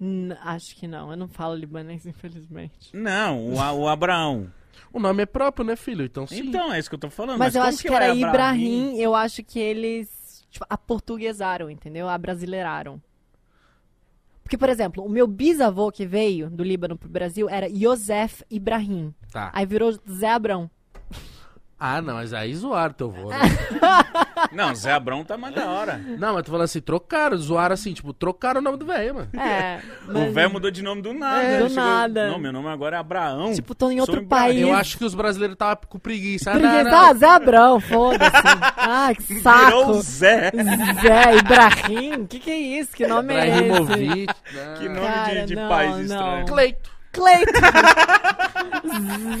N- acho que não, eu não falo libanês, infelizmente.
Não, o, A- o Abraão.
o nome é próprio, né, filho? Então sim.
Então, é isso que eu tô falando.
Mas, eu
como
acho que era
ela é
Ibrahim, eu acho que eles tipo, aportuguesaram, entendeu? Abrasileiraram. Porque, por exemplo, o meu bisavô que veio do Líbano pro Brasil era Yosef Ibrahim.
Tá.
Aí virou Zé Abrão.
Ah, não, mas aí zoaram teu vô. né?
Não, Zé Abrão tá mais da hora.
não, mas tô falando assim, trocaram, zoaram assim, tipo, trocaram o nome do velho, mano.
É.
O
mas-
velho mudou de nome do nada.
É,
Ele
do nada.
Não, meu nome agora é Abraão.
Tipo, tô em
Sou
outro
Ibrahim.
país.
Eu acho que os brasileiros estavam com preguiça. Ah, não,
Preguiça,
não.
ah, Zé Abrão, foda-se. Ah, que
Virou um o
saco.
Zé.
Zé Ibrahim, que que é isso? Que nome é esse?
Ibrahimovic. né?
Que nome
Ah, Cara,
de, de
não,
país
não.
estranho.
Cleito.
Cleiton.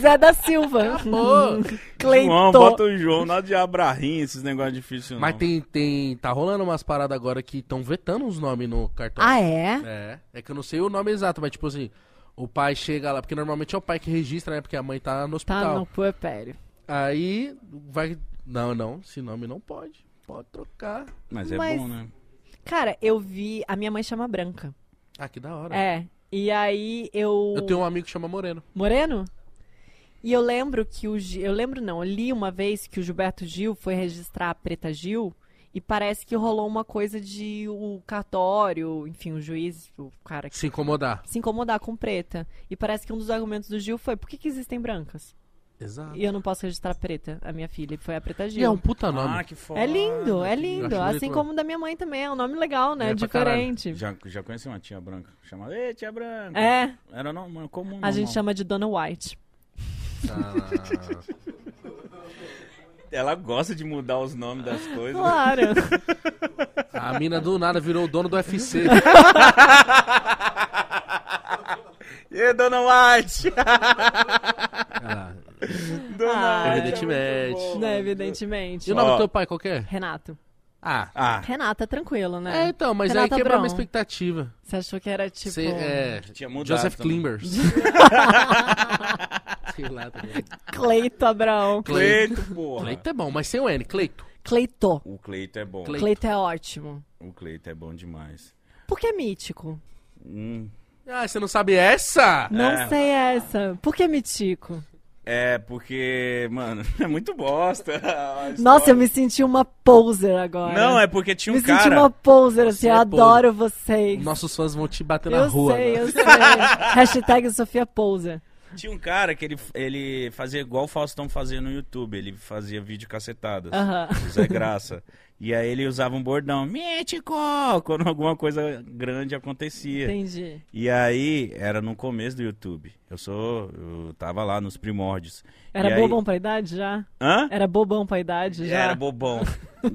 Zé da Silva.
Pô.
João,
Cleiton.
bota o João, nada de Abrahim, esses negócios difíceis.
Mas
não.
tem, tem. Tá rolando umas paradas agora que estão vetando uns nomes no cartão.
Ah, é?
É, é que eu não sei o nome exato, mas tipo assim, o pai chega lá, porque normalmente é o pai que registra, né? Porque a mãe tá no
Tá
hospital.
no puerpério.
Aí vai. Não, não, esse nome não pode. Pode trocar.
Mas é
Mas-
bom, né?
Cara, eu vi... A minha mãe chama Branca.
Ah, que da hora.
É. E aí eu...
Eu tenho um amigo que chama Moreno.
Moreno? E eu lembro que o... Gi- Eu lembro não, eu li uma vez que o Gilberto Gil foi registrar a Preta Gil... E parece que rolou uma coisa de o cartório, enfim, o juiz, o cara que
Se incomodar.
se incomodar com preta. E parece que um dos argumentos do Gil foi: por que, que existem brancas?
Exato.
E eu não posso registrar preta, a minha filha. E Foi a preta
E é um
Gil.
puta nome.
Ah, que foda.
é lindo, é lindo.
acho bonito
Assim
mesmo.
como o da minha mãe também. É um nome legal, né?
É pra
Diferente.
Já, já conheci uma tia branca. Chamava, ei, tia branca.
É,
Era não, comum.
a
normal.
gente chama de Dona White.
Ah,
Ela gosta de mudar os nomes das coisas.
Claro.
a mina do nada virou o dono do UFC.
E aí, dona White?
Ah,
Dona
Ah,
White. é
evidentemente.
muito bom.
né? Evidentemente.
E o nome
Ó.
do teu pai qual que é?
Renato.
Ah.
Ah,
Renata, tranquilo,
É,
né?
então, mas
Renata
aí quebra a
Brown.
minha expectativa.
Você achou que era tipo.
Cê- é,
tinha mudado.
Joseph
também.
Klimbers. Sei lá também.
Cleito Abrão.
Cleito.
Cleito, porra.
Cleito é bom, mas sem o N. Cleito.
Cleito.
O Cleito é bom.
Cleito.
Cleito é ótimo.
O Cleito é bom demais.
Por que é mítico?
Hum,
Ah, você não sabe essa?
Não
É.
sei essa. Por que mítico?
É, porque, mano, é muito bosta. a história.
Nossa, eu me senti uma poser agora.
Não, é porque tinha um
me senti
cara.
uma poser, assim,
Você
eu
é poser.
adoro vocês.
Nossos fãs vão te bater na
eu
rua. né?
sei,
né?
agora.
eu sei. Hashtag Sofia Pouser.
Tinha um cara que ele, ele fazia igual o Faustão fazia no YouTube. Ele fazia vídeo cacetadas.
Aham.
o Zé Graça. E aí ele usava um bordão, mítico, quando alguma coisa grande acontecia.
Entendi.
E aí, era no começo do YouTube. Eu sou. Eu tava lá nos primórdios.
Era
E aí-
bobão pra idade já?
Hã?
Era bobão pra idade já?
Era bobão.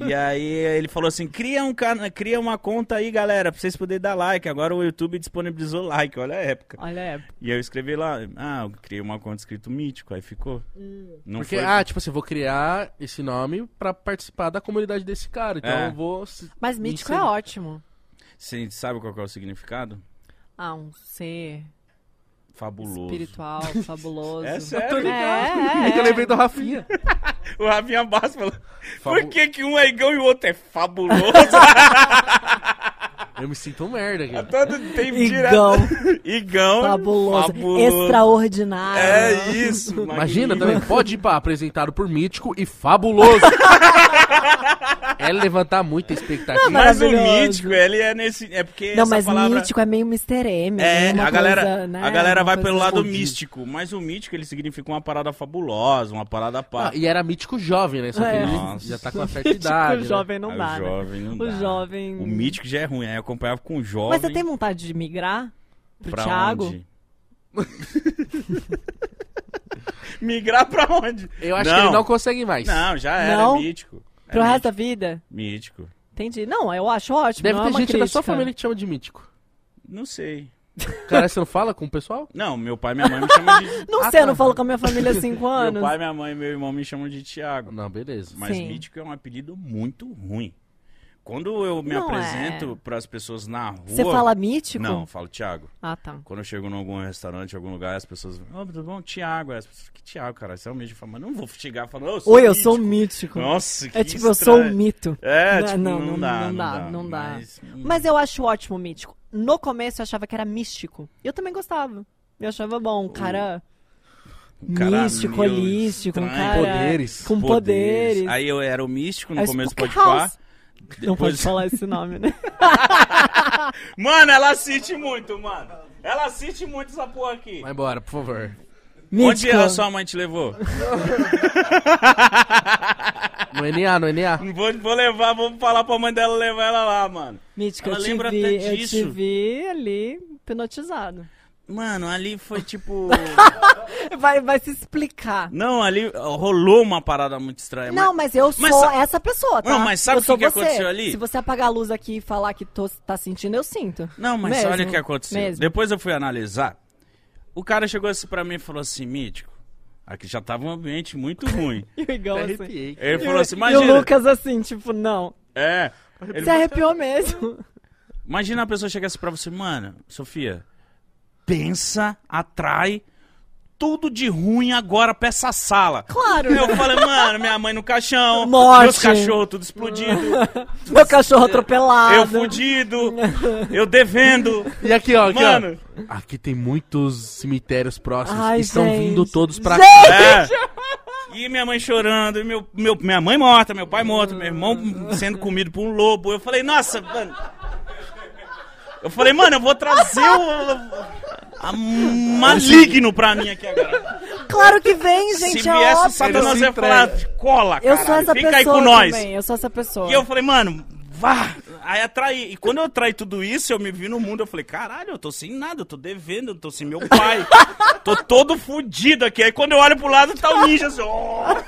e aí ele falou assim: cria, um cana- cria uma conta aí, galera, pra vocês poderem dar like. Agora o YouTube disponibilizou like, olha a época.
Olha é, a época.
E aí eu escrevi lá, ah, eu criei uma conta escrito mítico, aí ficou.
Hum.
Não
Porque,
foi.
ah, tipo assim, eu vou criar esse nome pra participar da comunidade desse cara. Então
É.
eu vou. se-
Mas mítico
Isso aí.
é ótimo.
Você sabe qual que é o significado?
Ah, um ser
Fabuloso.
espiritual, fabuloso.
É
Eu
sério.
É, é,
É que eu
é.
lembrei do Rafinha.
O Rafinha Bastos falou:
Fabu-
Por que, que um é igual e o outro é fabuloso?
Eu me sinto um merda, cara.
Todo tempo direto.
Igão,
Igão.
fabuloso,
fabuloso.
extraordinário.
É isso.
Ah, Imagina
magnífico.
também, pode ir pra apresentado por mítico e fabuloso. é levantar muita expectativa.
Não,
Mas o
Maravilhoso.
mítico, ele é nesse. É porque.
Não,
essa
mas
palavra...
mítico é meio Mr. M.
É,
tem uma
a galera,
coisa, né,
a galera
uma
vai
coisa
pelo
assim.
lado
escondida.
místico, mas o mítico ele significa uma parada fabulosa, uma parada pá.
Ah, e era mítico jovem, né? Só que
É.
ele
Nossa.
já tá com uma certa idade.
Tipo, o
né?
jovem não
Aí
dá,
o
né?
jovem não
O
dá.
jovem-
O mítico já é ruim, aí eu acompanhava com o jovem.
Mas você tem vontade de migrar pro
pra
Thiago?
onde? Migrar pra onde?
Eu acho que ele não consegue mais.
Não, já era,
Não?
é mítico. É
Pro resto
mítico.
da vida?
mítico.
Entendi. Não, eu acho ótimo.
Deve
não é
ter
uma
gente da sua
crítica.
família que te chama de mítico.
Não sei.
Cara, você não fala com o pessoal?
Não, meu pai e minha mãe me chamam de.
Não
Ah,
sei, eu
tá.
não falo com a minha família há cinco
meu
anos.
pai, minha mãe e meu irmão me chamam de Thiago.
Não, beleza.
Mas
Sim.
mítico é um apelido muito ruim. Quando eu me
Não é.
apresento pras pessoas na rua.
Você fala mítico?
Não, eu falo Thiago.
Ah, tá.
Quando eu chego em algum restaurante, em algum lugar, as pessoas. Ô, tudo bom? Thiago. Aí As pessoas. Que Thiago, cara? Isso é o mesmo. Eu falo, Mas não vou chegar falando. "Ô, um
Oi, eu sou mítico.
Nossa, que
é tipo, eu sou um
estranho.
mito.
É,
Não,
tipo,
não,
não,
não-
dá,
não
não
dá,
dá.
não dá.
Mas, hum,
Mas eu acho ótimo o mítico. No começo eu achava que era místico. E Eu também gostava. Eu achava bom, um cara,
um cara
místico,
meio
holístico, um
estranho.
cara
Poderes.
com poderes.
Aí eu era o místico no
Aí,
começo do
Spook
Podpah.
House. Não pode
Depois-
falar esse nome, né?
Mano, ela assiste muito, mano. Ela assiste muito essa porra aqui.
Vai embora, por favor.
Onde é
Mítico.
a sua mãe te levou?
No NA, no NA.
vou, vou levar, vou falar pra mãe dela levar ela lá, mano.
Mítico,
Ela
eu te,
lembra
vi,
até
eu te
disso.
vi ali hipnotizado.
Mano, ali foi tipo.
Vai, vai se explicar.
não, ali rolou uma parada muito estranha.
Não,
É, mas-
mas eu
Mas
sou
sa-
essa pessoa, tá?
Não, mas sabe
Eu
o
sou
que que
você.
aconteceu ali?
Se você apagar a luz aqui e falar que tô, tá sentindo, eu sinto.
Não, mas
Mesmo,
olha o que aconteceu.
mesmo.
Depois eu fui analisar. O cara chegou assim pra mim e falou assim: Mítico, aqui já tava um ambiente muito ruim.
E o Igão
Até
assim.
arrepiei.
Ele falou assim:
E-
Imagina.
E o Lucas assim, tipo, não.
É. Ele
Você arrepiou mesmo.
Imagina a pessoa chegasse pra você, mano, Sofia, pensa, atrai tudo de ruim agora pra essa sala.
Claro.
Eu falei, mano, minha mãe no caixão,
Morte.
meus cachorros tudo explodindo,
Meu cachorro atropelado.
eu fudido, eu devendo.
E aqui, ó, aqui,
Mano.
ó. Aqui tem muitos cemitérios próximos.
Ai,
Estão
gente.
vindo todos pra
Gente!
cá.
É. E minha mãe chorando, e meu, meu, minha mãe morta, meu pai morto, meu irmão sendo comido por um lobo. Eu falei, nossa, mano. Eu falei, mano, eu vou trazer o. A maligno pra mim aqui agora.
Claro que vem, gente.
se
é
viesse o
óbvio.
Satanás,
se
ia falar, cola,
Eu
caralho,
sou essa
fica
pessoa
aí com nós.
também. Eu sou essa pessoa.
E eu falei, mano, vá, Aí atraí. E quando eu atraí tudo isso, eu me vi no mundo, eu falei, caralho, eu tô sem nada, eu tô devendo, eu tô sem meu pai. tô todo fudido aqui. Aí quando eu olho pro lado, tá o ninja assim, ó. Eu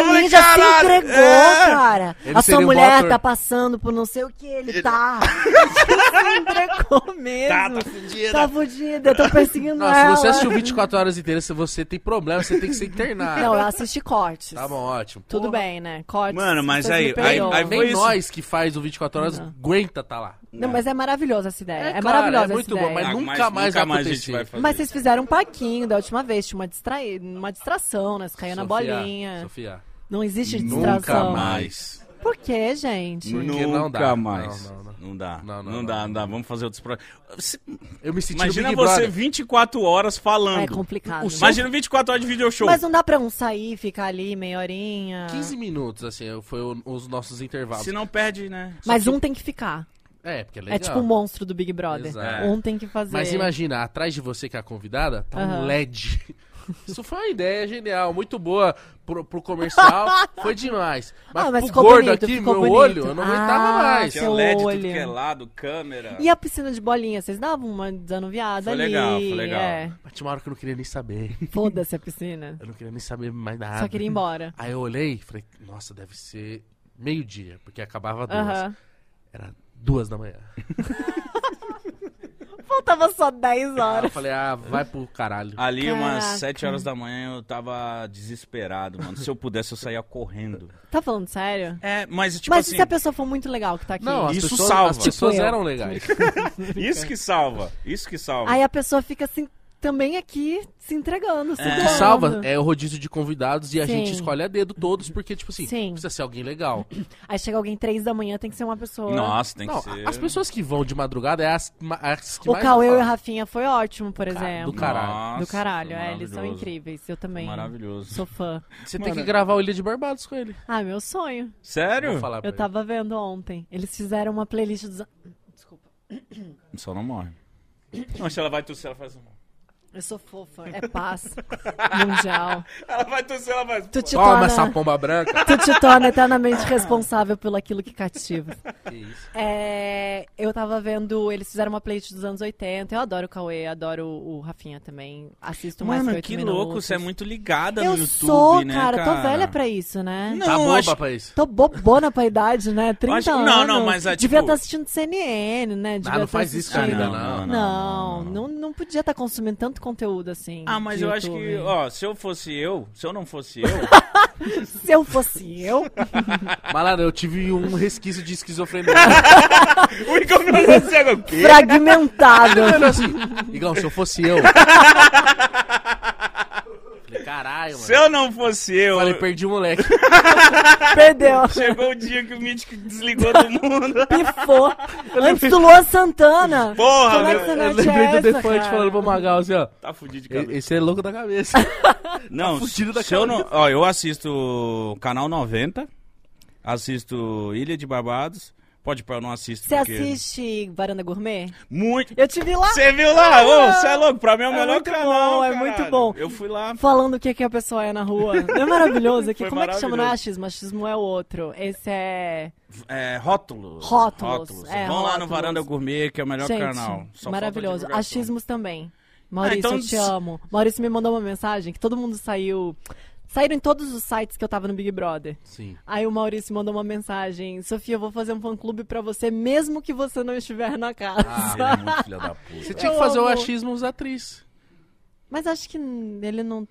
O
falei,
ninja se
"Caralho,
entregou,
é."
cara.
Ele
a
seria
sua
um
mulher
bom
tá
ator.
passando por não sei o que, ele tá. se entregou
Tá,
mesmo.
tá fudida.
Tá fudida, eu tô perseguindo
Não, se
ela.
você assistiu 24 horas inteiras, se você tem problema, você tem que ser internado.
Não, eu assisti cortes.
Tá bom, ótimo.
Tudo
Porra.
bem, né? Cortes.
Mano, mas
vocês
aí-
me perdoam.
aí- aí-
Nem
Foi isso.
nós que faz o 24 horas aguenta tá lá.
Não, mas é maravilhosa essa ideia. É,
claro,
maravilhosa essa
é muito
ideia.
bom, mas
Ah,
nunca
mas
mais
nunca
vai
mais a
acontecer.
gente vai fazer.
Mas vocês fizeram um paquinho da última vez, tinha uma, distrai... uma distração, né? Você caiu na
Sofia,
bolinha.
Sofia,
Não existe
nunca
distração.
mais.
Por quê, gente?
Porque
Nunca
não dá.
mais.
Não,
Não,
não, não.
dá.
Não,
Não,
não,
dá,
não.
não dá. Vamos fazer outros programas.
Eu me senti
Imagina
no Big
você
Brother.
24 horas falando.
É complicado.
O seu-
Imagina 24 horas de video show.
Mas não dá pra um sair, ficar ali meia horinha.
15 minutos, assim, foi o- os nossos intervalos.
Se não perde, né?
Mas um tem que ficar.
É, porque é legal.
É tipo o monstro do Big Brother.
Exato.
Um tem que fazer.
Mas imagina, atrás de você que é a convidada, tá um
Aham.
LED. Isso foi uma ideia genial, muito boa pro, pro comercial, foi demais. Mas,
Ah, mas
pro
ficou
gordo
bonito,
aqui,
ficou
meu
bonito.
olho, eu não aguentava
Ah,
mais.
sim.
Tinha LED, de tudo
olho.
que é lado, câmera.
E a piscina de bolinha? Vocês davam uma desanuviada
Foi
ali.
legal, foi legal.
É.
Mas tinha uma hora que eu não queria nem saber.
Foda-se a piscina.
Eu não queria nem saber mais nada.
Só queria ir embora.
Aí eu olhei e falei, nossa, deve ser meio-dia, porque acabava duas.
Aham.
Era duas da manhã.
Faltava só 10
Aí eu
horas.
falei, ah, vai pro caralho.
Ali, umas
Caraca.
7 horas da manhã, eu tava desesperado, mano. Se eu pudesse, eu saía correndo.
Tá falando sério?
É, mas tipo
Mas e
assim,
se a pessoa for muito legal que tá aqui?
Não, assim, as
Isso
pessoas,
salva.
as pessoas
Tipo eu.
eram legais.
isso que salva. Isso que salva.
Aí a pessoa fica assim, também aqui se entregando. Se
É.
O que
doando.
salva é o rodízio de convidados e a
Sim.
gente escolhe a dedo todos, porque, tipo assim,
Sim.
precisa ser alguém legal.
Aí chega alguém três da manhã, tem que ser uma pessoa.
Nossa, tem
Não,
que ser.
as pessoas que vão de madrugada é as, ma- as que
o
mais.
Cauê e o
falam.
Rafinha foi ótimo, por exemplo.
do caralho.
Do caralho,
foi
é, eles são
maravilhoso.
incríveis.
Foi
Eu também
Maravilhoso.
sou fã.
Você tem
Mano.
que gravar o Ilha de Barbados com ele.
Ah, meu sonho.
Tá Sério?
Vou falar pra
Eu tava vendo ontem. Eles fizeram uma playlist dos.
Só não morre. Não, se ela vai tossir, ela faz um.
Eu sou fofa. É paz. mundial.
Ela vai tossir, ela faz.
Tu te,
ele. Toma essa
torna,
pomba branca.
tu te torna eternamente responsável pelo aquilo que cativa.
que isso.
É, eu tava vendo, eles fizeram uma playlist dos anos 80. Eu adoro o Cauê, adoro o o Rafinha também. Assisto mais
Mano,
oito
que
minutos.
louco, você é muito ligada
Eu
no YouTube,
sou,
né,
cara, tô velha pra isso, né?
Não,
Tá
eu
boba
acho-
pra isso.
Tô bobona pra idade, né? 30
acho-
anos.
não, não, mas é,
Devia
tipo-
estar assistindo CNN, né? Devia
Ah, não
tá
faz isso
assistindo-
ainda,
Ah,
não.
não,
Não, não, não podia estar consumindo tanto conteúdo assim.
Ah, mas
de
eu acho
YouTube.
que, ó, se eu fosse eu, se eu não fosse eu,
Se eu fosse eu,
Malandro, eu tive um resquício de esquizofrenia.
O Igor me olhou assim agora, o quê?
fragmentável.
Mano, assim, Igão, se eu fosse eu. Falei, caralho, mano.
Se eu não fosse eu,
Falei, perdi o moleque.
Perdeu.
chegou o dia que o Mítico desligou do mundo.
Pifou. Antes do Luan Santana.
Porra,
Como é que
meu.
você
Eu
mete
lembrei do
essa,
Defante
cara?
falando pro Magal assim, ó.
Tá fudido de
"E-
cabeça.
Esse é louco da cabeça.
Não,
tá fudido
se
da
eu não, ó, eu assisto Canal 90, assisto Ilha de Barbados, pode pôr, eu não assisto
Você
porque...
assiste Varanda Gourmet?
Muito...
Eu te vi lá
Você viu lá? Ô, você é louco, pra mim é o
É
melhor
muito
canal,
bom, é
caralho.
muito bom.
Eu fui lá...
falando o que, que a pessoa é na rua. É maravilhoso aqui.
Foi
Como é que chama? Não é
maravilhoso.
achismo, achismo é o outro. Esse é.
É, rótulos.
Rótulos, é,
Vão lá no
rótulos.
Varanda Gourmet, que é o melhor
Gente,
canal. Só falta
maravilhoso.
divulgação.
Achismos também. Maurício,
Ah, então
eu te
se-
amo. Maurício me mandou uma mensagem que todo mundo saiu. Saíram em todos os sites que eu tava no Big Brother.
Sim.
Aí o Maurício mandou uma mensagem: Sofia, eu vou fazer um fã-clube pra você, mesmo que você não estiver na casa.
Ah.
Ele é muito filho da puta.
Você tinha
Eu
que fazer o
amo.
achismo os atriz.
Mas acho que ele não,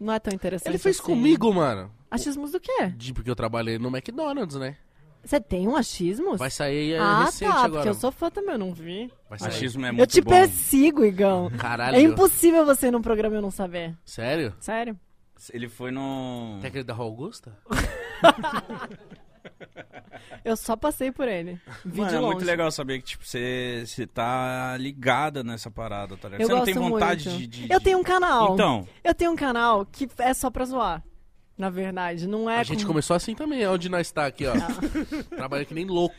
não é tão interessante.
Ele fez
assim.
comigo, mano.
Achismos do quê?
De- porque eu trabalhei no McDonald's, né?
Você tem um achismos?
Vai sair é,
ah,
recente
tá,
agora.
porque eu sou fã também, eu não vi.
Vai sair.
Achismo é muito
eu te
bom.
persigo, Igão.
Caralho.
É impossível você ir num programa e eu não saber.
Sério?
Sério?
Ele foi no.
Tem aquele da Raul Augusta?
Eu só passei por ele. Vi
Mano,
de
é
longe.
muito legal saber que, tipo, você você tá ligada nessa parada, tá ligado?
Eu
você não
gosto
tem vontade
muito.
de, de-
Eu tenho um canal.
Então.
Eu tenho um canal que é só pra zoar. Na verdade, não é.
a gente
com- Ah.
começou assim também, é onde nós tá aqui, ó. Trabalhando que nem louco.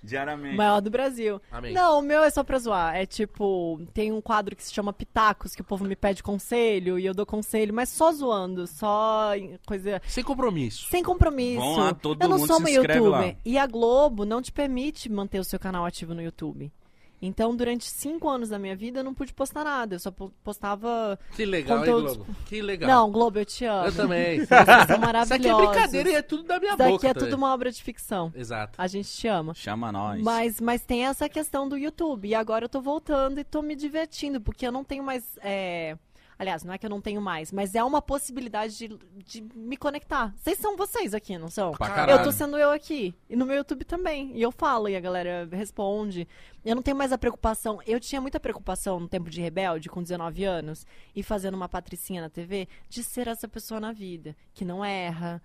Diariamente.
Maior do Brasil.
Amém.
Não, o meu é só pra zoar. É tipo, tem um quadro que se chama Pitacos, que o povo me pede conselho e eu dou conselho, mas só zoando, só em- coisa.
Sem compromisso.
Sem compromisso.
Vão lá, todo
eu não
mundo
sou
se
uma
inscreve
youtuber.
lá.
E a Globo não te permite manter o seu canal ativo no YouTube. Então, durante cinco anos da minha vida, eu não pude postar nada. Eu só po- postava.
Que legal,
Conteúdo-
hein, Globo? Que legal.
Não, Globo, eu te amo.
Eu também.
Vocês são
Isso aqui
maravilhosos.
é brincadeira e é tudo da minha
Isso daqui
boca.
é
também.
tudo uma obra de ficção.
Exato.
A gente te ama.
Chama nós.
Mas, mas tem essa questão do YouTube. E agora eu tô voltando e tô me divertindo, porque eu não tenho mais. é, Aliás, não é que eu não tenho mais, mas é uma possibilidade de, de me conectar. Vocês são vocês aqui, não são?
Pra
Eu
caralho.
tô sendo eu aqui. E no meu YouTube também. E eu falo, e a galera responde. Eu não tenho mais a preocupação. Eu tinha muita preocupação no tempo de rebelde, com 19 anos, e fazendo uma patricinha na TV, de ser essa pessoa na vida, que não erra,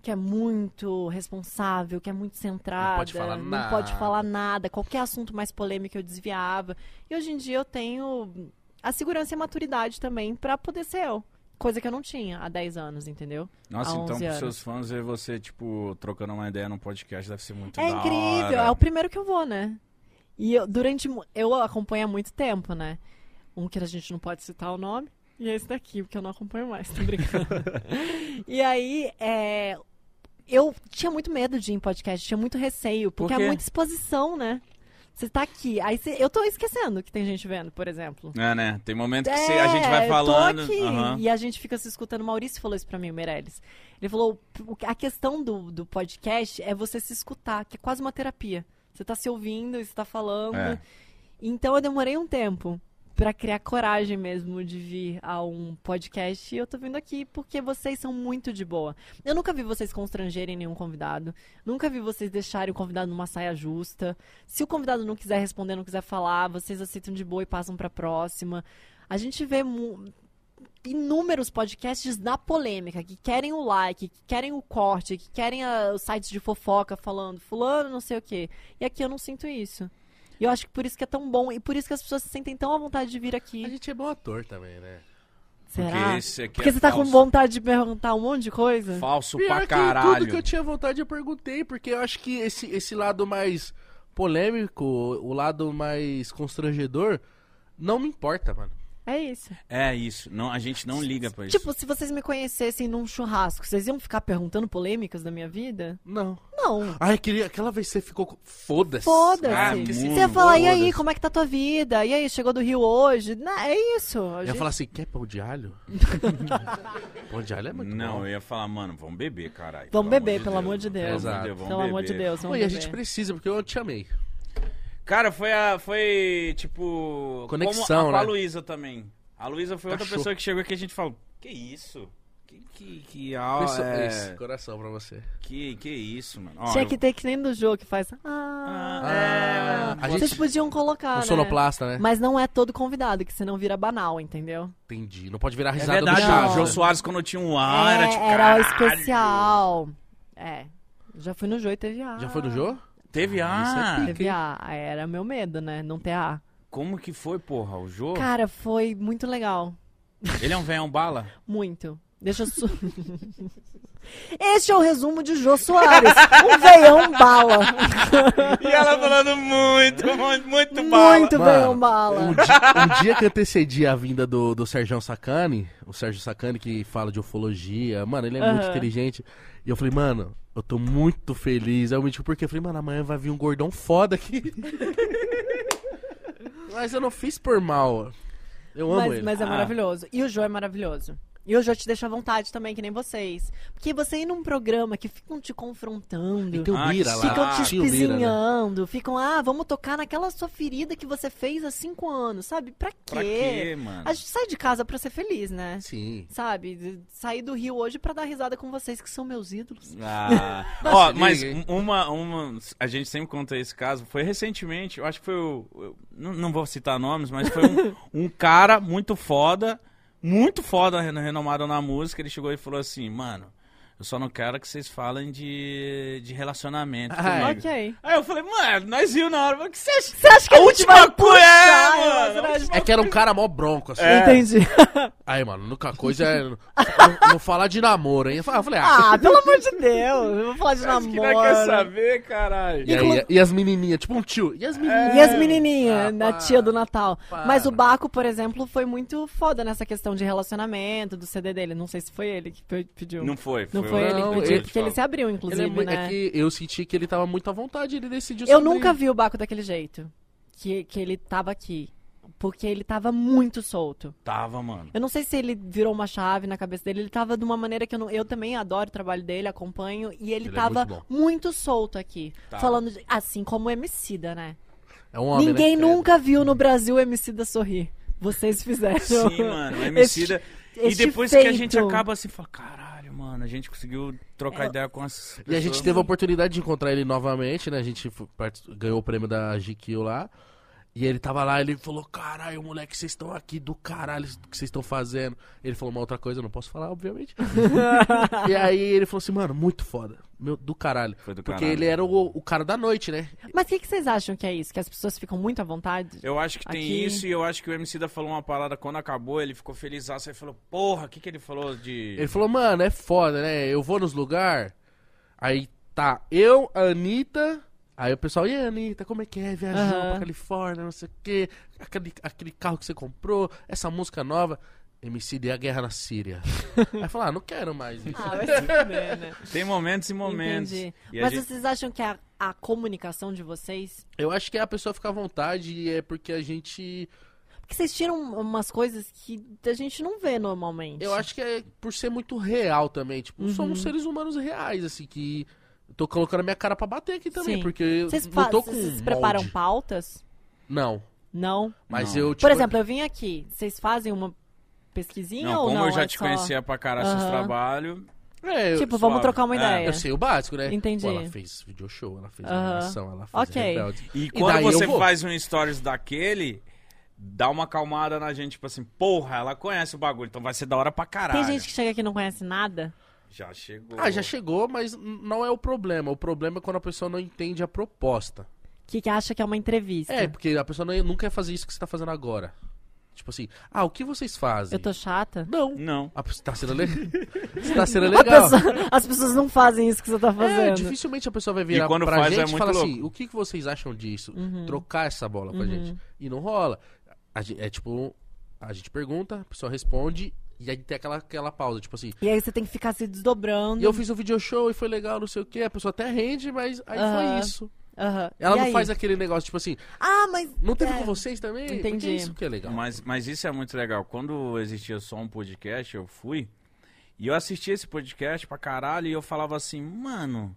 que é muito responsável, que é muito centrada.
falar
Não pode falar nada. Qualquer assunto mais polêmico eu desviava. E hoje em dia eu tenho a segurança e a maturidade também pra poder ser eu. Coisa que eu não tinha há 10 anos, entendeu?
Nossa,
há
então
11
pros
anos.
seus fãs ver você, tipo, trocando uma ideia num podcast deve ser muito
É
da
incrível,
hora.
é o primeiro que eu vou, né? E eu, durante. mu- Eu acompanho há muito tempo, né? Um que a gente não pode citar o nome. E é esse daqui, porque eu não acompanho mais, tô brincando. e aí, é, eu tinha muito medo de ir em podcast, tinha muito receio,
Por
porque
quê?
é muita exposição, né? Você tá aqui, aí você- eu tô esquecendo que tem gente vendo, por exemplo.
É, né? Tem momento que
É,
você- a gente vai falando.
Eu tô aqui,
aham.
E a gente fica se escutando. O Maurício falou isso pra mim, o Meirelles. Ele falou: "O- a questão do, do podcast é você se escutar, que é quase uma terapia. Você tá se ouvindo, e você tá falando.
É.
Então eu demorei um tempo pra criar coragem mesmo de vir a um podcast. E eu tô vindo aqui porque vocês são muito de boa. Eu nunca vi vocês constrangerem nenhum convidado. Nunca vi vocês deixarem o convidado numa saia justa. Se o convidado não quiser responder, não quiser falar, vocês aceitam de boa e passam pra próxima. A gente vê mu- inúmeros podcasts da polêmica, que querem o like, que querem o corte, que querem a- os sites de fofoca falando fulano, não sei o quê. E aqui eu não sinto isso. E eu acho que por isso que é tão bom e por isso que as pessoas se sentem tão à vontade de vir
A
aqui.
gente é bom ator também, né?
Será?
Porque esse aqui
Porque
é
você tá com
falso.
vontade de perguntar um monte de coisa?
Falso
Pior
pra
que
caralho.
tudo que eu tinha vontade eu perguntei, porque eu acho que esse, esse lado mais polêmico, o lado mais constrangedor, não me importa, mano.
É isso.
É isso. Não, a gente não liga
É
pra isso.
Tipo, se vocês me conhecessem num churrasco, vocês iam ficar perguntando polêmicas da minha vida?
Não.
Não.
Ai, queria, aquela vez você ficou. com- Foda-se.
Foda-se.
Ah,
que se
Você ia falar, e aí,
foda-se.
como é que tá tua vida? E aí, chegou do Rio hoje? Não, é isso. A
Eu
gente-
ia falar assim: quer pão de alho? pão de alho é muito
não,
bom.
eu ia falar, mano, vamos beber, caralho.
Vamos beber, pelo amor de Deus.
Exato.
Deus, vamos
Pelo amor de
beber.
Deus, vamos
Pô, e a
beber.
gente precisa, porque eu te amei.
Cara, foi a. Foi, tipo.
Conexão,
como a, com a
né?
Luísa também. A Luísa foi outra
Cachorro.
pessoa que chegou aqui e a gente falou: Que isso? Que, que, que aula.
Pessoa-
é...
Esse coração pra você.
que, que isso, mano? Ó,
Tinha
eu-
que ter que nem do jogo que faz. Ah,
Ah,
a
vocês
gente-
podiam colocar.
Um
né?
sonoplasta, né?
Mas não é todo convidado, que senão vira banal, entendeu?
Entendi. Não pode virar
É
risada
verdade,
do
o
Chaves.
Jô Soares quando tinha um
Ah,
ar, era
É,
tipo.
era o
"Caralho".
especial. É. Já fui no jogo e teve A.
Já foi no jogo?
Teve
Isso é
ar.
Teve A. Era meu medo, né? Não ter A.
Como que foi, porra? O Jô?
Cara, foi muito legal.
Ele é um venhão bala?
Muito. Deixa eu. Su... Este é o resumo de Jô Soares. Um veião bala.
E ela falando muito, muito, muito
Muito
Mano,
veião bala.
Um dia, um dia que antecedi a vinda do, do Sérgio Sacani, o Sérgio Sacani que fala de ufologia, mano, ele é muito
Aham.
inteligente. E eu falei, mano, eu tô muito feliz. Aí eu menti porque eu falei, mano, amanhã vai vir um gordão foda aqui. Mas eu não fiz por mal. Eu amo
mas,
ele.
mas é
Ah.
maravilhoso. E o Jô é maravilhoso. E o Jô te deixa à vontade também, que nem vocês. Porque você ir num programa que ficam te confrontando,
E tem É o
Ah,
Mira
que
lá.
ficam te
tinha o Mira, né?
espizinhando, ficam, ah, vamos tocar naquela sua ferida que você fez há cinco anos, sabe? Pra quê?
Pra quê, mano?
A gente sai de casa pra ser feliz, né?
Sim.
Sabe? Saí do Rio hoje pra dar risada com vocês, que são meus ídolos.
Ah. Ó,
Se
mas
liga, hein?
uma, uma. A gente sempre conta esse caso. Foi recentemente, eu acho que foi o. eu não, não vou citar nomes, mas foi um, um cara muito foda, muito foda, reno- renomado na música. Ele chegou e falou assim, mano. Eu só não quero que vocês falem de, de relacionamento
Ah, é.
comigo.
Ok.
Aí eu falei, mano, nós riu na hora. mas o que você acha?
Você acha que
A
a gente
última
vai
coisa,
puxar?
mano.
Ai, mas,
A
mas-
É que era um cara mó bronco, assim.
É. Entendi.
Aí, mano, nunca coisa é. não- Não falar de namoro, hein? Eu falei, ah.
Ah, pelo amor de Deus. Eu vou falar de
Acho que não quer
namoro.
saber, caralho.
E, aí, e as menininhas, tipo um tio. E as menininhas?
E as menininhas,
Ah,
da
para,
tia do Natal.
para.
Mas o Baco, por exemplo, foi muito foda nessa questão de relacionamento, do CD dele. Não sei se foi ele que pe- pediu.
Não foi.
Não foi ele
Não,
que pediu,
ele-
porque ele se abriu, inclusive,
Ele é, mui- é
né?
que eu senti que ele tava muito à vontade, ele decidiu
Eu
sobre-
nunca vi o Baco daquele jeito. Que, que ele tava aqui. Porque ele tava muito solto.
Tava, mano.
Eu não sei se ele virou uma chave na cabeça dele. Ele tava de uma maneira que eu não. Eu também adoro o trabalho dele, acompanho. E ele,
Ele é
tava
muito bom.
muito, solto aqui.
Tá.
Falando de- assim como o Emicida, né?
É um homem, né,
Ninguém
que é-
nunca viu no Brasil o Emicida sorrir. Vocês fizeram.
Sim, mano. O Emicida. E
este
depois que a
feito. É,
gente acaba assim, fala, caralho, mano, a gente conseguiu trocar ideia com as
E a
pessoas,
gente teve a
mano."
oportunidade de encontrar ele novamente, né? A gente fu- part- ganhou o prêmio da GQ lá. E ele tava lá, ele falou, caralho, moleque, vocês estão aqui do caralho, o que vocês estão fazendo? Ele falou uma outra coisa, eu não posso falar, obviamente. e aí ele falou assim, mano, muito foda, meu, do caralho.
Foi do
Porque
caralho.
ele era o, o cara da noite, né?
Mas o que, que vocês acham que é isso? Que as pessoas ficam muito à vontade?
Eu acho que tem
Aqui.
isso e eu acho que o MC da falou uma parada quando acabou, ele ficou feliz, e falou, porra, o que, que ele falou de.
Ele falou, mano, é foda, né? Eu vou nos lugar, aí tá eu, a Anitta, aí o pessoal, e aí, Anitta, como é que é? Viajou
Aham.
pra Califórnia, não sei o quê, aquele, aquele carro que você comprou, essa música nova, MC e a guerra na Síria. aí falou, ah, não quero mais isso.
Ah, vai se fuder, né?
Tem momentos e momentos.
Entendi.
E a
Mas
gente-
vocês acham que a, a comunicação de vocês.
Eu acho que é a pessoa ficar à vontade e é porque a gente.
Porque vocês tiram umas coisas que a gente não vê normalmente.
Eu acho que é por ser muito real também. Tipo, somos
Uhum.
seres humanos reais, assim, que. Tô colocando a minha cara pra bater aqui também,
Sim.
porque eu
Vocês,
não
fa-
tô com. um
vocês preparam
molde.
pautas?
Não.
Não.
Mas
Não.
eu,
Por
tipo,
exemplo, eu vim aqui. Vocês fazem uma pesquisinha
Não,
ou
como
não?
eu já
É
te
só-
conhecia pra caralho seus
Aham.
trabalhos.
É, eu,
Tipo,
suave.
vamos trocar uma
É,
ideia.
eu sei o básico, né?
Entendi.
Pô, ela fez video show, ela fez
Aham.
animação, ela fez
Ok.
rebelde.
E
daí
quando
eu
você
vou.
faz um stories daquele, dá uma acalmada na gente, tipo assim, porra, ela conhece o bagulho, então vai ser da hora pra caralho.
Tem gente que chega aqui e não conhece nada.
Já chegou.
Ah, já chegou, mas n- não é o problema. O problema é quando a pessoa não entende a proposta.
Que, que acha que é uma entrevista.
É, porque a pessoa não, nunca ia fazer isso que você tá fazendo agora. Tipo assim, ah, o que vocês fazem?
Eu tô chata.
Não.
Não.
A pessoa tá sendo, le... você tá sendo
A
legal.
pessoa- as pessoas não fazem isso que você tá
É,
fazendo.
dificilmente a pessoa vai virar
E quando
pra
faz, é
gente e
muito
falar
louco.
assim, o que que vocês acham disso?
Uhum.
Trocar essa bola com a gente. E não rola. A gente- é tipo, a gente pergunta, a pessoa responde, e aí tem aquela, aquela pausa, tipo assim,
E aí você tem que ficar se desdobrando.
E eu fiz o video show e foi legal, não sei o que. A pessoa até rende, mas aí foi
Aham.
isso.
Aham.
Ela
E
não
aí?
faz aquele negócio, tipo assim,
Ah, mas.
não teve
É.
com vocês também? Porque
Entendi.
é isso que é legal.
Mas, mas isso é muito legal. Quando existia só um podcast, eu fui. E eu assisti esse podcast pra caralho e eu falava assim, mano,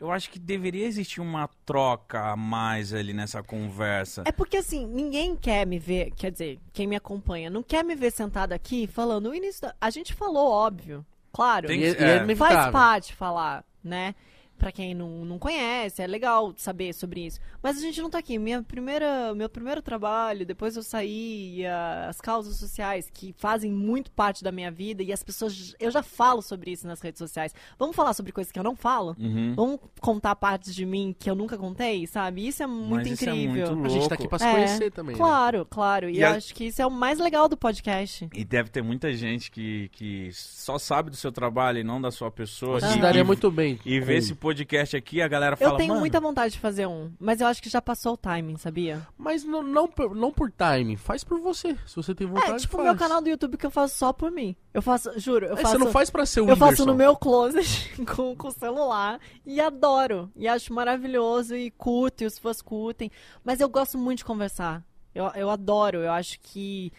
eu acho que deveria existir uma troca a mais ali nessa conversa.
É porque assim, ninguém quer me ver, quer dizer, quem me acompanha, não quer me ver sentada aqui falando o início. da- A gente falou, óbvio. Claro.
Tem
E,
que-
e é
é.
inevitável.
Faz parte falar, né? Pra quem não, não conhece, é legal saber sobre isso. Mas a gente não tá aqui. Minha primeira, meu primeiro trabalho, depois eu saí, e a- as causas sociais que fazem muito parte da minha vida e as pessoas. j- Eu já falo sobre isso nas redes sociais. Vamos falar sobre coisas que eu não falo?
Uhum.
Vamos contar partes de mim que eu nunca contei, sabe? Isso é muito
mas isso é
incrível.
muito louco.
A gente tá aqui pra se
É,
conhecer também. né?
Claro, claro. E,
E
eu
a-
acho que isso é o mais legal do podcast.
E deve ter muita gente que, que só sabe do seu trabalho e não da sua pessoa.
Você se
E-
daria
e,
muito bem.
E
É.
ver esse podcast aqui, a galera
Eu
fala,
tenho
mano...
muita vontade de fazer um, mas eu acho que já passou o timing, sabia?
Mas não, não, por- não por time, faz por você. Se você tem vontade,
é, tipo o
faz.
meu canal do YouTube que eu faço só por mim. Eu faço, juro, eu
É,
faço.
Você não faz pra ser o
eu faço no
Whindersson.
meu closet com, com o celular e adoro. E acho maravilhoso e curto, e os fãs curtem. Mas eu gosto muito de conversar. Eu, eu adoro, eu acho que.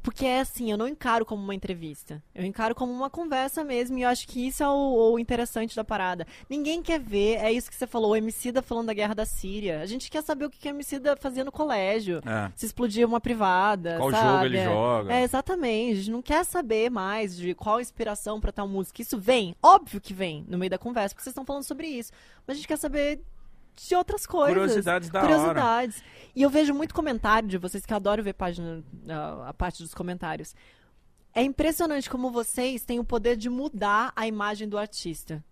Porque é assim, eu não encaro como uma entrevista. Eu encaro como uma conversa mesmo, e eu acho que isso é o, o interessante da parada. Ninguém quer ver, é isso que você falou, o Emicida falando da guerra da Síria. A gente quer saber o que, que o Emicida fazia no colégio.
É.
Se explodia uma privada,
Qual
sabe?
jogo ele
É.
joga.
É, exatamente. A gente não quer saber mais de qual a inspiração pra tal música. Isso vem, óbvio que vem no meio da conversa, porque vocês estão falando sobre isso. Mas a gente quer saber de outras coisas.
Curiosidades da hora.
Curiosidades. E eu vejo muito comentário de vocês, que eu adoro ver página, a- a parte dos comentários. É impressionante como vocês têm o poder de mudar a imagem do artista.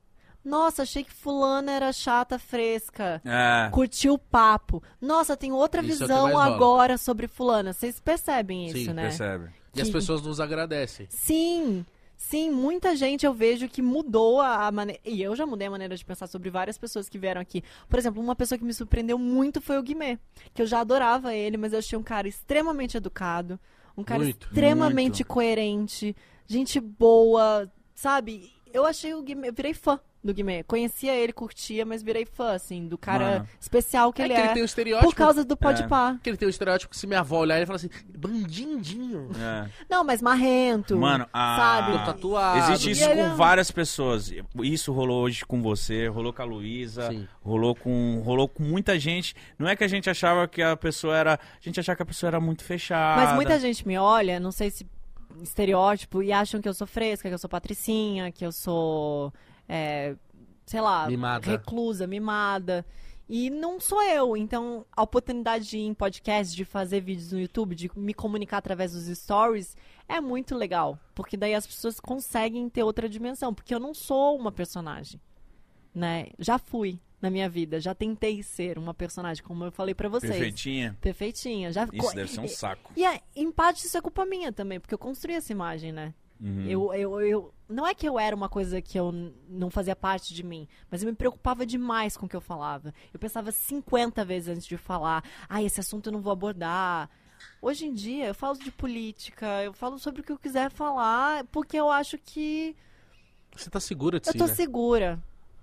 Nossa, achei que fulana era chata, fresca.
É.
Curtiu o papo. Nossa, tem outra
Isso é o que
visão
mais rola.
agora sobre fulana. Vocês percebem isso,
Sim,
né?
Percebe.
E as
Que-
pessoas nos agradecem.
Sim, sim, muita gente eu vejo que mudou a maneira. E eu já mudei a maneira de pensar sobre várias pessoas que vieram aqui. Por exemplo, uma pessoa que me surpreendeu muito foi o Guimê, que eu já adorava ele, mas eu achei um cara extremamente educado, um cara
Muito,
extremamente
muito.
coerente, gente boa, sabe? Eu achei o Guimê, eu virei fã do Guimê. Conhecia ele, curtia, mas virei fã, assim, do cara
Mano.
especial que
é
ele
que ele
é.
tem um estereótipo.
Por causa do Podpah.
Que ele tem um estereótipo que se minha avó olhar, ele fala assim, bandindinho.
É.
Não, mas marrento.
Mano, a...
Sabe?
Todo tatuado.
Ah, Existe isso
E
com
era-
várias pessoas. Isso rolou hoje com você, rolou com a Luísa,
Sim.
rolou com, rolou com muita gente. Não é que a gente achava que a pessoa era. A gente achava que a pessoa era muito fechada.
Mas muita gente me olha, não sei se estereótipo, e acham que eu sou fresca, que eu sou patricinha, que eu sou. é, sei lá.
Mimada.
Reclusa, mimada. E não sou eu. Então, a oportunidade de ir em podcast, de fazer vídeos no YouTube, de me comunicar através dos stories, é muito legal. Porque daí as pessoas conseguem ter outra dimensão. Porque eu não sou uma personagem. Né? Já fui na minha vida, já tentei ser uma personagem, como eu falei pra vocês.
Perfeitinha.
Perfeitinha. Já
Isso
co-
deve ser um saco.
e é, em parte isso é culpa minha também, porque eu construí essa imagem, né?
Uhum. Hum.
Eu, eu, eu, não é que eu era uma coisa que eu n- não fazia parte de mim, mas eu me preocupava demais com o que eu falava. Eu pensava 50 vezes antes de falar, ah, esse assunto eu não vou abordar. Hoje em dia eu falo de política, eu falo sobre o que eu quiser falar, porque eu acho que
Você tá segura de
eu
si,
tô
né?
segura.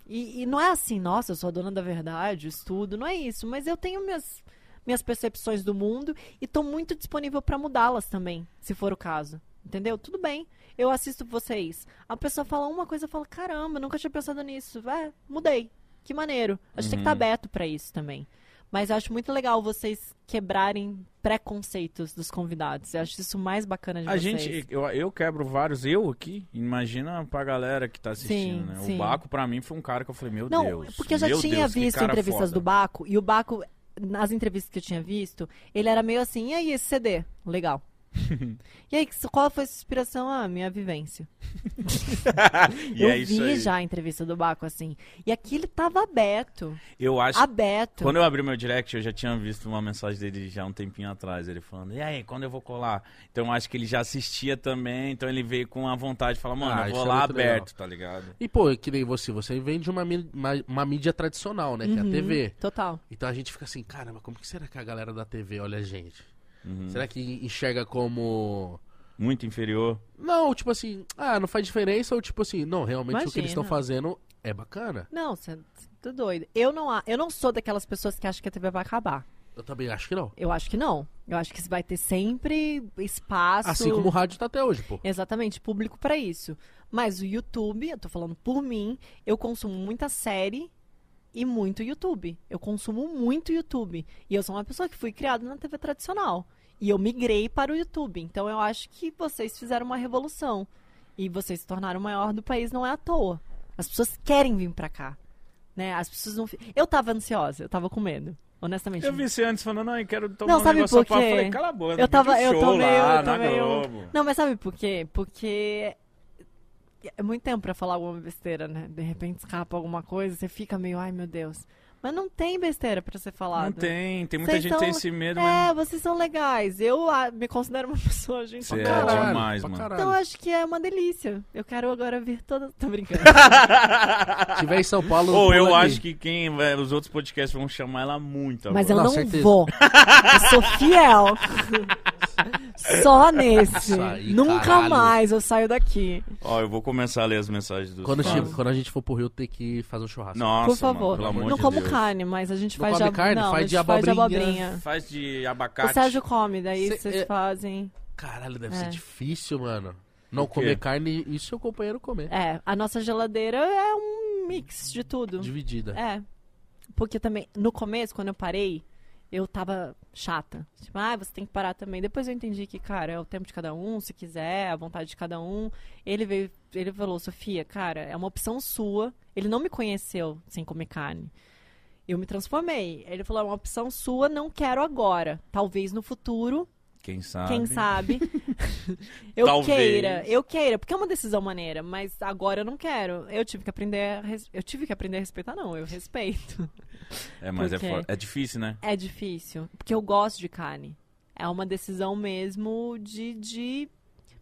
E, e não é assim, nossa, eu sou a dona da verdade, eu estudo, não é isso. Mas eu tenho minhas, minhas percepções do mundo e tô muito disponível pra mudá-las também, se for o caso. Entendeu? Tudo bem. Eu assisto vocês. A pessoa fala uma coisa, eu falo, caramba, nunca tinha pensado nisso. É, mudei. Que maneiro. A gente tem que estar
Uhum.
aberto pra isso também. Mas eu acho muito legal vocês quebrarem preconceitos dos convidados. Eu acho isso mais bacana de
A
vocês.
gente, eu, eu quebro vários, eu aqui, imagina pra galera que tá assistindo,
Sim,
né? O
sim.
Baco, pra mim, foi um cara que eu falei, meu
Não,
Deus.
porque eu já
meu
tinha
Deus, que
visto
cara
entrevistas
foda.
do Baco e o Baco, nas entrevistas que eu tinha visto, ele era meio assim, e aí, esse CD? Legal. e aí, qual foi a sua inspiração? Ah, minha vivência.
E
eu
é isso
vi
aí.
já a entrevista do Baco, assim. E aqui ele tava aberto.
Eu acho
Aberto.
Quando eu abri meu direct, eu já tinha visto uma mensagem dele já um tempinho atrás, ele falando, e aí, quando eu vou colar? Então eu acho que ele já assistia também, então ele veio com a vontade de falar, mano,
Ah,
eu
isso
vou
é
lá
muito
aberto, tá ligado?
E, pô, que nem você, você vem de uma, mi- uma, uma mídia tradicional, né? Que é a
Uhum,
TV.
Total.
Então a gente fica assim, caramba, como que será que a galera da TV olha a gente?
Hum.
Será que enxerga como.
Muito inferior.
Não, tipo assim, ah, não faz diferença, ou tipo assim, não, realmente o que eles
Imagina.
estão fazendo é bacana.
Não, você tá doido. Eu não, a- eu não sou daquelas pessoas que acham que a TV vai acabar.
Eu também acho que não.
Eu acho que não. Eu acho que isso vai ter sempre espaço.
Assim como o rádio tá até hoje, pô.
Exatamente, público pra isso. Mas o YouTube, eu tô falando por mim, eu consumo muita série e muito YouTube. Eu consumo muito YouTube. E eu sou uma pessoa que fui criada na TV tradicional. E eu migrei para o YouTube. Então eu acho que vocês fizeram uma revolução. E vocês se tornaram o maior do país, não é à toa. As pessoas querem vir pra cá. Né? As pessoas não. fi- Eu tava ansiosa, eu tava com medo. Honestamente.
Eu vi você antes falando, ai, quero tomar
Não,
um
sabe
negócio
por
pra fora."
quê?
Eu falei, cala a boca,
Eu tava-
tem um
eu
show
tô meio-
lá
eu tô
na
meio-
Globo.
Não, mas sabe por quê? Porque é muito tempo pra falar alguma besteira, né? De repente escapa alguma coisa, você fica meio, ai meu Deus. Mas não tem besteira pra ser falado.
Não tem, tem muita
Vocês
gente que tem
são-
esse medo, né? mas...
É, vocês são legais. Eu ah, me considero uma pessoa gente.
Você é
boa.
demais, mano.
Então eu acho que é uma delícia. Eu quero agora ver toda. Tô brincando.
Se tiver em São Paulo.
Ou
pula
eu
aqui.
acho que quem vai, os outros podcasts vão chamar ela muito agora.
Mas eu
Não,
não,
certeza.
vou. Eu sou fiel. Só nesse.
Nossa, aí,
Nunca
caralho.
mais eu saio daqui.
Ó, eu vou começar a ler as mensagens dos
Quando,
fãs.
chega- quando a gente for pro Rio, tem que fazer um churrasco.
Nossa,
Por favor.
mano, pelo amor
não
de
como
Deus.
carne, mas a gente
Não
faz
come
de,
carne?
não,
Faz
a gente
de
faz de
abobrinha.
abobrinha.
Faz de
O
abacate.
Sérgio come, daí
Cê-
vocês
é-
fazem.
Caralho, deve
É.
ser difícil, mano. Não
quê?
comer carne e seu companheiro comer.
É, a nossa geladeira é um mix de tudo.
Dividida.
É. Porque também, no começo, quando eu parei, eu tava chata. Tipo, ah, você tem que parar também. Depois eu entendi que, cara, é o tempo de cada um, se quiser, a vontade de cada um. Ele veio, ele falou, Sofia, cara, é uma opção sua. Ele não me conheceu sem comer carne. Eu me transformei. Ele falou, é uma opção sua, não quero agora. Talvez no futuro
Quem sabe?
Quem sabe? eu
Talvez.
queira, eu queira, porque é uma decisão maneira, mas agora eu não quero. Eu tive que aprender, a res- eu tive que aprender a respeitar, não, eu respeito.
É, mas é,
Por quê?
fo- é difícil, né?
É difícil, porque eu gosto de carne. É uma decisão mesmo de, de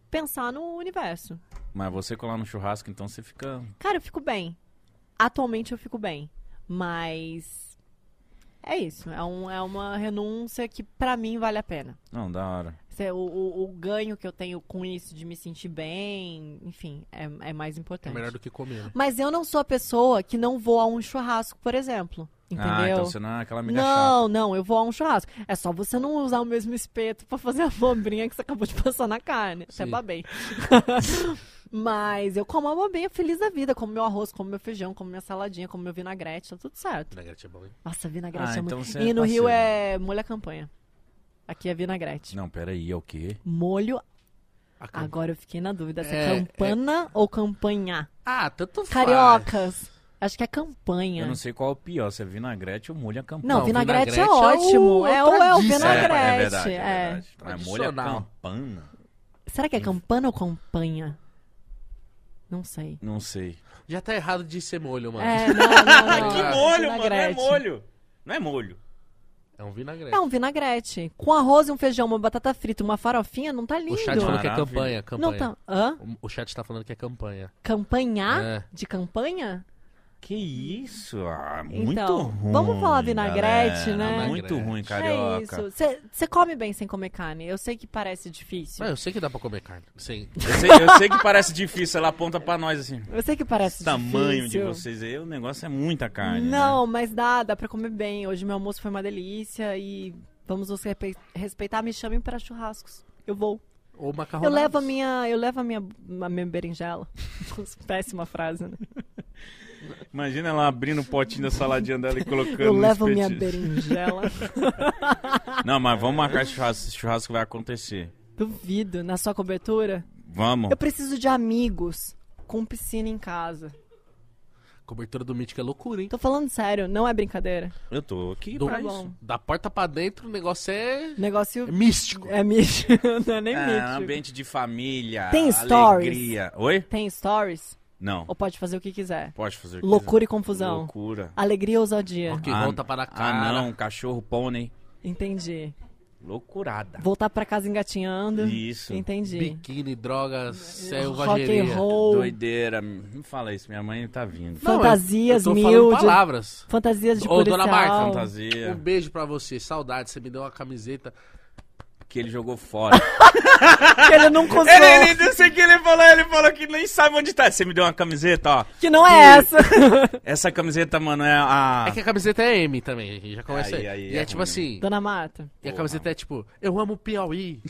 pensar no universo.
Mas você colar no churrasco, então você fica.
Cara, eu fico bem. Atualmente eu fico bem, mas é isso, é, um- é uma renúncia que pra mim vale a pena.
Não, da hora.
Cê- O, o- o ganho que eu tenho com isso de me sentir bem, enfim, é, é mais
É
importante.
melhor do que comer. né?
Mas eu não sou a pessoa que não vou a um churrasco, por exemplo. Entendeu?
Ah, então você não é aquela amiga chata.
não, não, eu vou a um churrasco. É só você não usar o mesmo espeto pra fazer a abobrinha que você acabou de passar na carne. Até
Sim.
babei. Mas eu como a abobrinha feliz da vida. Como meu arroz, como meu feijão, como minha saladinha, como meu vinagrete, tá tudo certo.
Vinagrete é bom, hein?
Nossa, vinagrete
Ah,
é muito...
então você é
E no Rio
parceiro.
é molho à campanha. Aqui é vinagrete.
Não, peraí, é o quê?
Molho Ah.
A cam-
Agora eu fiquei na dúvida se
É,
é campana ou campanha.
Ah, tanto faz.
Cariocas. Acho que é
Eu
campanha.
não sei qual é o pior, se é vinagrete ou molho a campanha.
Não,
Não,
vinagrete, é
vinagrete é o-
ótimo. É ou é o
tradição.
vinagrete.
É, é verdade, é
é.
verdade. Não, É molho a
Tradicional.
campana?
Será que é campana ou campanha? Não sei.
Não sei.
Já tá errado de ser molho, mano. É,
É, não, não, não.
Que
Ah,
molho, mano. É
vinagrete.
molho. Não é molho.
um vinagrete.
É um vinagrete. Com arroz e um feijão, uma batata frita, uma farofinha, não tá lindo.
O chat falou que é
Maravilha.
campanha, campanha.
Não tá. Ah? Hã?
O- O chat tá falando que é campanha.
Campanhar?
É.
De campanha?
Que isso? Ah, muito
Então,
ruim.
vamos falar vinagrete,
galera.
né?
Muito
Vinagrete.
ruim, carioca.
É isso. Você come bem sem comer carne. Eu sei que parece difícil.
Mas eu sei que dá pra comer carne. Sim.
Eu sei, eu sei que parece difícil, ela aponta pra nós assim.
Eu sei que parece
Esse tamanho de
difícil.
vocês aí, o negócio é
É
muito.
muita carne.
Não, mas dá, dá pra comer bem. Hoje meu almoço foi uma delícia e vamos nos respe- respeitar. Me chamem para churrascos. Eu vou.
Ou macarrão.
Eu levo a minha, eu levo a minha, a minha berinjela. Péssima frase, né?
Né? Imagina ela abrindo o potinho da saladinha dela e colocando
Eu
no
levo a minha
espetinho.
berinjela.
Não, mas vamos marcar esse churrasco. Esse churrasco vai acontecer.
Duvido na sua cobertura.
Vamos.
Eu preciso de amigos com piscina em casa.
Cobertura do Mítico é loucura, hein?
Tô falando sério, não é brincadeira.
Eu tô aqui
Do-
pra
tá bom.
isso.
Da porta pra dentro, o negócio é...
Negócio
é místico.
é mítico, não é nem
É,
mítico.
ambiente de família.
Tem
alegria. Oi?
Tem stories
Não.
ou pode fazer o que quiser.
Pode fazer o que
Loucura e
quiser.
confusão.
Loucura.
Alegria ou ousadia?
Rock and
Ah,
roll tá para a cara.
Ah, não. Cachorro pônei.
Entendi.
Loucurada.
Voltar pra casa engatinhando.
Isso.
Entendi.
Biquíni, drogas,
Rock and
selvageria.
roll.
Doideira. Não fala isso. Minha mãe tá vindo.
Não, eu-
Fantasias
eu tô
mil
falando
de-
palavras.
Fantasias de
Ô,
policial.
dona Marta, Um
É.
Fantasia.
beijo pra você, saudade, você me deu uma camiseta.
Que ele jogou fora.
Que ele não usou.
Ele, ele, não sei o que ele falou, ele falou que nem sabe onde tá. Você me deu uma camiseta, ó.
Que não é essa.
Essa camiseta, mano, é a.
É que a camiseta é M também, já começa aí.
Aí, aí,
e é,
é
tipo
ruim,
assim,
dona Marta.
e a camiseta é tipo, eu amo Piauí.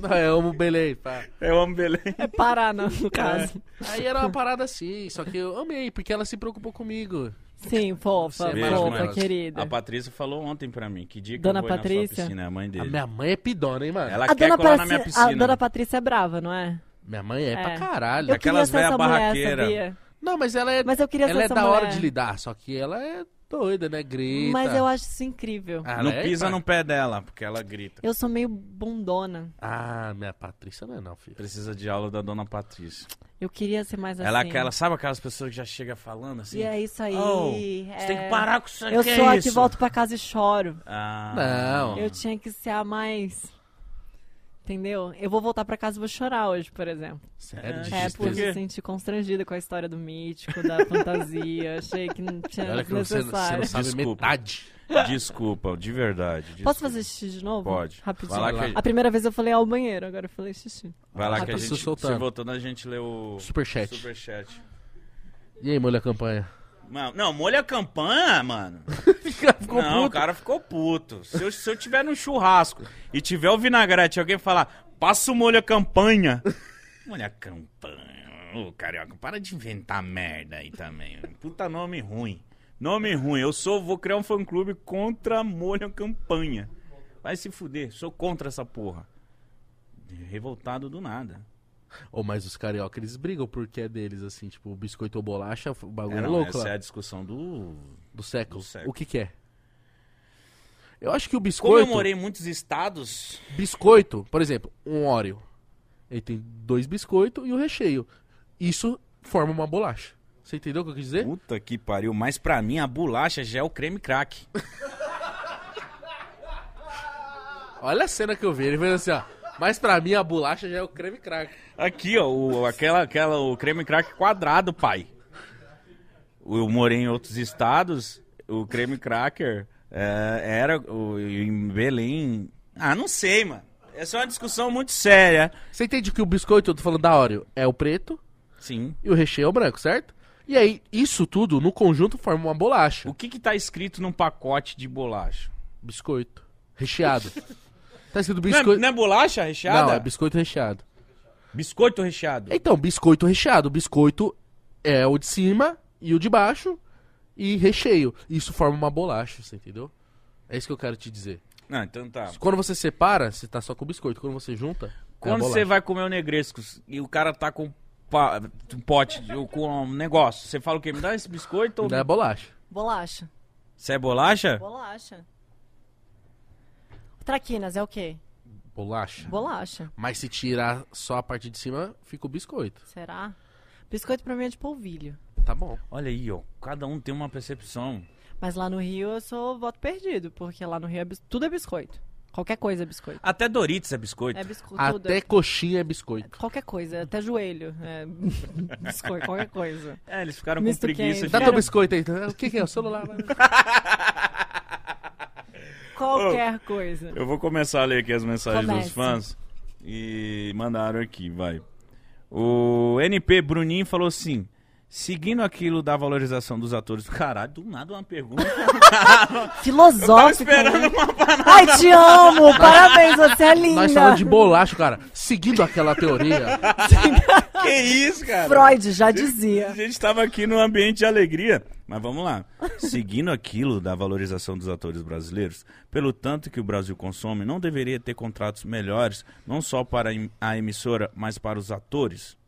não, eu amo Belém, pá.
Eu amo Belém.
É Pará, não, no caso.
Aí era uma parada assim, só que eu amei, porque ela se preocupou comigo.
Sim, fofa,
Beijo,
fofa,
mãe.
querida.
A Patrícia falou ontem pra mim. Que dia que
Dona
eu vou ir na sua
Patrícia?
piscina. É a mãe
A
dele.
minha mãe é pidona, hein, mano?
Ela
A
quer
dona,
colar na minha
Paci- a
piscina.
dona Patrícia é brava, não é?
Minha mãe é, pra
É.
caralho.
Eu
Aquelas
queria ser essa
véia
mulher,
barraqueira.
sabia?
Não, mas ela é,
Mas eu queria
ela
ser
é
essa
da hora
mulher.
de lidar, só que ela é doida, né? Grita.
Mas eu acho isso incrível.
Ah,
não
ela é-
pisa no pé dela, porque ela grita.
Eu sou meio bundona.
Ah, minha Patrícia não é não, filho.
Precisa de aula da dona Patrícia.
Eu queria ser mais assim.
Ela é aquela, sabe aquelas pessoas que já chega falando assim?
E é isso aí.
Oh,
é...
Você tem que parar com isso aqui.
Eu
é
sou a que
isso?"
volto pra casa e choro.
Ah,
Oh.
Não.
Eu tinha que ser a mais. Entendeu? Eu vou voltar pra casa e vou chorar hoje, por exemplo.
Sério, de
É,
É, por
tristeza.
me sentir constrangida com a história do mítico, da fantasia. Achei que não
E
tinha
Olha que você, você não
é necessário.
sabe
Desculpa.
metade.
Desculpa, de verdade. desculpa.
Posso fazer xixi de novo?
Pode.
Rapidinho.
Vai lá que,
A primeira vez eu falei ao banheiro, agora eu falei xixi.
vai lá
Ah,
que
tá
a
se
gente.
soltando.
Se voltando, a gente lê o
Superchat.
superchat.
E aí, molha a campanha?
Mano, não, molha a campanha, mano.
Ficou
não, o
puto.
cara ficou puto. Se eu, se eu tiver num churrasco e tiver o vinagrete e alguém falar, passa o molho a campanha. molho a campanha. Ô, carioca, para de inventar merda aí também. Puta nome ruim. Nome ruim. Eu sou, vou criar um fã-clube contra molho a campanha. Vai se fuder. Sou contra essa porra. Revoltado do nada.
Ou mas os carioca, eles brigam porque é deles, assim, tipo, biscoito ou bolacha, o bagulho
É,
é
não,
louco
essa
lá,
é a discussão do.
do século.
do século.
O que que é? Eu acho que o
Como eu
biscoito.
morei em muitos estados,
Biscoito, por exemplo, um Oreo. Ele tem dois biscoitos e o recheio. Isso forma uma bolacha. Você entendeu o que eu quis dizer?
puta que pariu, mas pra mim a bolacha já é o creme crack.
Olha a cena que eu vi. Ele fez assim, ó. Mas pra mim a bolacha já é o creme crack.
Aqui, ó, o, aquela, aquela, o creme crack quadrado, pai. Eu morei em outros estados, o creme cracker eh, era o, em Belém. Ah, não sei, mano. Essa é uma discussão muito séria.
Você entende que o biscoito, eu tô falando da Oreo, é o preto
Sim.
e o recheio é o branco, certo? E aí, isso tudo, no conjunto, forma uma bolacha.
O que que tá escrito num pacote de bolacha?
Biscoito. Recheado. tá escrito
Não é-
biscoito...
Não, é, bolacha recheada?
Não, é biscoito recheado.
Biscoito recheado.
Então, biscoito recheado. Biscoito é o de cima e o de baixo e recheio. Isso forma uma bolacha, você entendeu? É isso que eu quero te dizer.
Não, então tá.
Quando você separa, você tá só com o biscoito. Quando você junta,
Quando
é
você vai comer o negresco e o cara tá com pa- um pote de- ou com um negócio, você fala o quê? Me dá esse biscoito ou...
Dá é bolacha.
Bolacha.
Você é bolacha?
Bolacha. Traquinas é o quê?
Bolacha.
Bolacha.
Mas se tirar só a parte de cima, fica o biscoito.
Será? Biscoito pra mim é de polvilho.
Tá bom.
Olha aí, ó. Cada um tem uma percepção.
Mas lá no Rio eu sou voto perdido, porque lá no Rio é bis- tudo é biscoito. Qualquer coisa é biscoito.
Até Doritos é biscoito.
É biscoito. tudo
Até
é-
coxinha é biscoito.
Qualquer coisa, até joelho. É... biscoito, qualquer coisa.
É, eles ficaram
Misto
com preguiça
quente.
Dá
de...
teu biscoito aí. O que, que é? O celular? vai.
Qualquer coisa.
Eu vou começar a ler aqui as mensagens
Comece.
dos fãs. E mandaram aqui, vai. O NP Bruninho falou assim... Seguindo aquilo da valorização dos atores... Caralho, do nada uma pergunta. Tava
Filosófico.
esperando
né?
uma
Ai, te amo! Parabéns, você é
Nós falando
linda!
de bolacha, cara. Seguindo aquela teoria.
Que isso, cara?
Freud já
A
dizia.
gente tava aqui num ambiente de alegria. Mas vamos lá. Seguindo aquilo da valorização dos atores brasileiros, pelo tanto que o Brasil consome, não deveria ter contratos melhores, não só para em- a emissora, mas para os atores?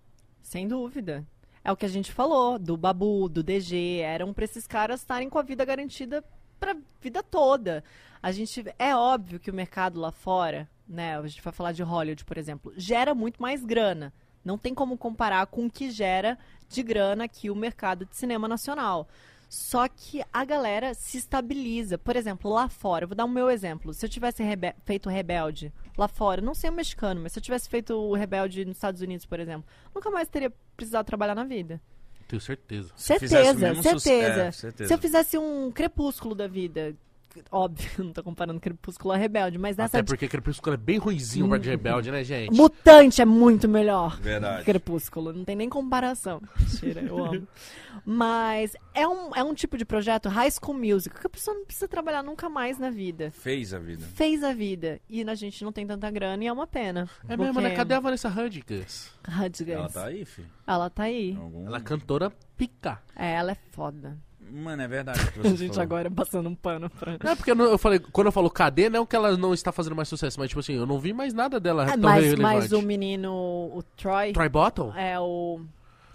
Sem dúvida. É o que a gente falou, do Babu, do DG, eram pra esses caras estarem com a vida garantida pra vida toda. A gente é óbvio que o mercado lá fora, né, a gente vai falar de Hollywood, por exemplo, gera muito mais grana. Não tem como comparar com o que gera de grana aqui o mercado de cinema nacional. Só que a galera se estabiliza. Por exemplo, lá fora, eu vou dar o meu exemplo. Se eu tivesse rebe- feito o Rebelde lá fora, eu não sei o mexicano, mas se eu tivesse feito o Rebelde nos Estados Unidos, por exemplo, nunca mais teria precisado trabalhar na vida.
Tenho certeza.
Se fizesse o
Certeza,
mesmo suce-
certeza.
é, certeza.
Se eu fizesse um crepúsculo da vida, óbvio, não tô comparando crepúsculo a Rebelde, mas nessa
Até porque Crepúsculo é bem ruizinho pra de
Hum.
rebelde, né, gente?
Mutante é muito melhor.
Verdade.
Crepúsculo, não tem nem comparação. Mentira, eu amo. Mas é um, é um tipo de projeto high school music que a pessoa não precisa trabalhar nunca mais na vida.
Fez a vida.
Fez a vida. E a gente não tem tanta grana e é uma pena.
É mesmo,
porque-
né? Cadê a Vanessa Hudgens?
Hudgens.
Ela tá aí, filho?
Ela tá aí.
Algum-
Ela é cantora pica.
É, ela é foda.
Mano, é verdade. o que
A
você
gente
falou.
agora passando um pano pra.
Não, é porque eu, não- eu falei, quando eu falo cadê, não é que ela não está fazendo mais sucesso, mas tipo assim, eu não vi mais nada dela Ah, tão
É, Ah, mas,
relevante.
mas o menino, o Troy,
Troy Bottle?
é o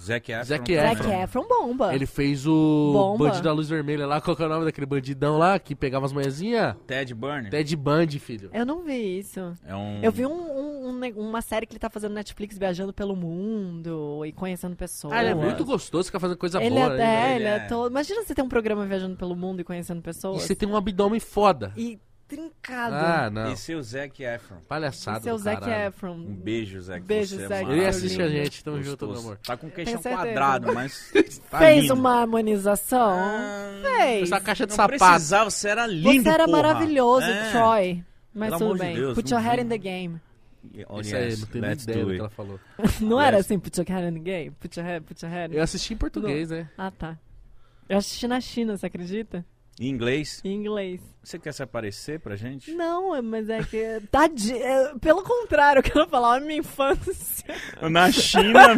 Zac Efron.
Zac
também.
Efron.
Zac Efron um bomba.
Ele fez o
Bomba.
Bandido da Luz Vermelha lá, qual que é o nome daquele bandidão lá que pegava as manhãzinhas?
Hum.
Ted Burney.
Ted Bundy, filho.
Eu não vi isso.
É um...
Eu vi um- um- um ne- uma série que ele tá fazendo na Netflix, viajando pelo mundo e conhecendo pessoas.
Ah, ele é
Boa.
muito gostoso, fica fazendo coisa
Ele
boa.
é,
né?
é, ele é
Ele é-
todo. Imagina você ter um programa viajando pelo mundo e conhecendo
E
pessoas.
você tem um abdômen foda.
E trincado.
Ah, não.
Esse é o Zac Efron.
Palhaçada
Esse é o
do
Zac
caralho.
Efron.
Um beijo, Zac.
Beijo,
Você é
Zac.
Ele assiste a
Lindo.
gente, tamo junto, meu
Gostoso.
amor.
Tá com o queixão
certeza.
quadrado, mas. tá
Fez
lindo.
uma harmonização.
Ah,
Fez.
Essa é caixa de
não
sapato.
precisava, você era lindo.
você era
porra.
maravilhoso,
É.
Troy. Mas
Pelo amor
tudo
de
bem.
Deus,
put
não
your head
vi.
in the game.
Oh,
Isso aí,
yes,
não tenho nem
let's
ideia do
do
que
it.
ela falou.
Não era
Yes.
assim, put your head in the game? Put your head, put your head.
Eu assisti em português, né?
Ah, tá. Eu assisti na China, você acredita?
Em inglês,
Em inglês.
você quer se aparecer pra gente?
Não, é- mas é que. Tadinho. é, Pelo contrário, eu quero falar a minha infância.
Na China,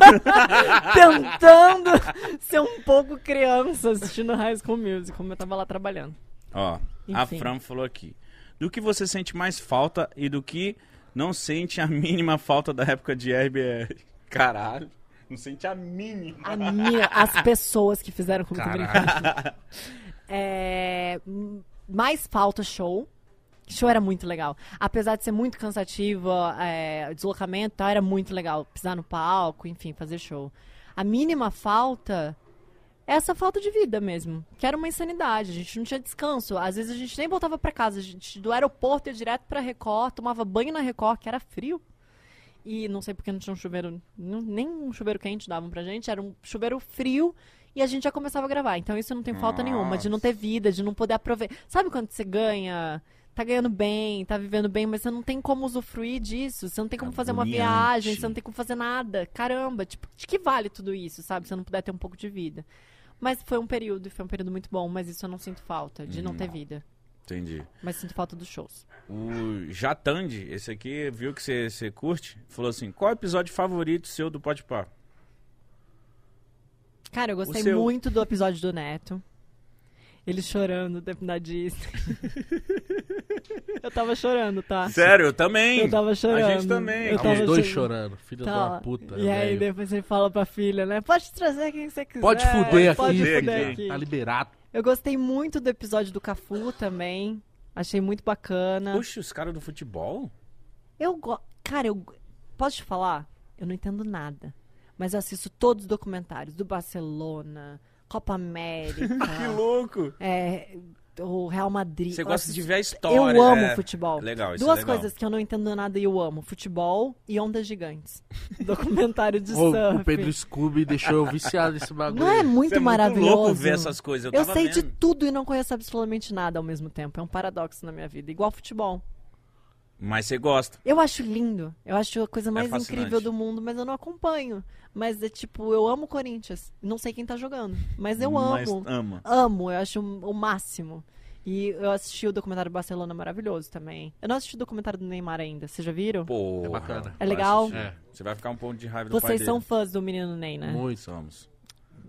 tentando ser um pouco criança assistindo High School Music, como eu tava lá trabalhando.
Ó, a
Enfim.
Fran falou aqui. Do que você sente mais falta e do que não sente a mínima falta da época de RBR? Caralho, não sente a mínima.
A minha- as pessoas que fizeram comigo.
Caralho.
É, hum, mais falta show. Que show era muito legal. Apesar de ser muito cansativa, é, o deslocamento e tal, era muito legal. Pisar no palco, enfim, fazer show. A mínima falta é essa falta de vida mesmo. Que era uma insanidade. A gente não tinha descanso. Às vezes a gente nem voltava pra casa. A gente do aeroporto ia direto pra Record, tomava banho na Record, que era frio. E não sei porque não tinha um chuveiro, não- nem um chuveiro quente davam pra gente, era um chuveiro frio e a gente já começava a gravar. Então isso não tem falta nenhuma, de não ter vida, de não poder aproveitar. Sabe quando você ganha, tá ganhando bem, tá vivendo bem, mas você não tem como usufruir disso, você não tem como fazer uma
Agoniante.
viagem, você não tem como fazer nada. Caramba, tipo, de que vale tudo isso, sabe? Se eu não puder ter um pouco de vida. Mas foi um período, e foi um período muito bom, mas isso eu não sinto falta, de não
Hum.
ter vida.
Entendi.
Mas sinto falta dos shows.
O Jatandi, esse aqui, viu que você você curte? Falou assim: qual episódio favorito seu do Pode Pá?
Cara, eu gostei
seu-
muito do episódio do Neto. Ele chorando dentro da Disney. eu tava chorando, tá?
Sério, eu também.
Eu tava chorando.
A gente também.
Eu
Tá
tava
Ah, Os dois
chorando.
chorando, filho
Tá.
da puta.
E aí
velho.
depois ele fala pra filha, né? Pode trazer quem você quiser.
Pode fuder
Pode
aqui,
fuder
filho.
aqui.
Tá liberado.
Eu gostei muito do episódio do Cafu também. Achei muito bacana.
Puxa, os caras do futebol?
Eu gosto. Cara, eu. Posso te falar? Eu não entendo nada. Mas eu assisto todos os documentários do Barcelona, Copa América.
Que louco!
é, o Real Madrid.
Você
Eu
gosta de
assisto-
ver a história.
Eu amo
é.
futebol.
Legal, isso é
Duas
legal.
coisas que eu não entendo nada e eu amo: futebol e ondas gigantes. Documentário de
Ô,
surf.
o Pedro Scooby deixou eu viciado nesse bagulho.
Não é muito
Isso é
maravilhoso?
Muito louco ver essas coisas. Eu,
Eu,
tava
sei
vendo.
de tudo e não conheço absolutamente nada ao mesmo tempo. É um paradoxo na minha vida. Igual futebol.
Mas você gosta.
Eu acho lindo. Eu acho a coisa mais
É fascinante.
incrível do mundo, mas eu não acompanho. Mas é tipo, eu amo Corinthians. Não sei quem tá jogando, mas eu
Mas tá.
amo.
ama.
Amo, eu acho o máximo. E eu assisti o documentário do Barcelona maravilhoso também. Eu não assisti o documentário do Neymar ainda. Vocês já viram?
Pô.
É bacana.
É legal?
É.
Você vai ficar um pouco de raiva do pai
Vocês
dele.
são fãs do menino Ney, né?
Muito. Somos.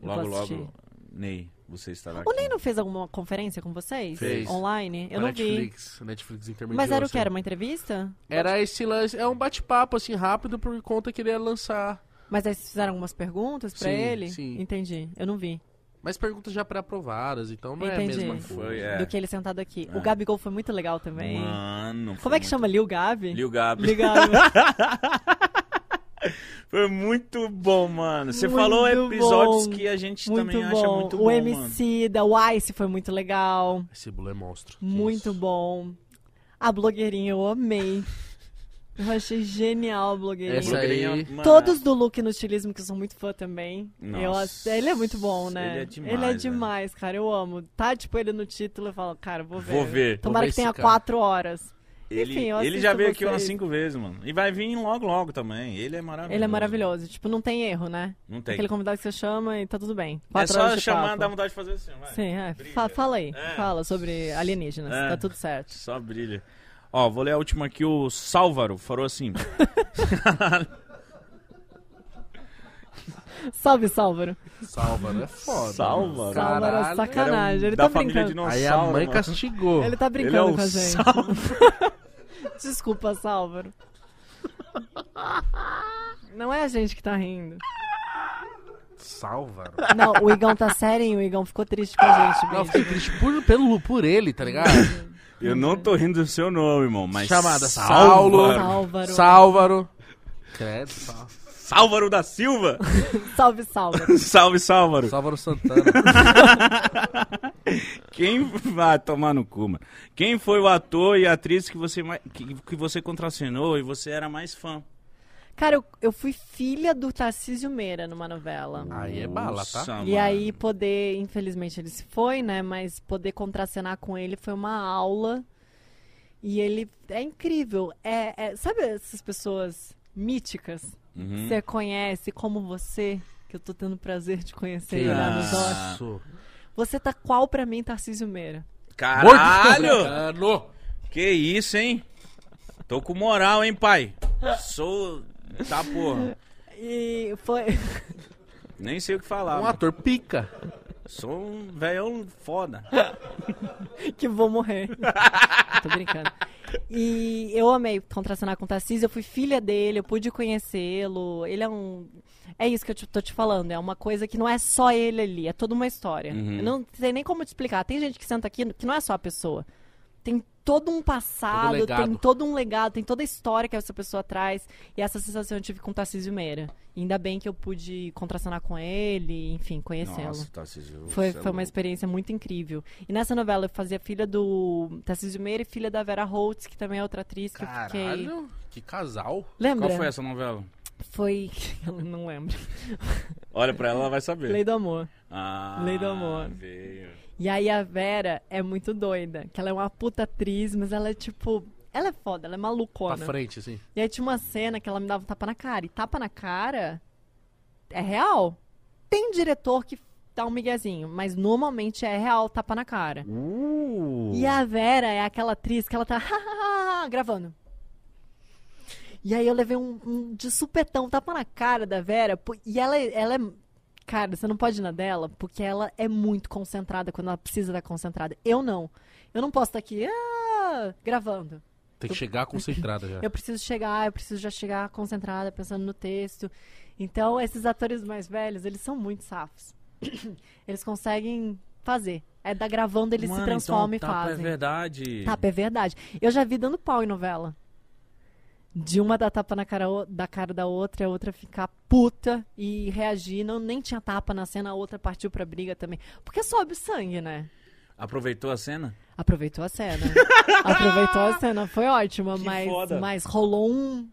Eu
Logo,
vou assistir.
logo, Ney, você estará aqui.
O Ney não fez alguma conferência com vocês?
Fez.
Online? Eu
Pra
não vi.
Netflix, Netflix intermediou.
Mas era o
assim.
que? Era uma entrevista?
Era esse lance, é um bate-papo assim rápido por conta que ele ia lançar.
Mas aí vocês fizeram algumas perguntas pra
Sim,
ele?
sim.
Entendi. Eu não vi.
Mas perguntas já pré-aprovadas, então não
Entendi.
é a mesma coisa.
Foi, é.
Do que ele sentado aqui.
É.
O Gabigol foi muito legal também.
Mano.
é Como é que chama? Lil Gabi?
Lil Gabi.
Lil Gabi.
Foi muito bom, mano. Você
Muito
falou episódios
bom.
que a gente
muito
também
bom.
acha muito bom,
o
mano.
MC da Weiss foi muito legal.
Esse Blue é monstro.
Muito bom. A blogueirinha eu amei. Eu achei genial a blogueirinha.
Essa aí-
Blogueirinha, mano, é.
Todos do look no estilismo, que eu sou muito fã também.
Nossa.
Eu acho- ele é muito bom, né?
Ele é demais,
Ele é
né?
demais, cara. Eu amo. Tá, tipo, ele no título, eu falo, cara, vou ver.
Vou ver.
Tomara
Vou ver
que tenha
esse cara.
quatro horas.
Ele,
Então, Enfim, eu
ele já
assisto
veio aqui umas
vocês.
cinco vezes, mano. E vai vir logo, logo também. Ele é maravilhoso.
Ele é maravilhoso. Tipo, não tem erro, né?
Não tem.
Aquele convidado que você chama e tá tudo bem.
É
Quatro horas
só
de
chamar,
papo.
dá vontade de fazer assim, vai.
Sim, é.
Brilha.
Fa- fala aí.
É.
Fala sobre alienígenas.
É.
Tá tudo certo.
Só brilha. Ó, vou ler a última aqui. O Sálvaro falou assim.
Salve, Sálvaro.
Salva, é foda.
Sálvaro?
Sálvaro é
Caralho.
sacanagem. Ele
um da
tá
família
brincando.
de
Aí a
dinossauro,
mãe
mano.
castigou.
Ele
Ele
tá
é
brincando
o
com a gente.
Sálvaro.
Desculpa, Sálvaro. Não é a gente que tá rindo.
Salva.
Não, o Igão tá sério, hein? O Igão ficou triste com a gente,
Não, eu
bicho.
fiquei triste por, pelo, por ele, tá ligado?
Eu não tô rindo do seu nome, irmão, mas...
Chamada
Sálvaro.
Sálvaro.
Sálvaro. Credo, sal-
Sálvaro da Silva.
Salve, Sálvaro.
Salve, Sálvaro.
Sálvaro Santana.
Quem vai tomar no cu, mano? Quem foi o ator e a atriz que você, mai- que, que você contracenou e você era mais fã?
Cara, eu, eu fui filha do Tarcísio Meira numa novela.
Aí é bala,
Nossa,
tá?
Ah, mano.
E aí poder, infelizmente ele se foi, né? Mas poder contracenar com ele foi uma aula. E ele é incrível. É, é- sabe essas pessoas míticas que
Uhum.
você conhece como você? Que eu tô tendo prazer de conhecer
Que
Irado
isso.
Jorge. Você tá qual pra mim, Tarcísio Meira?
Caralho!
Mano!
Que isso, hein? Tô com moral, hein, pai? Sou... Tá, porra.
E foi.
Nem sei o que falar.
Um
mano.
ator pica.
Sou um velhão foda.
que vou morrer. Tô brincando. E eu amei contracenar com o Tarcísio, eu fui filha dele, eu pude conhecê-lo. Ele é um. É isso que eu te- tô te falando, é uma coisa que não é só ele ali, é toda uma história.
Uhum.
Eu não sei nem como te explicar. Tem gente que senta aqui que não é só a pessoa. Tem todo um passado,
legado.
tem todo um legado, tem toda a história que essa pessoa traz. E essa sensação eu tive com o Tarcísio Meira. E ainda bem que eu pude contracenar com ele, enfim, conhecê-lo.
Nossa, Tarcísio.
é
você
Foi,
é
foi uma
louco.
experiência muito incrível. E nessa novela eu fazia filha do Tarcísio Meira e filha da Vera Holtz, que também é outra atriz que eu fiquei.
Caralho, que casal.
Lembra?
Qual foi essa novela?
Foi. Eu não lembro.
Olha pra ela, ela vai saber.
Lei do Amor.
Ah,
Lei do amor.
Veio.
E aí a Vera é muito doida, que ela é uma puta atriz, mas ela é tipo. Ela é foda, ela é
Pra
Tá
malucona.
frente, assim.
E aí tinha uma cena que ela me dava um tapa na cara. E tapa na cara é real. Tem diretor que dá um miguezinho, mas normalmente é real tapa na cara.
Tipo,
Uh!
E a Vera é aquela atriz que ela tá gravando. E aí eu levei um, um de supetão, um tapa na cara da Vera. pô, E ela, é- ela é. Cara, você não pode ir na dela, porque ela é muito concentrada quando ela precisa estar concentrada. Eu não. Eu não posso estar aqui ah, gravando.
Tem que chegar concentrada
É.
já.
Eu preciso chegar, eu preciso já chegar concentrada, pensando no texto. Então, esses atores mais velhos, eles são muito safos. Eles conseguem fazer. É da gravando, eles
Mano,
se transformam
então,
e
tapa
fazem.
É verdade.
Tapa é tá, verdade. Eu já vi dando pau em novela. De uma dar tapa na cara o- da cara da outra, a outra ficar puta e reagir. Não, nem tinha tapa na cena, a outra partiu pra briga também. Porque sobe o sangue, né?
Aproveitou a cena?
Aproveitou a cena. Aproveitou a cena, foi ótima,
Que
mas,
foda.
mas rolou um.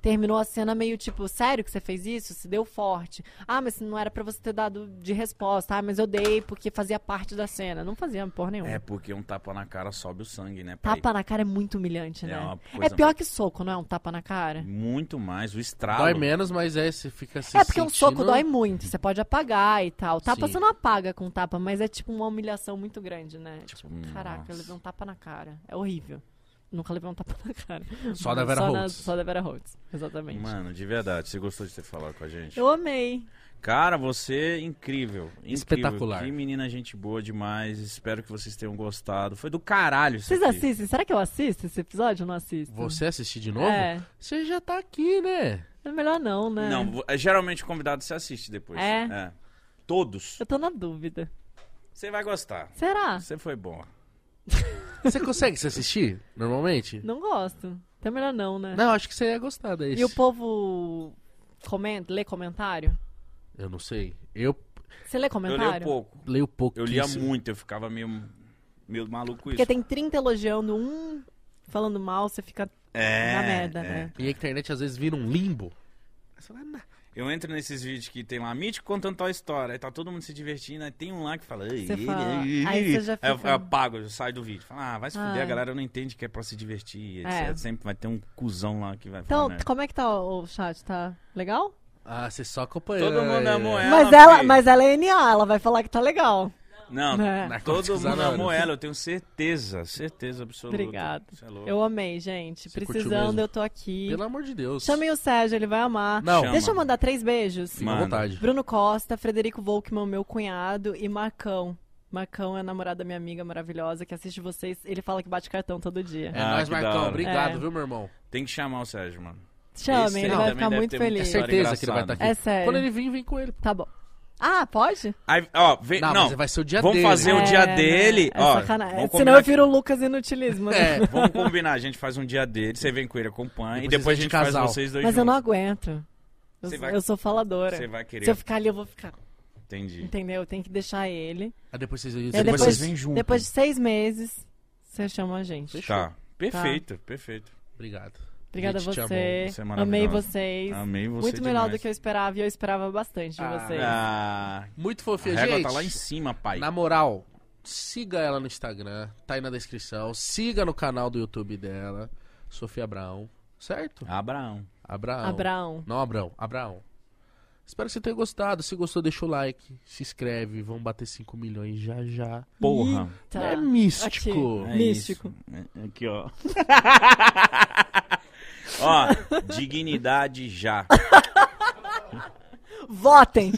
Terminou a cena meio tipo, sério que você fez isso? Se deu forte. Ah, mas não era pra você ter dado de resposta. Ah, mas eu dei porque fazia parte da cena. Não fazia porra nenhuma.
É, porque um tapa na cara sobe o sangue, né? pai?
Tapa na cara é muito humilhante,
É
né?
uma coisa-
É pior que soco, não é um tapa na cara?
Muito mais, o estralo.
Dói menos, mas é, você fica se
é porque um soco
sentindo-
dói muito, você pode apagar e tal. Tapa
Sim.
você não apaga com tapa, mas é tipo uma humilhação muito grande, né?
Tipo,
Tipo, caraca, eu levei um tapa na cara. É horrível. Nunca levei um tapa na cara.
Só da Vera
só
Holtz.
só da Vera Holtz, exatamente.
Mano, de verdade, você gostou de ter falado com a gente?
Eu amei.
Cara, você é incrível, incrível.
Espetacular.
Que menina gente boa demais. Espero que vocês tenham gostado. Foi do caralho isso
Vocês
aqui.
assistem? Será que eu assisto esse episódio ou não assisto?
Você assistir de novo?
É.
Você já tá aqui, né?
É melhor não, né?
Não, vo- é, geralmente o convidado se assiste depois.
É?
Todos.
Eu tô na dúvida.
Você vai gostar.
Será?
Você foi bom.
Você consegue se assistir normalmente?
Não gosto. Então é melhor não, né?
Não, acho que você ia gostar desse.
E o povo comenta, lê comentário?
Eu não sei. Eu
Você
Eu
lê
li um
comentário?
pouco.
leio pouco.
Eu lia muito, eu ficava meio, meio maluco com isso.
Porque tem 30 elogiando um, falando mal, você fica
É,
na merda,
é.
né?
E a internet às vezes vira um limbo.
Eu entro nesses vídeos que tem lá, mítico contando tal história, aí tá todo mundo se divertindo, aí tem um lá que fala... "Ei,
Você
ei,
fala-
ei,
aí
ei".
você já
Aí eu-
fica-
eu apago, eu saio do vídeo. Fala, ah, vai se fuder,
Ah.
a galera não entende que é pra se divertir, etc.
É.
Sempre vai ter um cuzão lá que vai falar
Então,
merda.
como é que tá o o chat? Tá legal?
Ah, você só acompanha.
Todo mundo é amou ela.
mas, ela,
filho.
mas ela é NA, ela vai falar que tá legal.
Não,
É.
todo
Narcóticos
mundo amou
Anônimos.
ela, eu tenho certeza, certeza absoluta.
Obrigada.
Você é louco.
Eu amei, gente.
Você curtiu
Precisando,
mesmo?
eu tô aqui.
é. Pelo amor de Deus.
Chamem o Sérgio, ele vai amar.
Não,
Chama.
Deixa eu mandar três beijos.
fica à
Manda.
vontade.
Bruno Costa, Frederico Volkman, meu cunhado, e Marcão. Marcão é namorado da minha amiga maravilhosa que assiste vocês. Ele fala que bate cartão todo dia.
É
Ah,
nóis,
que da
Marcão.
hora.
Obrigado,
É.
viu, meu irmão?
Tem que chamar o Sérgio, mano. Esse
É,
Chamem, ele
aí
vai
também
ficar
deve
muito
ter muita
Tenho
feliz.
história
certeza que ele vai estar
engraçada.
aqui.
É sério.
Quando ele vir, vem com ele.
Tá bom. Ah, pode?
Aí, ó, vem,
Não,
não,
mas vai ser o dia
vamos
dele.
fazer o
É.
dia
né?
dele,
É
ó,
sacanagem.
vamos
Senão eu
combinar
viro o Lucas Inutilismo. né?
É.
Vamos combinar, a gente faz um dia dele, você vem com ele, acompanha,
Depois
e depois a
vocês
gente
fazem casal.
faz vocês dois
Mas eu não
juntos.
aguento. Eu,
É, Você
sou-
vai-
eu sou faladora.
Você vai querer,
Se eu ficar ali, eu vou ficar.
entendi.
Entendeu? Eu tenho que deixar ele.
Aí depois vocês
Aí
depois
vocês
vocês vêm junto.
Depois de seis meses, você chama a gente.
Tá, perfeito, perfeito.
Obrigado.
Obrigada a
Gente, te
você.
amo.
Você é
Amei
maravilhosa.
vocês.
Amei você
Muito melhor
demais.
do que eu esperava e eu esperava bastante de
Ah,
vocês.
Ah,
Muito
a
fofinha,
régua
gente.
tá lá em cima, pai.
Na moral, siga ela no Instagram, tá aí na descrição. Siga no canal do YouTube dela, Sofia Abraão, certo?
Abraão.
Abraão.
Abraão.
Não, Abraão. Abraão. Espero que você tenha gostado. Se gostou, deixa o like, se inscreve. Vamos bater 5 milhões já já.
Porra.
Tá.
É místico.
Ok.
É
Místico.
isso. É- Aqui, ó. ó, dignidade já.
Votem!